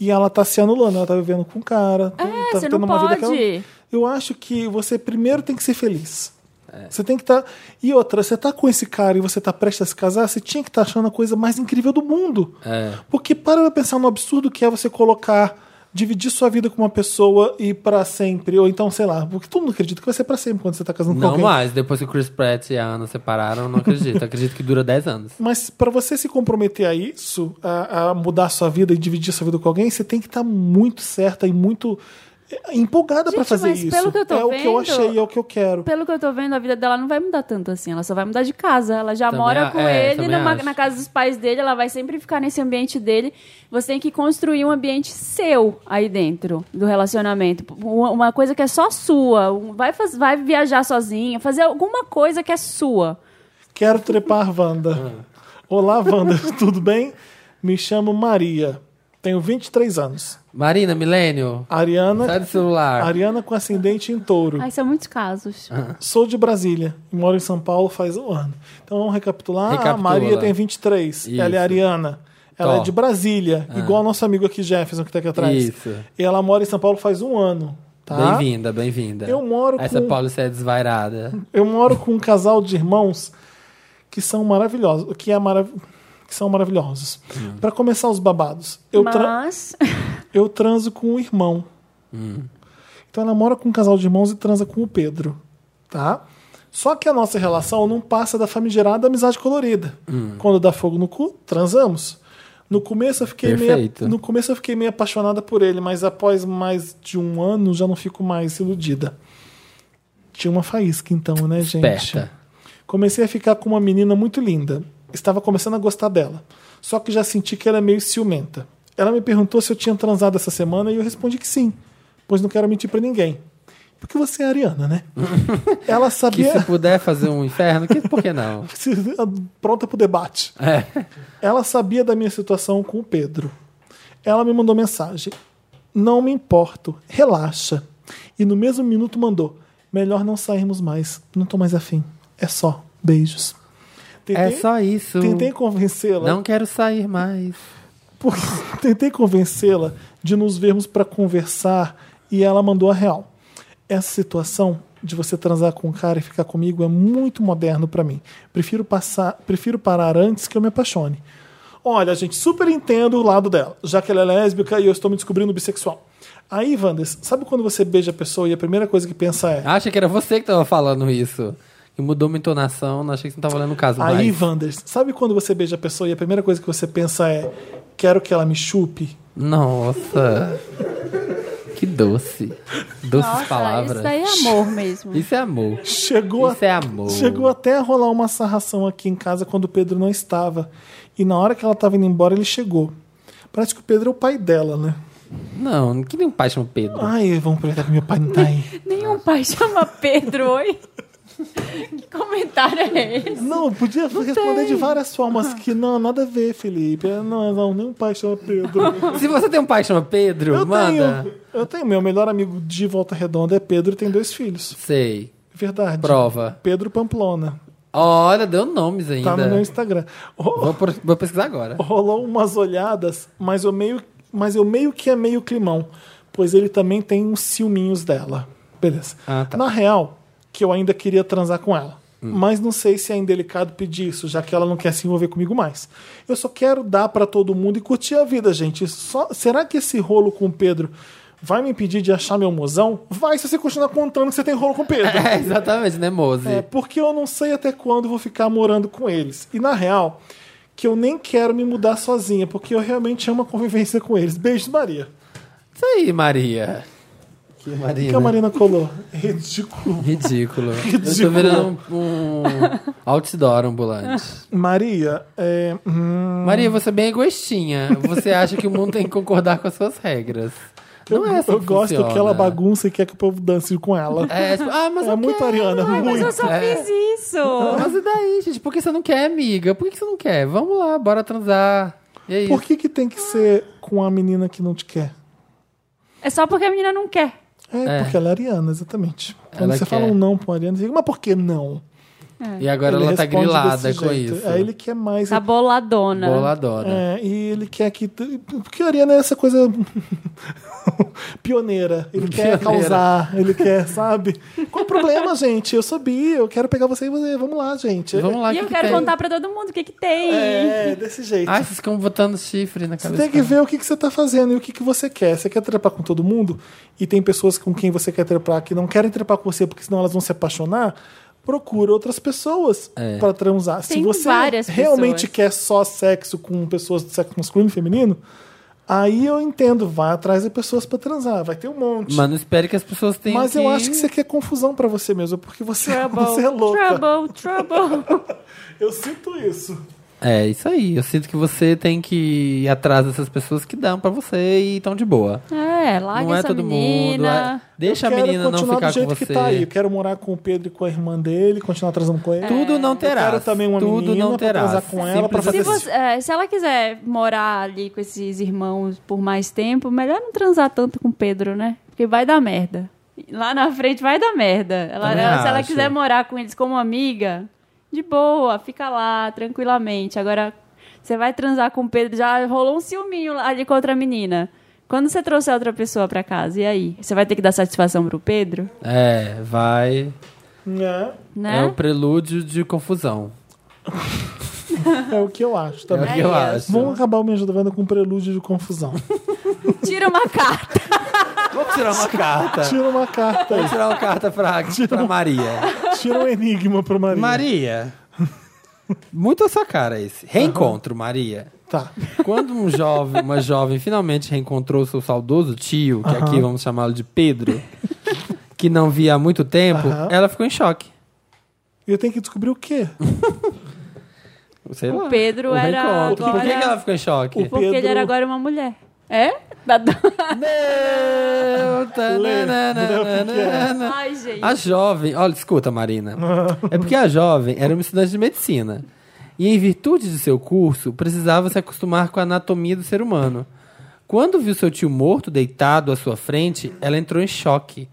E ela tá se anulando, ela tá vivendo com o cara. É, tá você tendo não uma vida que ela- pode. Eu acho que você primeiro tem que ser feliz. É. Você tem que estar. E outra, você tá com esse cara e você tá prestes a se casar, você tinha que estar achando a coisa mais incrível do mundo. É. Porque para pra pensar no absurdo que é você colocar, dividir sua vida com uma pessoa e pra sempre. Ou então, sei lá, porque todo mundo acredita que vai ser pra sempre quando você tá casando com Não alguém. mais, depois que o Chris Pratt e a Ana separaram, não acredito. Acredito que dura 10 anos. Mas para você se comprometer a isso, a, a mudar a sua vida e dividir sua vida com alguém, você tem que estar muito certa e muito eh, empolgada para Gente, fazer mas isso. pelo que eu tô é o que eu vendo- achei, é o que eu quero. Pelo que eu tô vendo, a vida dela não vai mudar tanto assim. Ela só vai mudar de casa. Ela já Também mora a- com é, ele, também numa- acho. na casa dos pais dele. Ela vai sempre ficar nesse ambiente dele. Você tem que construir um ambiente seu aí dentro do relacionamento. Uma, uma coisa que é só sua. Um- Vai, faz- vai viajar sozinha, fazer alguma coisa que é sua. Quero Ah. trepar, Wanda. Olá, Wanda, tudo bem? Me chamo Maria. Tenho 23 anos. Marina, milênio, sai Ariana, do celular. Ariana com ascendente em touro. Ai, são muitos casos. Ah. Sou de Brasília e moro em São Paulo faz um ano. Então vamos recapitular. A Recapitula. Maria tem 23, ela é Isso. ariana. Ela é Tó. de Brasília, igual ao nosso amigo aqui, Jefferson, que tá aqui atrás. Isso. E ela mora em São Paulo faz um ano. Tá? Bem-vinda, bem-vinda. Eu moro Essa com- Paula, você é desvairada. Eu moro com um casal de irmãos que são maravilhosos. Que, é marav que são maravilhosos. Hum. Pra Para começar os babados, eu, tra- Mas. eu transo com o irmão. Hum. Então ela mora com um casal de irmãos e transa com o Pedro, tá? Só que a nossa relação não passa da famigerada amizade colorida. Hum. Quando dá fogo no cu, transamos. No começo eu fiquei meio, Perfeito. no começo eu fiquei meio apaixonada por ele, mas após mais de um ano já não fico mais iludida. Tinha uma faísca então, né, gente? Esperta. Comecei a ficar com uma menina muito linda. Estava começando a gostar dela. Só que já senti que era meio ciumenta. Ela me perguntou se eu tinha transado essa semana e eu respondi que sim, pois não quero mentir pra ninguém. Porque você é ariana, né? Ela Que sabia. se puder fazer um inferno, que, por que não? Pronta pro debate. É. Ela sabia da minha situação com o Pedro. Ela me mandou mensagem. Não me importo, relaxa. E no mesmo minuto mandou: melhor não sairmos mais, não tô mais afim. É só. Beijos. É Tentei- só isso. Tentei convencê-la. Não quero sair mais. Por- Tentei convencê-la de nos vermos para conversar e ela mandou a real. Essa situação de você transar com um cara e ficar comigo é muito moderno para mim. Prefiro passar, prefiro parar antes que eu me apaixone. Olha, gente, super entendo o lado dela, já que ela é lésbica e eu estou me descobrindo bissexual. Aí, Wanders, sabe quando você beija a pessoa e a primeira coisa que pensa é: Acha que era você que tava falando isso. E mudou minha entonação, não achei que você não tava olhando o caso Aí, mais. Wanders, sabe quando você beija a pessoa e a primeira coisa que você pensa é: quero que ela me chupe? Nossa. Que doce. Doces palavras. Isso daí é amor mesmo. Isso é amor. Chegou Isso é amor. Chegou até a rolar uma sarração aqui em casa quando o Pedro não estava. E na hora que ela estava indo embora, ele chegou. Parece que o Pedro é o pai dela, né? Não, que nem um pai chama Pedro. Ai, vamos aproveitar que meu pai não tá aí. Nenhum pai chama Pedro, oi? que comentário é esse? Não, podia responder de várias Ah. formas que não, nada a ver, Felipe. É, Não, não, nenhum pai chama Pedro. Se você tem um pai que chama Pedro, Ah. Eu manda. tenho. Eu tenho. Meu melhor amigo de Volta Redonda é Pedro e tem dois filhos. Sei. Verdade. Prova. Pedro Pamplona. Olha, deu nomes ainda. Tá no meu Instagram. Ô, Vou, por- vou pesquisar agora. rolou umas olhadas, mas eu meio, mas eu meio que é meio climão, pois ele também tem uns ciúminhos dela. Beleza. Ah, tá. Hum. Na real, que eu ainda queria transar com ela. Mas não sei se é indelicado pedir isso, já que ela não quer se envolver comigo mais. Eu só quero dar pra todo mundo e curtir a vida, gente. Só- será que esse rolo com o Pedro vai me impedir de achar meu mozão? Vai se você continuar contando que você tem rolo com o Pedro. É, exatamente, né, Mose? É, porque eu não sei até quando vou ficar morando com eles. E na real, que eu nem quero me mudar sozinha, porque eu realmente amo a convivência com eles. Beijos, Maria. Isso aí, Maria. Que O Marina. que a Marina colou? Ridículo. né? Ridículo. Ridículo. Eu tô virando um, um outdoor ambulante. Maria, é, hum, Maria, você é bem egoístinha. Você acha que o mundo tem que concordar com as suas regras. Não eu, é assim eu que gosto funciona. que ela bagunça e quer que o povo dance com ela. É, tipo, ah, mas É eu muito quero. Ariana, Mas eu assim. muito. só é. fiz isso. Ah, Mas e daí, gente? Por que você não quer, amiga? Por que você não quer? Vamos lá, bora transar. E aí? Por que, que tem que ser com a menina que não te quer? É só porque a menina não quer. É, É. porque ela é ariana, exatamente. Quando Ela você fala quer. um não pra uma ariana, você fica, mas por que não? E agora Ele ela tá responde grilada desse com jeito. isso. Aí ele quer mais. Tá boladona. Boladora. É, e ele quer que. Porque a Ariana é essa coisa pioneira. Ele quer Pioneira. causar, ele quer, sabe? Qual o problema, gente? Eu sabia, eu quero pegar você e você. Vamos lá, gente. Vamos lá, E que eu que quero tem? contar pra todo mundo o que que tem. É, desse jeito. Ai, vocês ficam botando chifre na Você cabeça. tem que ver o que, que você tá fazendo e o que, que você quer. Você quer trepar com todo mundo? E tem pessoas com quem você quer trepar que não querem trepar com você porque senão elas vão se apaixonar? Procura outras pessoas É. pra transar. Se Tem você várias realmente pessoas. quer só sexo com pessoas do sexo masculino e feminino, aí eu entendo. Vai atrás de pessoas pra transar. Vai ter um monte. Mas não espere que as pessoas tenham Mas eu acho que você quer confusão pra você mesmo, porque você, Trouble, você é louca. trouble, trouble. Eu sinto isso. É, isso aí. Eu sinto que você tem que ir atrás dessas pessoas que dão pra você e estão de boa. É, larga não é essa todo mundo. é- menina. Deixa a Eu quero menina não continuar ficar do jeito com que você. tá aí. Eu quero morar com o Pedro e com a irmã dele, continuar transando com É. ele. Tudo não terá. Eu quero também uma Tudo menina não pra terá. transar com ela, pra Simples fazer Se, assim. esse- você- é, se ela quiser morar ali com esses irmãos por mais tempo, melhor não transar tanto com o Pedro, né? Porque vai dar merda. Lá na frente vai dar merda. Ela- Também ela- se ela acho. quiser morar com eles como amiga, de boa, fica lá tranquilamente. Agora, você vai transar com o Pedro, já rolou um ciúminho ali com a outra menina. Quando você trouxer outra pessoa pra casa, e aí? Você vai ter que dar satisfação pro Pedro? É, vai. É, É Né? o prelúdio de confusão. é o que eu acho É também. o que eu É acho. Vamos acabar o Me Ajudando com um prelúdio de confusão. Tira uma carta. Vamos tirar uma carta. Tira uma carta aí. Vamos tirar uma carta pra, pra Maria. Tira um enigma pro Maria. Maria. Muito a sua cara esse. Reencontro, Maria. Tá. Quando um jovem, uma jovem finalmente reencontrou seu saudoso tio, que aqui vamos chamá-lo de Pedro, que não via há muito tempo, Aham. ela ficou em choque. E eu tenho que descobrir o quê? Sei lá. O Pedro O era reencontro. Por que, agora- que ela ficou em choque? O Porque ele Pedro- era agora uma mulher. É? Da- da- Meu, tá, Lê, na, na, lê o na, que que é. na, na. Ai, gente. A jovem, olha, escuta, Marina. É porque a jovem era uma estudante de medicina. E em virtude de seu curso, precisava se acostumar com a anatomia do ser humano. Quando viu seu tio morto deitado à sua frente, ela entrou em choque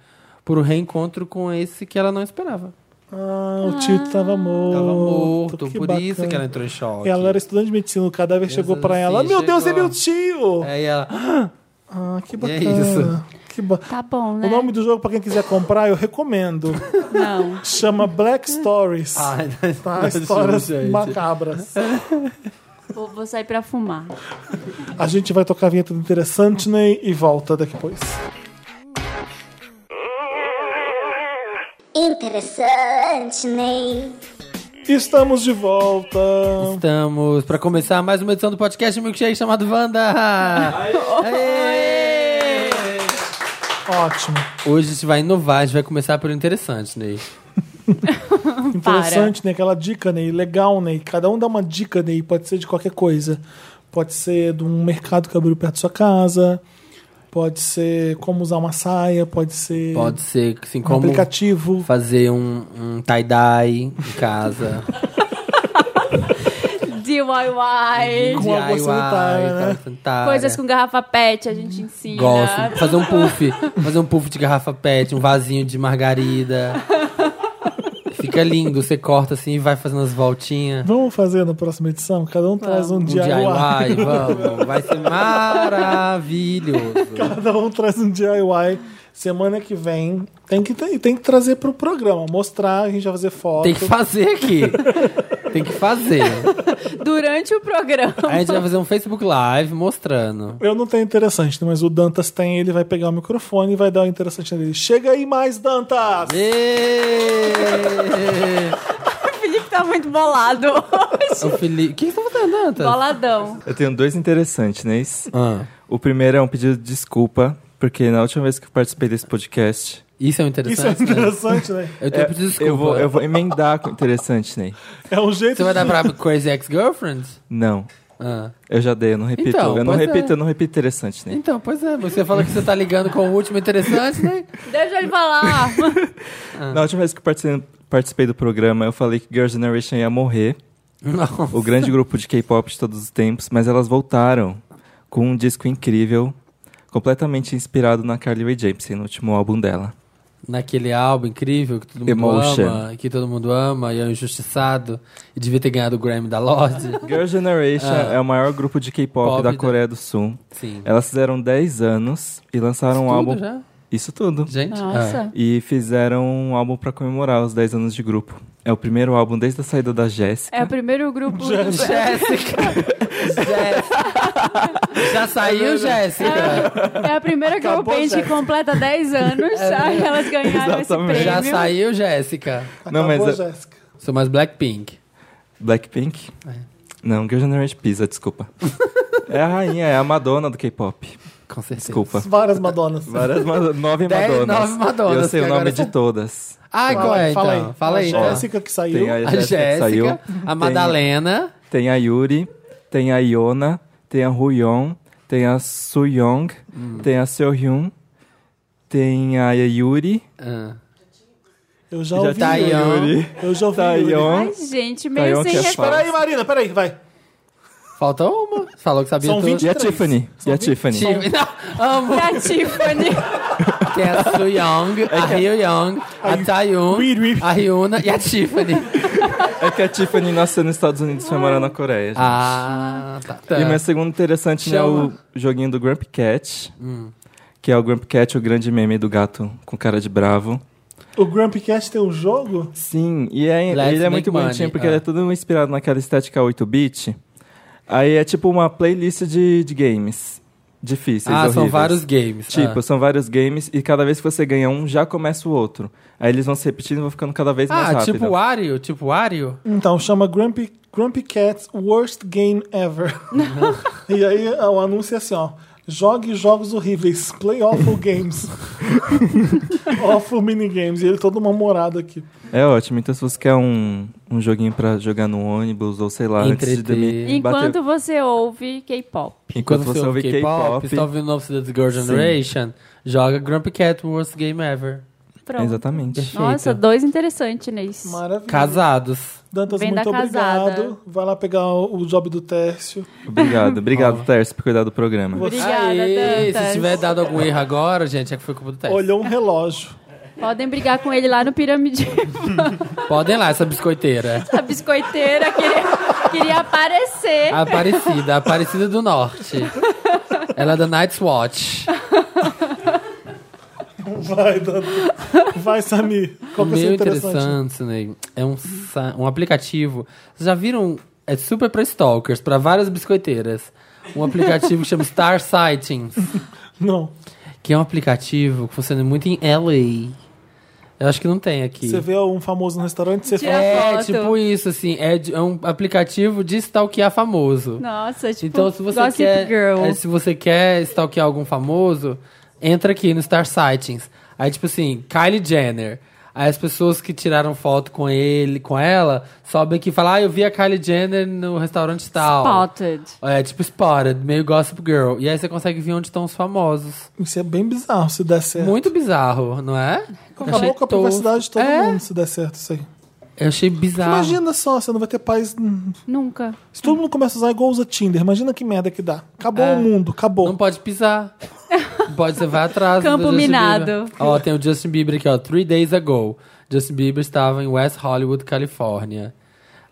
por um reencontro com esse que ela não esperava. Ah, o Tito tava morto. Estava morto, que por isso bacana. que ela entrou em choque. Ela era estudante de medicina, o cadáver chegou pra assim, ela. Meu Deus, ele chegou." é o tio! Aí ela, Ah, que E bacana. é Que ba- Tá bom, né? O nome do jogo, pra quem quiser comprar, eu recomendo. Não. Chama Black Stories. ai, é Tá? Histórias gente. macabras. Vou, vou sair pra fumar. A gente vai tocar a vinheta do Interessante Ney e volta depois. Interessante, Ney. Estamos de volta. Estamos para começar mais uma edição do podcast Milkshake chamado Wanda. Aê! Ótimo. Hoje a gente vai inovar, a gente vai começar pelo interessante, Ney. Interessante, né? Aquela dica, Ney. Legal, Ney. Cada um dá uma dica, Ney. Pode ser de qualquer coisa. Pode ser de um mercado que abriu perto da sua casa. Pode ser como usar uma saia. Pode ser Pode ser que, assim, um como aplicativo. fazer um, um tie-dye em casa. DIY. Com água DIY, sanitária, né? água sanitária. Coisas com garrafa pet a gente ensina. Gosto. Fazer um puff. Fazer um puff de garrafa pet, um vasinho de margarida. Fica lindo. Você corta assim e vai fazendo as voltinhas. Vamos fazer na próxima edição? Cada um traz um, Um DIY. DIY, vamos. Vai ser maravilhoso. Cada um traz um DIY. Semana que vem tem que, ter- tem que trazer pro programa, mostrar, a gente vai fazer foto. Tem que fazer aqui. Tem que fazer. Durante o programa. Aí a gente vai fazer um Facebook Live mostrando. Eu não tenho interessante, né? mas o Dantas tem, ele vai pegar o microfone e vai dar o interessante dele. Chega aí mais, Dantas! Ê! O Felipe tá muito bolado hoje. É O Felipe. O que você tá fazendo, Dantas? Boladão. Eu tenho dois interessantes, né? Isso. Ah, O primeiro é um pedido de desculpa, porque na última vez que eu participei desse podcast. isso é um Isso é interessante. né? interessante, né? Eu tenho É, pedido desculpa. Eu vou, eu vou emendar com interessante, né? Ney. É um jeito Você vai dar pra Crazy Ex-Girlfriend? Não, Ah. eu já dei, eu não repito. Então, eu não pois repito, é. eu não repito interessante, né? Ney. Então, pois é. Você fala que você tá ligando com o último interessante, né? Deixa ele falar. Na última vez que eu partici- participei do programa, eu falei que Girls' Generation ia morrer. Não. o grande grupo de K-pop de todos os tempos, mas elas voltaram com um disco incrível, completamente inspirado na Carly Rae Jepsen, no último álbum dela. Naquele álbum incrível que todo mundo Emotion. ama, que todo mundo ama e é o injustiçado e devia ter ganhado o Grammy da Lorde. Girls' Generation Ah. é o maior grupo de Pop K-pop da da- Coreia do Sul. Sim. Elas fizeram 10 anos e lançaram É, um Tudo álbum. já? Isso tudo. Gente. ah. Nossa. E fizeram um álbum pra comemorar os 10 anos de grupo. É o primeiro álbum desde a saída da Jéssica. É o primeiro grupo. do- Jéssica. Jéssica. Já saiu, Jéssica? É a primeira girl Acabou, band que Jéssica. completa 10 anos. Aí elas ganharam esse Exatamente. prêmio. Já saiu, Jéssica? Não, mas Acabou, a- Tá Jéssica. Sou mais Blackpink. Blackpink? É. Não, Girls' Generation Pisa, desculpa. é a rainha, é a Madonna do K-pop. Com certeza. Desculpa. Várias Madonas. Várias Mad- nove Dez, Madonas. nove Madonas, Eu sei que o nome agora de são- todas. Ah, qual é, então? Fala aí. A então. Jéssica que saiu. Tem a, A Jéssica que Jéssica, saiu. a Madalena, Tem a Yuri, tem a Iona, tem a Huyeon, tem a Suyong, Hum. tem a Seohyun, tem a Yuri, Ah. Eu já Já ouvi. tá aí, ó. Eu já ouvi. Tá Taeyeon, Ai, gente, meio Taeyong Shh, sem que é respeito. fala. Peraí, Marina, peraí, vai. Falta uma. Você falou que sabia São tudo. 20. e um. a três. Tiffany. E São a vinte- Tiffany. Tive- Não, amo. A Tiffany. Que é a Su Young, a Ryu Young, a Wee Wee. Taeyun, a Ryuna e a Tiffany. É que a Tiffany nasceu nos Estados Unidos e foi morar na Coreia. gente. Ah, tá. E meu segundo interessante né, é o Chama. joguinho do Grump Cat. Hum. Que é o Grump Cat, o grande meme do gato com cara de bravo. O Grumpy Cat tem um jogo? Sim, e é- Let's ele make é muito money, bonitinho porque ah. ele é tudo inspirado naquela estética 8-bit. Aí é tipo uma playlist de, de games difíceis, ah, são horríveis. vários games. Tipo, ah. são vários games e cada vez que você ganha um, já começa o outro. Aí eles vão se repetindo e vão ficando cada vez mais Ah, rápido. tipo o Wario, tipo Wario. Então, chama Grumpy, Grumpy Cat's Worst Game Ever. e aí ah, o anúncio é assim, ó. Jogue jogos horríveis, play awful games. awful minigames. E ele todo mamorado aqui. É ótimo. Então se você quer um, um joguinho pra jogar no ônibus ou sei lá, antes de Entreter. dormir... Enquanto bater- você ouve K-pop. enquanto você ouve K-pop... está ouvindo Novo Cidades Girl Generation, joga Grumpy Cat Worst Game Ever. Pronto. Exatamente. Perfeito. Nossa, dois interessantes, Inês. Maravilha. Casados. Dantas, Vem muito da casada. obrigado. Vai lá pegar o, o job do Tércio. Obrigado. Obrigado, Tércio, por cuidar do programa. Obrigada, Aê, Dantas. Se tiver dado algum erro agora, gente, é que foi culpa do teste. Olhou um relógio. Podem brigar com ele lá no Pirâmide. Podem lá, essa biscoiteira. A biscoiteira queria, queria aparecer. A Aparecida, a Aparecida do Norte. Ela é da Night's Watch. Vai, Dantas. Vai, Samir. O Qual que é meu o seu interessante? interessante, Ney, é um, sa- um aplicativo. Vocês já viram? É super pra stalkers, pra várias biscoiteiras. Um aplicativo que chama Star Sightings, Não. que é um aplicativo que funciona muito em LA. Eu acho que não tem aqui. Você vê um famoso no restaurante, você Tira fala. é, foto. tipo isso, assim. É, de- é um aplicativo de stalkear famoso. Nossa, tipo, Então, se você Gossip quer, Girl. é, se você quer stalkear algum famoso, entra aqui no Star Sightings. Aí tipo assim, Kylie Jenner. Aí as pessoas que tiraram foto com ele, com ela, sobem aqui e falam: "Ah, eu vi a Kylie Jenner no restaurante tal". Spotted. É, tipo spotted, meio Gossip Girl. E aí você consegue ver onde estão os famosos. Isso é bem bizarro se der certo. Muito bizarro, não é? Acabou com tosco. a privacidade de todo É, mundo se der certo isso aí. Eu achei bizarro. Imagina só, você não vai ter paz. hum. Nunca. Se todo mundo começa a usar igual usa Tinder, imagina que merda que dá. Acabou o mundo, acabou. É. Não pode pisar. Não pode, você vai atrás. do Campo Justin minado. Bieber. Ó, tem o Justin Bieber aqui, ó. Three days ago. Justin Bieber estava em West Hollywood, Califórnia.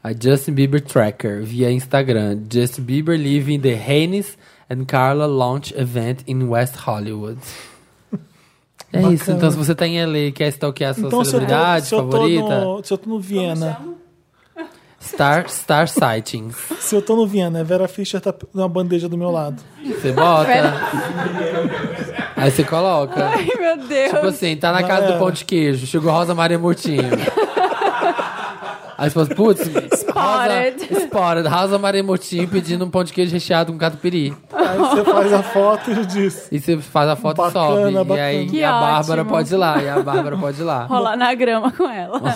A Justin Bieber Tracker via Instagram. Justin Bieber leaving the Haynes and Carla launch event in West Hollywood. É isso. Bacana. Então, se você tá em LA e quer stalkear a sua então, se eu, tô, celebridade se, eu tô favorita, no, se eu tô no Viena. Star, Star Sightings. Se eu tô no Viena, a Vera Fischer tá na bandeja do meu lado. Você bota. aí você coloca. Ai, meu Deus. Tipo assim, tá na casa do pão de queijo, chegou Rosa Maria Murtinho. Aí você fala, putz, Spotted. Rosa, spotted, Rosa Maria Murtinho pedindo um pão de queijo recheado com catupiry. Aí você faz a foto e diz. E você faz a foto Bacana, e sobe. bacana. E aí Que a Bárbara ótimo. pode ir lá, e a Bárbara pode ir lá. Rolar na grama com ela.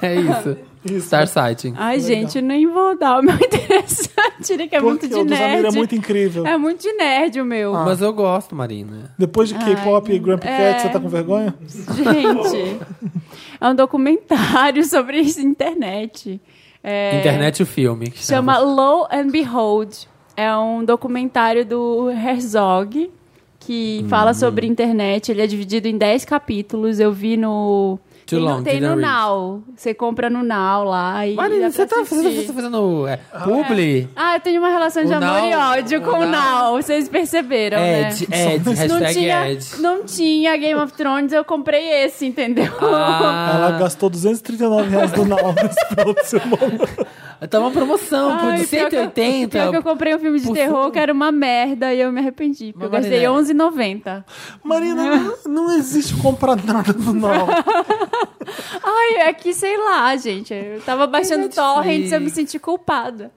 É isso. Isso. Star Sighting. Ai, gente, eu nem vou dar o meu interessante, né? Que Porque é muito de o dos nerd. Amir é muito incrível. É muito de nerd o meu. Mas eu gosto, Marina. Depois de K-pop e Grumpy é. Cat, você tá com vergonha? Gente, é um documentário sobre isso, internet. É, Internet o filme. que Chama Low and Behold. É um documentário do Herzog que Hum. fala sobre internet. Ele é dividido em 10 capítulos. Eu vi no. Too tem no- long, tem no didn't read. Now. Você compra no Now lá. E Marina, dá você pra tá, você tá- assistir. você tá fazendo é, publi? Ah, eu tenho uma relação de O amor Now- e ódio o com o Now- Now. Vocês perceberam, né? Ed, Ed, Não hashtag tinha, Ed. não tinha Game of Thrones, eu comprei esse, entendeu? Ah, Ela gastou 239 reais do Now nesse final de semana. Tá uma promoção, pô, Ai, de pior que eu- 180. Pior que eu comprei um filme de Por terror favor. que era uma merda e eu me arrependi. Porque eu Mas, gastei Marina- R$11,90. Marina, não, não existe comprar nada no Now. Ai, é que sei lá, gente. Eu tava baixando Netflix. torrents e eu me senti culpada.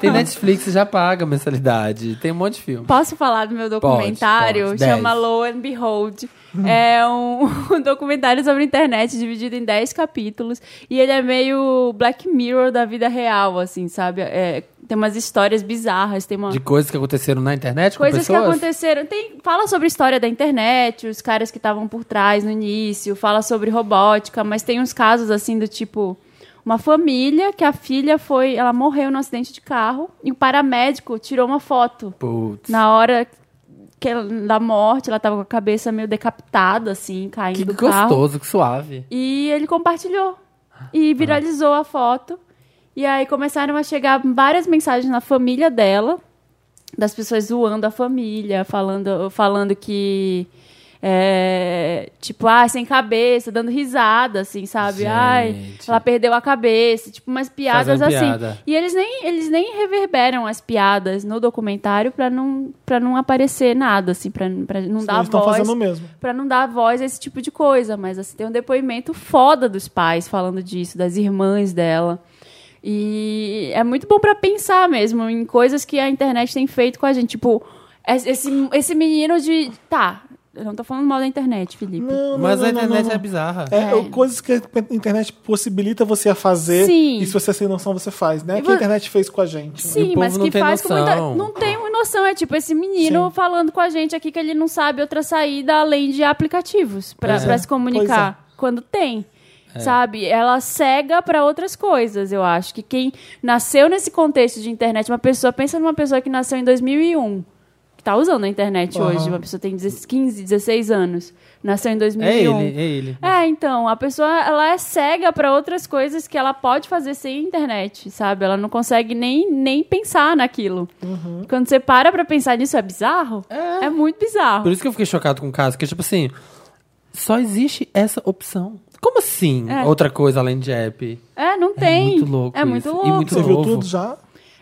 Tem Netflix, já paga mensalidade. Tem um monte de filme. Posso falar do meu documentário? pode. Chama Dez. Low and Behold. É um, um documentário sobre a internet dividido em 10 capítulos. E ele é meio Black Mirror da vida real, assim, sabe? É, tem umas histórias bizarras, tem uma. De coisas que aconteceram na internet com Coisas pessoas? que aconteceram. Tem, fala sobre a história da internet, os caras que estavam por trás no início, fala sobre robótica, mas tem uns casos assim do tipo. Uma família que a filha foi. Ela morreu num acidente de carro e o paramédico tirou uma foto. Putz. Na hora que ela- da morte, ela tava com a cabeça meio decapitada, assim, caindo Que do carro. gostoso, que suave. E ele compartilhou. E viralizou a foto. E aí começaram a chegar várias mensagens na família dela, das pessoas zoando a família, falando, falando que. é, tipo, ah, sem cabeça, dando risada, assim, sabe? Ai, Gente. ela perdeu a cabeça, tipo, umas piadas Fazendo assim. piada. E eles nem, eles nem reverberam as piadas no documentário pra não, pra não aparecer nada, assim, pra, pra não Eles dar estão voz fazendo o mesmo. pra não dar voz a esse tipo de coisa, mas assim, tem um depoimento foda dos pais falando disso, das irmãs dela. E é muito bom pra pensar mesmo em coisas que a internet tem feito com a gente, tipo, es- esse, esse menino de, tá, eu não tô falando mal da internet, Felipe. Não, não, Mas não, a não, internet não, é não. bizarra. É, ou coisas que a internet possibilita você a fazer Sim. e se você é sem noção você faz, né? E O que a vo- internet fez com a gente. né? E o Sim, povo mas não que tem faz com muita. noção. Não tem uma noção. É tipo esse menino falando com a gente aqui que ele não sabe outra saída além de aplicativos pra é. pra se comunicar. Quando tem. Sabe? Ela cega pra outras coisas, eu acho. Que quem nasceu nesse contexto de internet, uma pessoa, pensa numa pessoa que nasceu em 2001, que tá usando a internet Aham. hoje, uma pessoa tem 16, 15, 16 anos, nasceu em 2001. É ele, é ele. É, então, a pessoa ela é cega para outras coisas que ela pode fazer sem internet, sabe? Ela não consegue nem, nem pensar naquilo. Quando você para pra pensar nisso, é bizarro? É, muito bizarro. Por isso que eu fiquei chocado com o caso, que tipo assim, só existe essa opção. Como assim? É. Outra coisa além de app. É, É não tem. muito louco. É muito isso. louco. E muito Você viu novo. tudo já?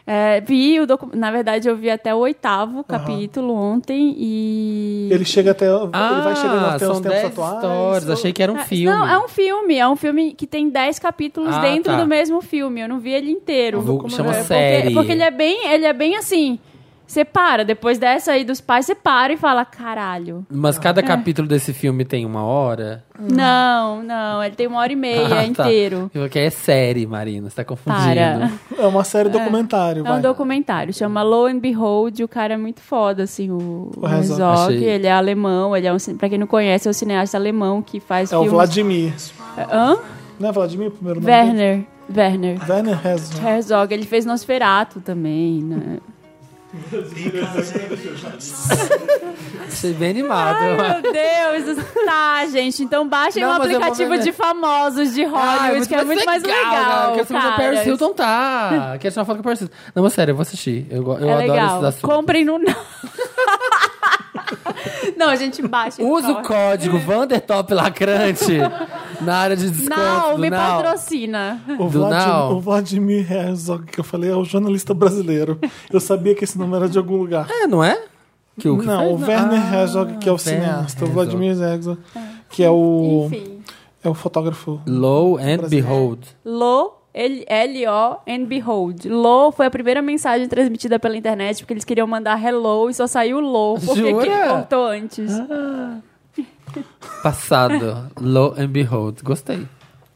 É, vi o docu- Na verdade, eu vi até o oitavo capítulo ontem e. Ele chega até. Ah, ele vai chegando até os são tempos 10 atuais. histórias. Achei que era um É, filme. Não, é um filme. É um filme que tem 10 capítulos Ah, dentro tá. do mesmo filme. Eu não vi ele inteiro. Vulgo Como chama é? Porque- série. Porque, ele é bem, ele é bem assim. Você para, depois dessa aí dos pais, você para e fala, caralho. Mas cada É. capítulo desse filme tem uma hora. Hum. Não, não, ele tem uma hora e meia Ah, tá. inteiro. Eu que é série, Marina. Você tá confundindo. Para. É uma série documentário. É vai. um documentário, chama Lo and Behold, e o cara é muito foda, assim, o, o Herzog. Herzog, Achei. ele é alemão, ele é um, cin- pra quem não conhece, é um cineasta alemão que faz É o filmes... Vladimir. Hã? Não é Vladimir o primeiro nome? dele? Werner, É. Werner. Werner Herzog. Herzog, ele fez Nosferatu também, né? Achei bem animado. Meu Deus, tá, gente. Então baixem o Então, Não, um mas eu vou aplicativo ver, né? de famosos de Ah, Hollywood, que é muito mais legal. cara. Quero saber cara. o Paris Hilton tá. Quero tirar uma foto com o Paris Hilton. Não, mas sério, eu vou assistir. Eu, go- eu é adoro legal. esses assuntos. Comprem no. Não, gente, baixa. Usa o corre. código Vandertop Lacrante na área de desconto. Não, do me Now. patrocina. O Do Vladimir, Now. o Vladimir Herzog, que eu falei, é o jornalista brasileiro. Eu sabia que esse nome era de algum lugar. É, não é? Que o que Não, fez? o Werner Ah, Herzog, que é o Werner cineasta. O Herzog. Vladimir Herzog, que é o, Enfim. é o fotógrafo. Low and Behold. Lo, L- L-O and Behold. Lo foi a primeira mensagem transmitida pela internet, porque eles queriam mandar hello e só saiu Lo, porque Jura? Ah. quem contou antes. Passado. Low and Behold. Gostei.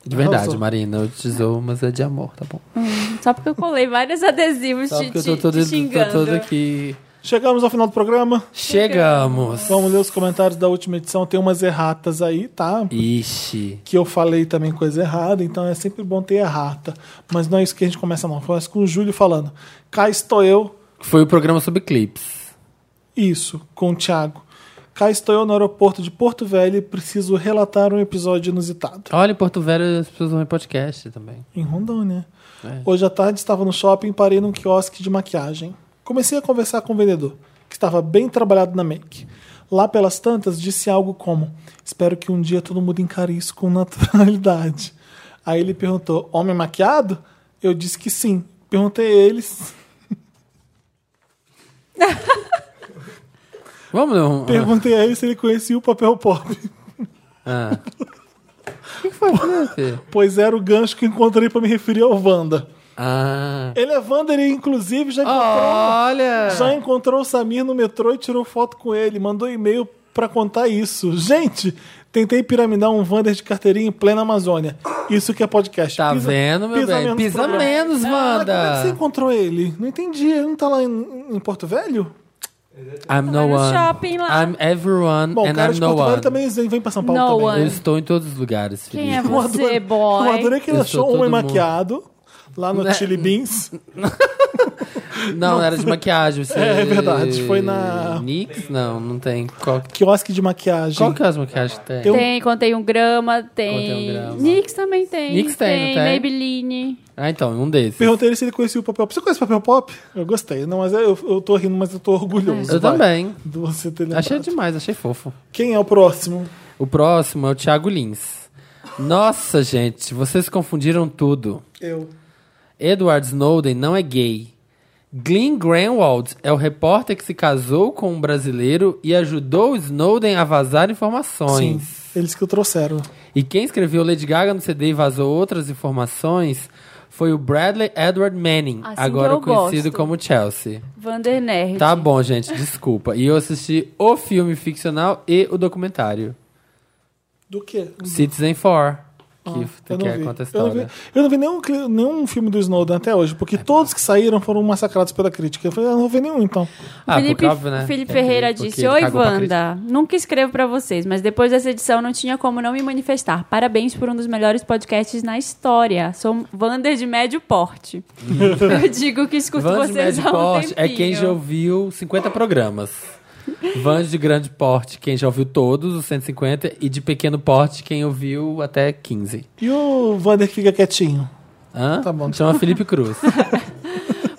De verdade, Arrasou. Marina. Eu te zoo, mas é de amor, tá bom? Só porque eu colei vários adesivos Só te, porque eu tô te- todo, te tô xingando. todo aqui. Chegamos ao final do programa. Chegamos. Vamos ler os comentários da última edição. Tem umas erratas aí, tá? Ixi. Que eu falei também coisa errada, então é sempre bom ter errata. Mas não é isso que a gente começa, não. Começa com o Júlio falando. Cá estou eu, Foi o programa sobre clipes. Isso, com o Thiago. Cá estou eu no aeroporto de Porto Velho e preciso relatar um episódio inusitado. Olha, em Porto Velho as pessoas vão em podcast também. Em Rondônia. É. Hoje à tarde estava no shopping e parei num quiosque de maquiagem. Comecei a conversar com o vendedor, que estava bem trabalhado na make. Lá pelas tantas, disse algo como: Espero que um dia todo mundo encare isso com naturalidade. Aí ele perguntou: Homem maquiado? Eu disse que sim. Perguntei a eles. Vamos um- não. Perguntei a ele se ele conhecia o papel pop. Ah. O que que foi, Felipe? Pois era o gancho que encontrei para me referir ao Wanda. Ah. Ele é Wander e, inclusive, já encontrou, Olha! já encontrou o Samir no metrô e tirou foto com ele. Mandou e-mail pra contar isso. Gente, tentei piramidar um Vander de carteirinha em plena Amazônia. Isso que é podcast. Tá vendo, meu bem? Pisa programa. menos, Ah, mas Como é que você Wanda. encontrou ele? Não entendi. Ele não tá lá em, em Porto Velho? I'm no no one. shopping lá. I'm everyone Bom, o and cara I'm de no Porto one. Velho também é. vem pra São Paulo No também. one. Eu estou em todos os lugares, Felipe. Quem é Eu você, adorei- boy? Eu adorei que ele Eu achou sou um todo homem mundo. maquiado lá no Né? Chili Beans. Não, não era de maquiagem. Você... É, é verdade, foi na- Nix? Não, não tem. Qual, Quiosque de maquiagem. qual que é as maquiagens que tem? Eu- Tem, contei um grama, tem. Contei um grama. Nix também tem. Nix tem, não tem? Maybelline. Ah, então, um desses. Perguntei ele se ele conhecia o papel pop. Você conhece o papel pop? Eu gostei. Não, mas eu, eu tô rindo, mas eu tô orgulhoso. Eu vai, também. De você ter lembrado. Achei demais, achei fofo. Quem é o próximo? O próximo é o Thiago Lins. Nossa, gente, vocês confundiram tudo. Eu. Edward Snowden não é gay. Glenn Greenwald é o repórter que se casou com um brasileiro e ajudou o Snowden a vazar Sim. informações. Eles que o trouxeram. E quem escreveu Lady Gaga no CD e vazou outras informações foi o Bradley Edward Manning, Assim que agora eu conhecido gosto. como Chelsea. Vander Nerd. Tá bom, gente, desculpa. E eu assisti o filme ficcional e o documentário Do quê? Uhum. Citizen Four, Ah, que, Eu que não, é vi. conta a eu não vi. história. É Eu não vi nenhum, cli- nenhum filme do Snowden até hoje, porque todos que saíram foram massacrados pela crítica. Eu falei, ah, não vou ver nenhum então. Ah, Felipe, porque óbvio, né? Felipe É, Ferreira porque disse: ele Oi, cagou pra Wanda. Nunca escrevo pra vocês, mas depois dessa edição não tinha como não me manifestar. Parabéns por um dos melhores podcasts na história. Sou um Wander de médio porte. Eu digo que escuto Vans Uhum. de vocês médio há um porte é quem tempinho. já ouviu 50 programas. Vans de grande porte, quem já ouviu todos, os 150. E de pequeno porte, quem ouviu até 15. E o Vander que fica quietinho. Hã? Tá bom. Chama Felipe Cruz.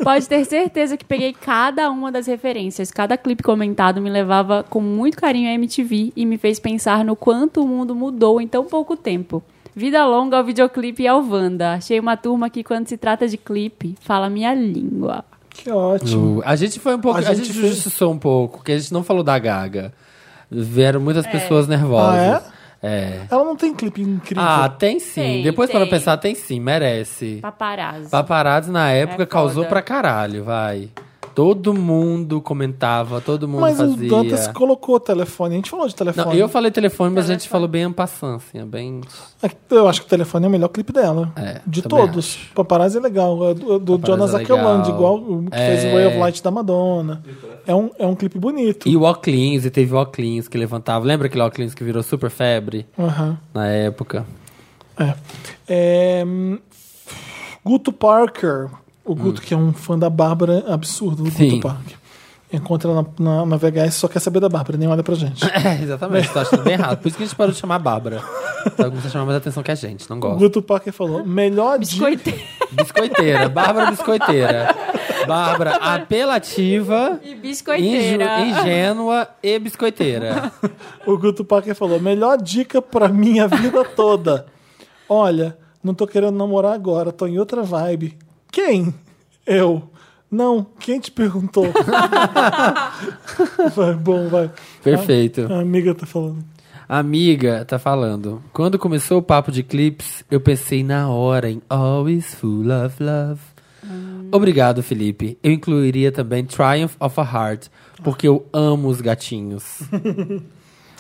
Pode ter certeza que peguei cada uma das referências. Cada clipe comentado me levava com muito carinho à MTV e me fez pensar no quanto o mundo mudou em tão pouco tempo. Vida longa ao videoclipe e ao Wanda. Achei uma turma que, quando se trata de clipe, fala minha língua. Que ótimo. a gente foi um pouco. A A gente, gente fez- justiçou um pouco, porque a gente não falou da Gaga. Vieram muitas É. Ah, pessoas nervosas. é? Ela não tem clipe incrível. Ah, tem sim. Tem, Depois para tem. pensar, tem sim, merece. Paparazzi. Paparazzi na época É causou foda. pra caralho, vai. Todo mundo comentava, todo mundo mas fazia. o Dantas colocou o telefone. A gente falou de telefone. Não, eu falei telefone, mas a gente falou bem en passant, assim, é bem. É que Eu acho que o telefone é o melhor clipe dela. É, de também todos. Paparazzi é legal. É do do Paparazzi Jonas é legal. Akeland, igual o que fez É. o Way of Light da Madonna. É um, é um clipe bonito. E o Oclins, e teve o Oclins que levantava. Lembra aquele Oclins que virou super febre Aham, na época? é. É, hum, Guto Parker. O Guto, que é um fã da Bárbara absurdo, o Hum. Sim. Guto Parker. Encontra na, na, na VHS só quer saber da Bárbara, nem olha pra gente. É, exatamente, tá achando bem errado. Por isso que a gente parou de chamar a Bárbara. Ela começou a chamar mais atenção que a gente, não O gosta. Guto Parker falou: melhor dica. Biscoiteiro Biscoiteira, Bárbara Biscoiteira. Bárbara apelativa, e inju- biscoiteira. ingênua e biscoiteira. O Guto Parker falou: melhor dica pra minha vida toda. Olha, não tô querendo namorar agora, tô em outra vibe. Quem? Eu. Não, quem te perguntou? vai, bom, vai. Perfeito. A amiga tá falando. A amiga tá falando. Quando começou o papo de clips, eu pensei na hora em Always Full of Love. Obrigado, Felipe. Eu incluiria também Triumph of a Heart, porque eu amo os gatinhos.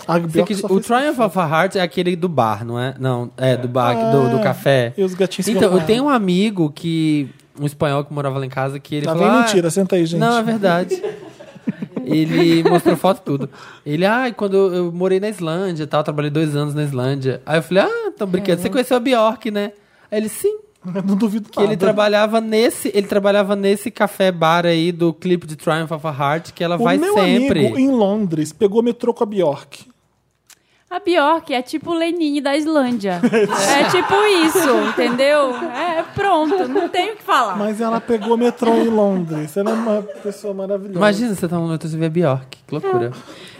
A Você Bjork quis- só o fez- Triumph of a Heart é aquele do bar, não é? Não, é do bar, Ah, do, do café. E os gatinhos que Então, vão eu tenho um amigo que. Um espanhol que morava lá em casa que ele Lá falou. vem "Ah, Tá mentira, senta aí, gente." Não, é verdade. ele mostrou foto e tudo. Ele, ah, quando eu morei na Islândia e tal, trabalhei dois anos na Islândia. Aí eu falei, ah, tô brincando. Você conheceu a Bjork, né? Aí ele, sim. Não duvido Que ele trabalhava nesse, ele trabalhava nesse café bar aí do clipe de Triumph of a Heart que ela o vai meu sempre. amigo em Londres pegou metrô com a Bjork. A Bjork é tipo o Lenine da Islândia. é tipo isso, entendeu? É pronto, não tem o que falar. Mas ela pegou metrô em Londres. Ela é uma pessoa maravilhosa. Imagina, você tá no metrô e vê a Bjork. Que loucura.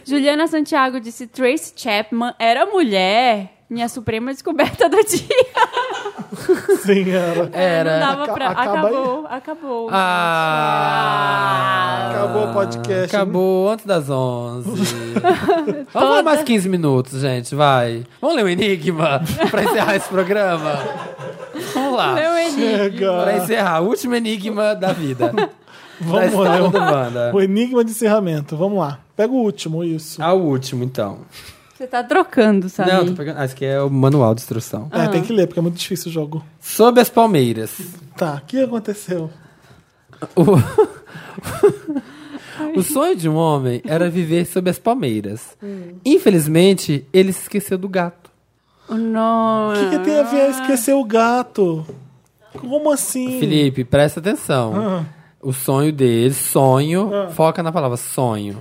Juliana Santiago disse: Trace Chapman era mulher. Minha suprema descoberta do dia. Sim, ela. Não Era. dava pra. Aca- acaba acabou, acabou. Ah, Acabou o podcast. Acabou antes das 11. Vamos falar mais 15 minutos, gente, vai. Vamos ler o enigma pra encerrar esse programa? Vamos lá. Meu Henrique. Chega. Pra encerrar, o último enigma da vida. Vamos história olhar do Wanda. o, o enigma de encerramento. Vamos lá. Pega o último, isso. É, Ah, o último, então. Você tá trocando, sabe? Não, tô pegando. Acho que é o manual de instrução. Ah. É, tem que ler, porque é muito difícil o jogo. Sobre as palmeiras. Tá, o que aconteceu? O... o sonho de um homem era viver sob as palmeiras. Infelizmente, ele se esqueceu do gato. Não. O que, que tem a Ah. ver esquecer o gato? Como assim? Felipe, presta atenção. Ah. O sonho dele, sonho, Ah. foca na palavra sonho,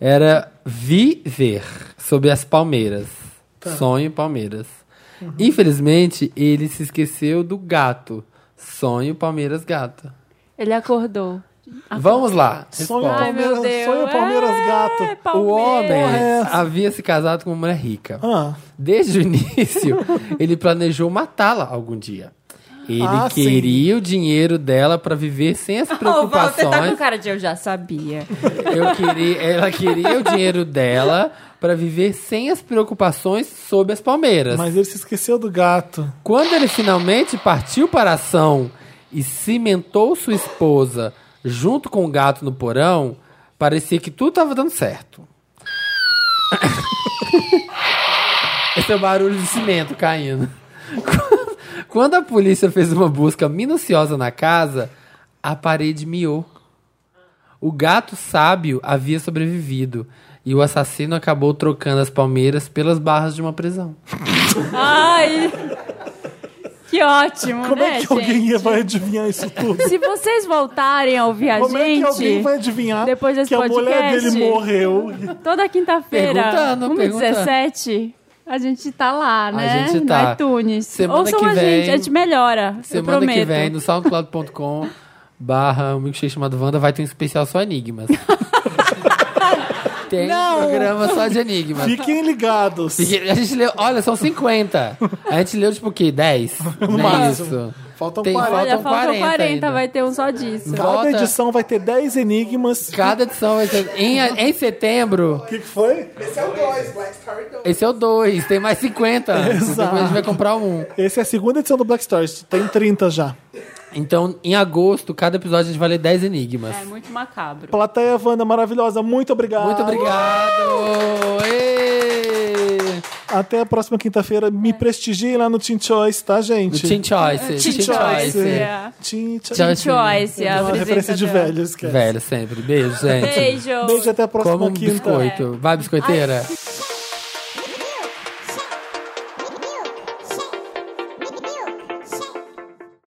era viver sob as palmeiras. Tá. Sonho palmeiras. Uhum. Infelizmente, ele se esqueceu do gato. Sonho palmeiras gato. Ele acordou. Vamos lá. Sonho resposta. Ai, meu Palmeiras, Deus. sonho Palmeiras É, gato. O Palmeiras. homem essa? havia se casado com uma mulher rica. Ah, Desde o início, ele planejou matá-la algum dia. Ele Ah, sim. queria o dinheiro dela pra viver sem as Ô, Val, você tá com preocupações. cara de eu já sabia. Eu queria, ela queria o dinheiro dela pra viver sem as preocupações sob as palmeiras. mas ele se esqueceu do gato. Quando ele finalmente partiu para a ação e cimentou sua esposa junto com o gato no porão, parecia que tudo estava dando certo. Esse é o barulho de cimento caindo. Quando- Quando a polícia fez uma busca minuciosa na casa, a parede miou. O gato sábio havia sobrevivido e o assassino acabou trocando as palmeiras pelas barras de uma prisão. Ai. Que ótimo, Como né, é que alguém gente? ia- vai adivinhar isso tudo? Se vocês voltarem a ouvir a Como é que alguém gente, vai adivinhar depois desse que a mulher podcast? dele morreu? toda quinta-feira, Perguntando, 1h17, a gente tá lá, né? gente tá. No iTunes. Semana Ouçam que a gente, vem- a gente melhora. eu Semana prometo. que vem, no soundcloud.com barra um milkshake chamado Wanda, vai ter um especial só enigmas. Tem um programa só de enigmas. Fiquem ligados. Porque A gente leu, olha, são 50. A gente leu, tipo, o quê? 10? Não é máximo. isso. Faltam Tem 40. falta- Olha, Faltam faltam 40, 40 ainda. vai ter um só disso. Cada Volta. edição vai ter 10 enigmas. Cada edição vai ser... Em, em setembro, O que, que foi? esse é o 2, tem mais 50. Depois a gente vai comprar um. Essa é a segunda edição do Black Stories. Tem 30 já. Então, em agosto, cada episódio a gente vai ler 10 enigmas. É muito macabro. Plateia Wanda maravilhosa, muito obrigado. Muito obrigado! Ê! Até a próxima quinta-feira. Me prestigiem lá no Teen Choice, tá, O gente? Teen Choice. Teen Choice. É. Teen Choice. Teen Choice, a Uma referência de apresentadora. velhos, cara. Velho, sempre. Beijo, gente. Beijo. Beijo, até a próxima Como um quinta. biscoito. Vai, biscoiteira.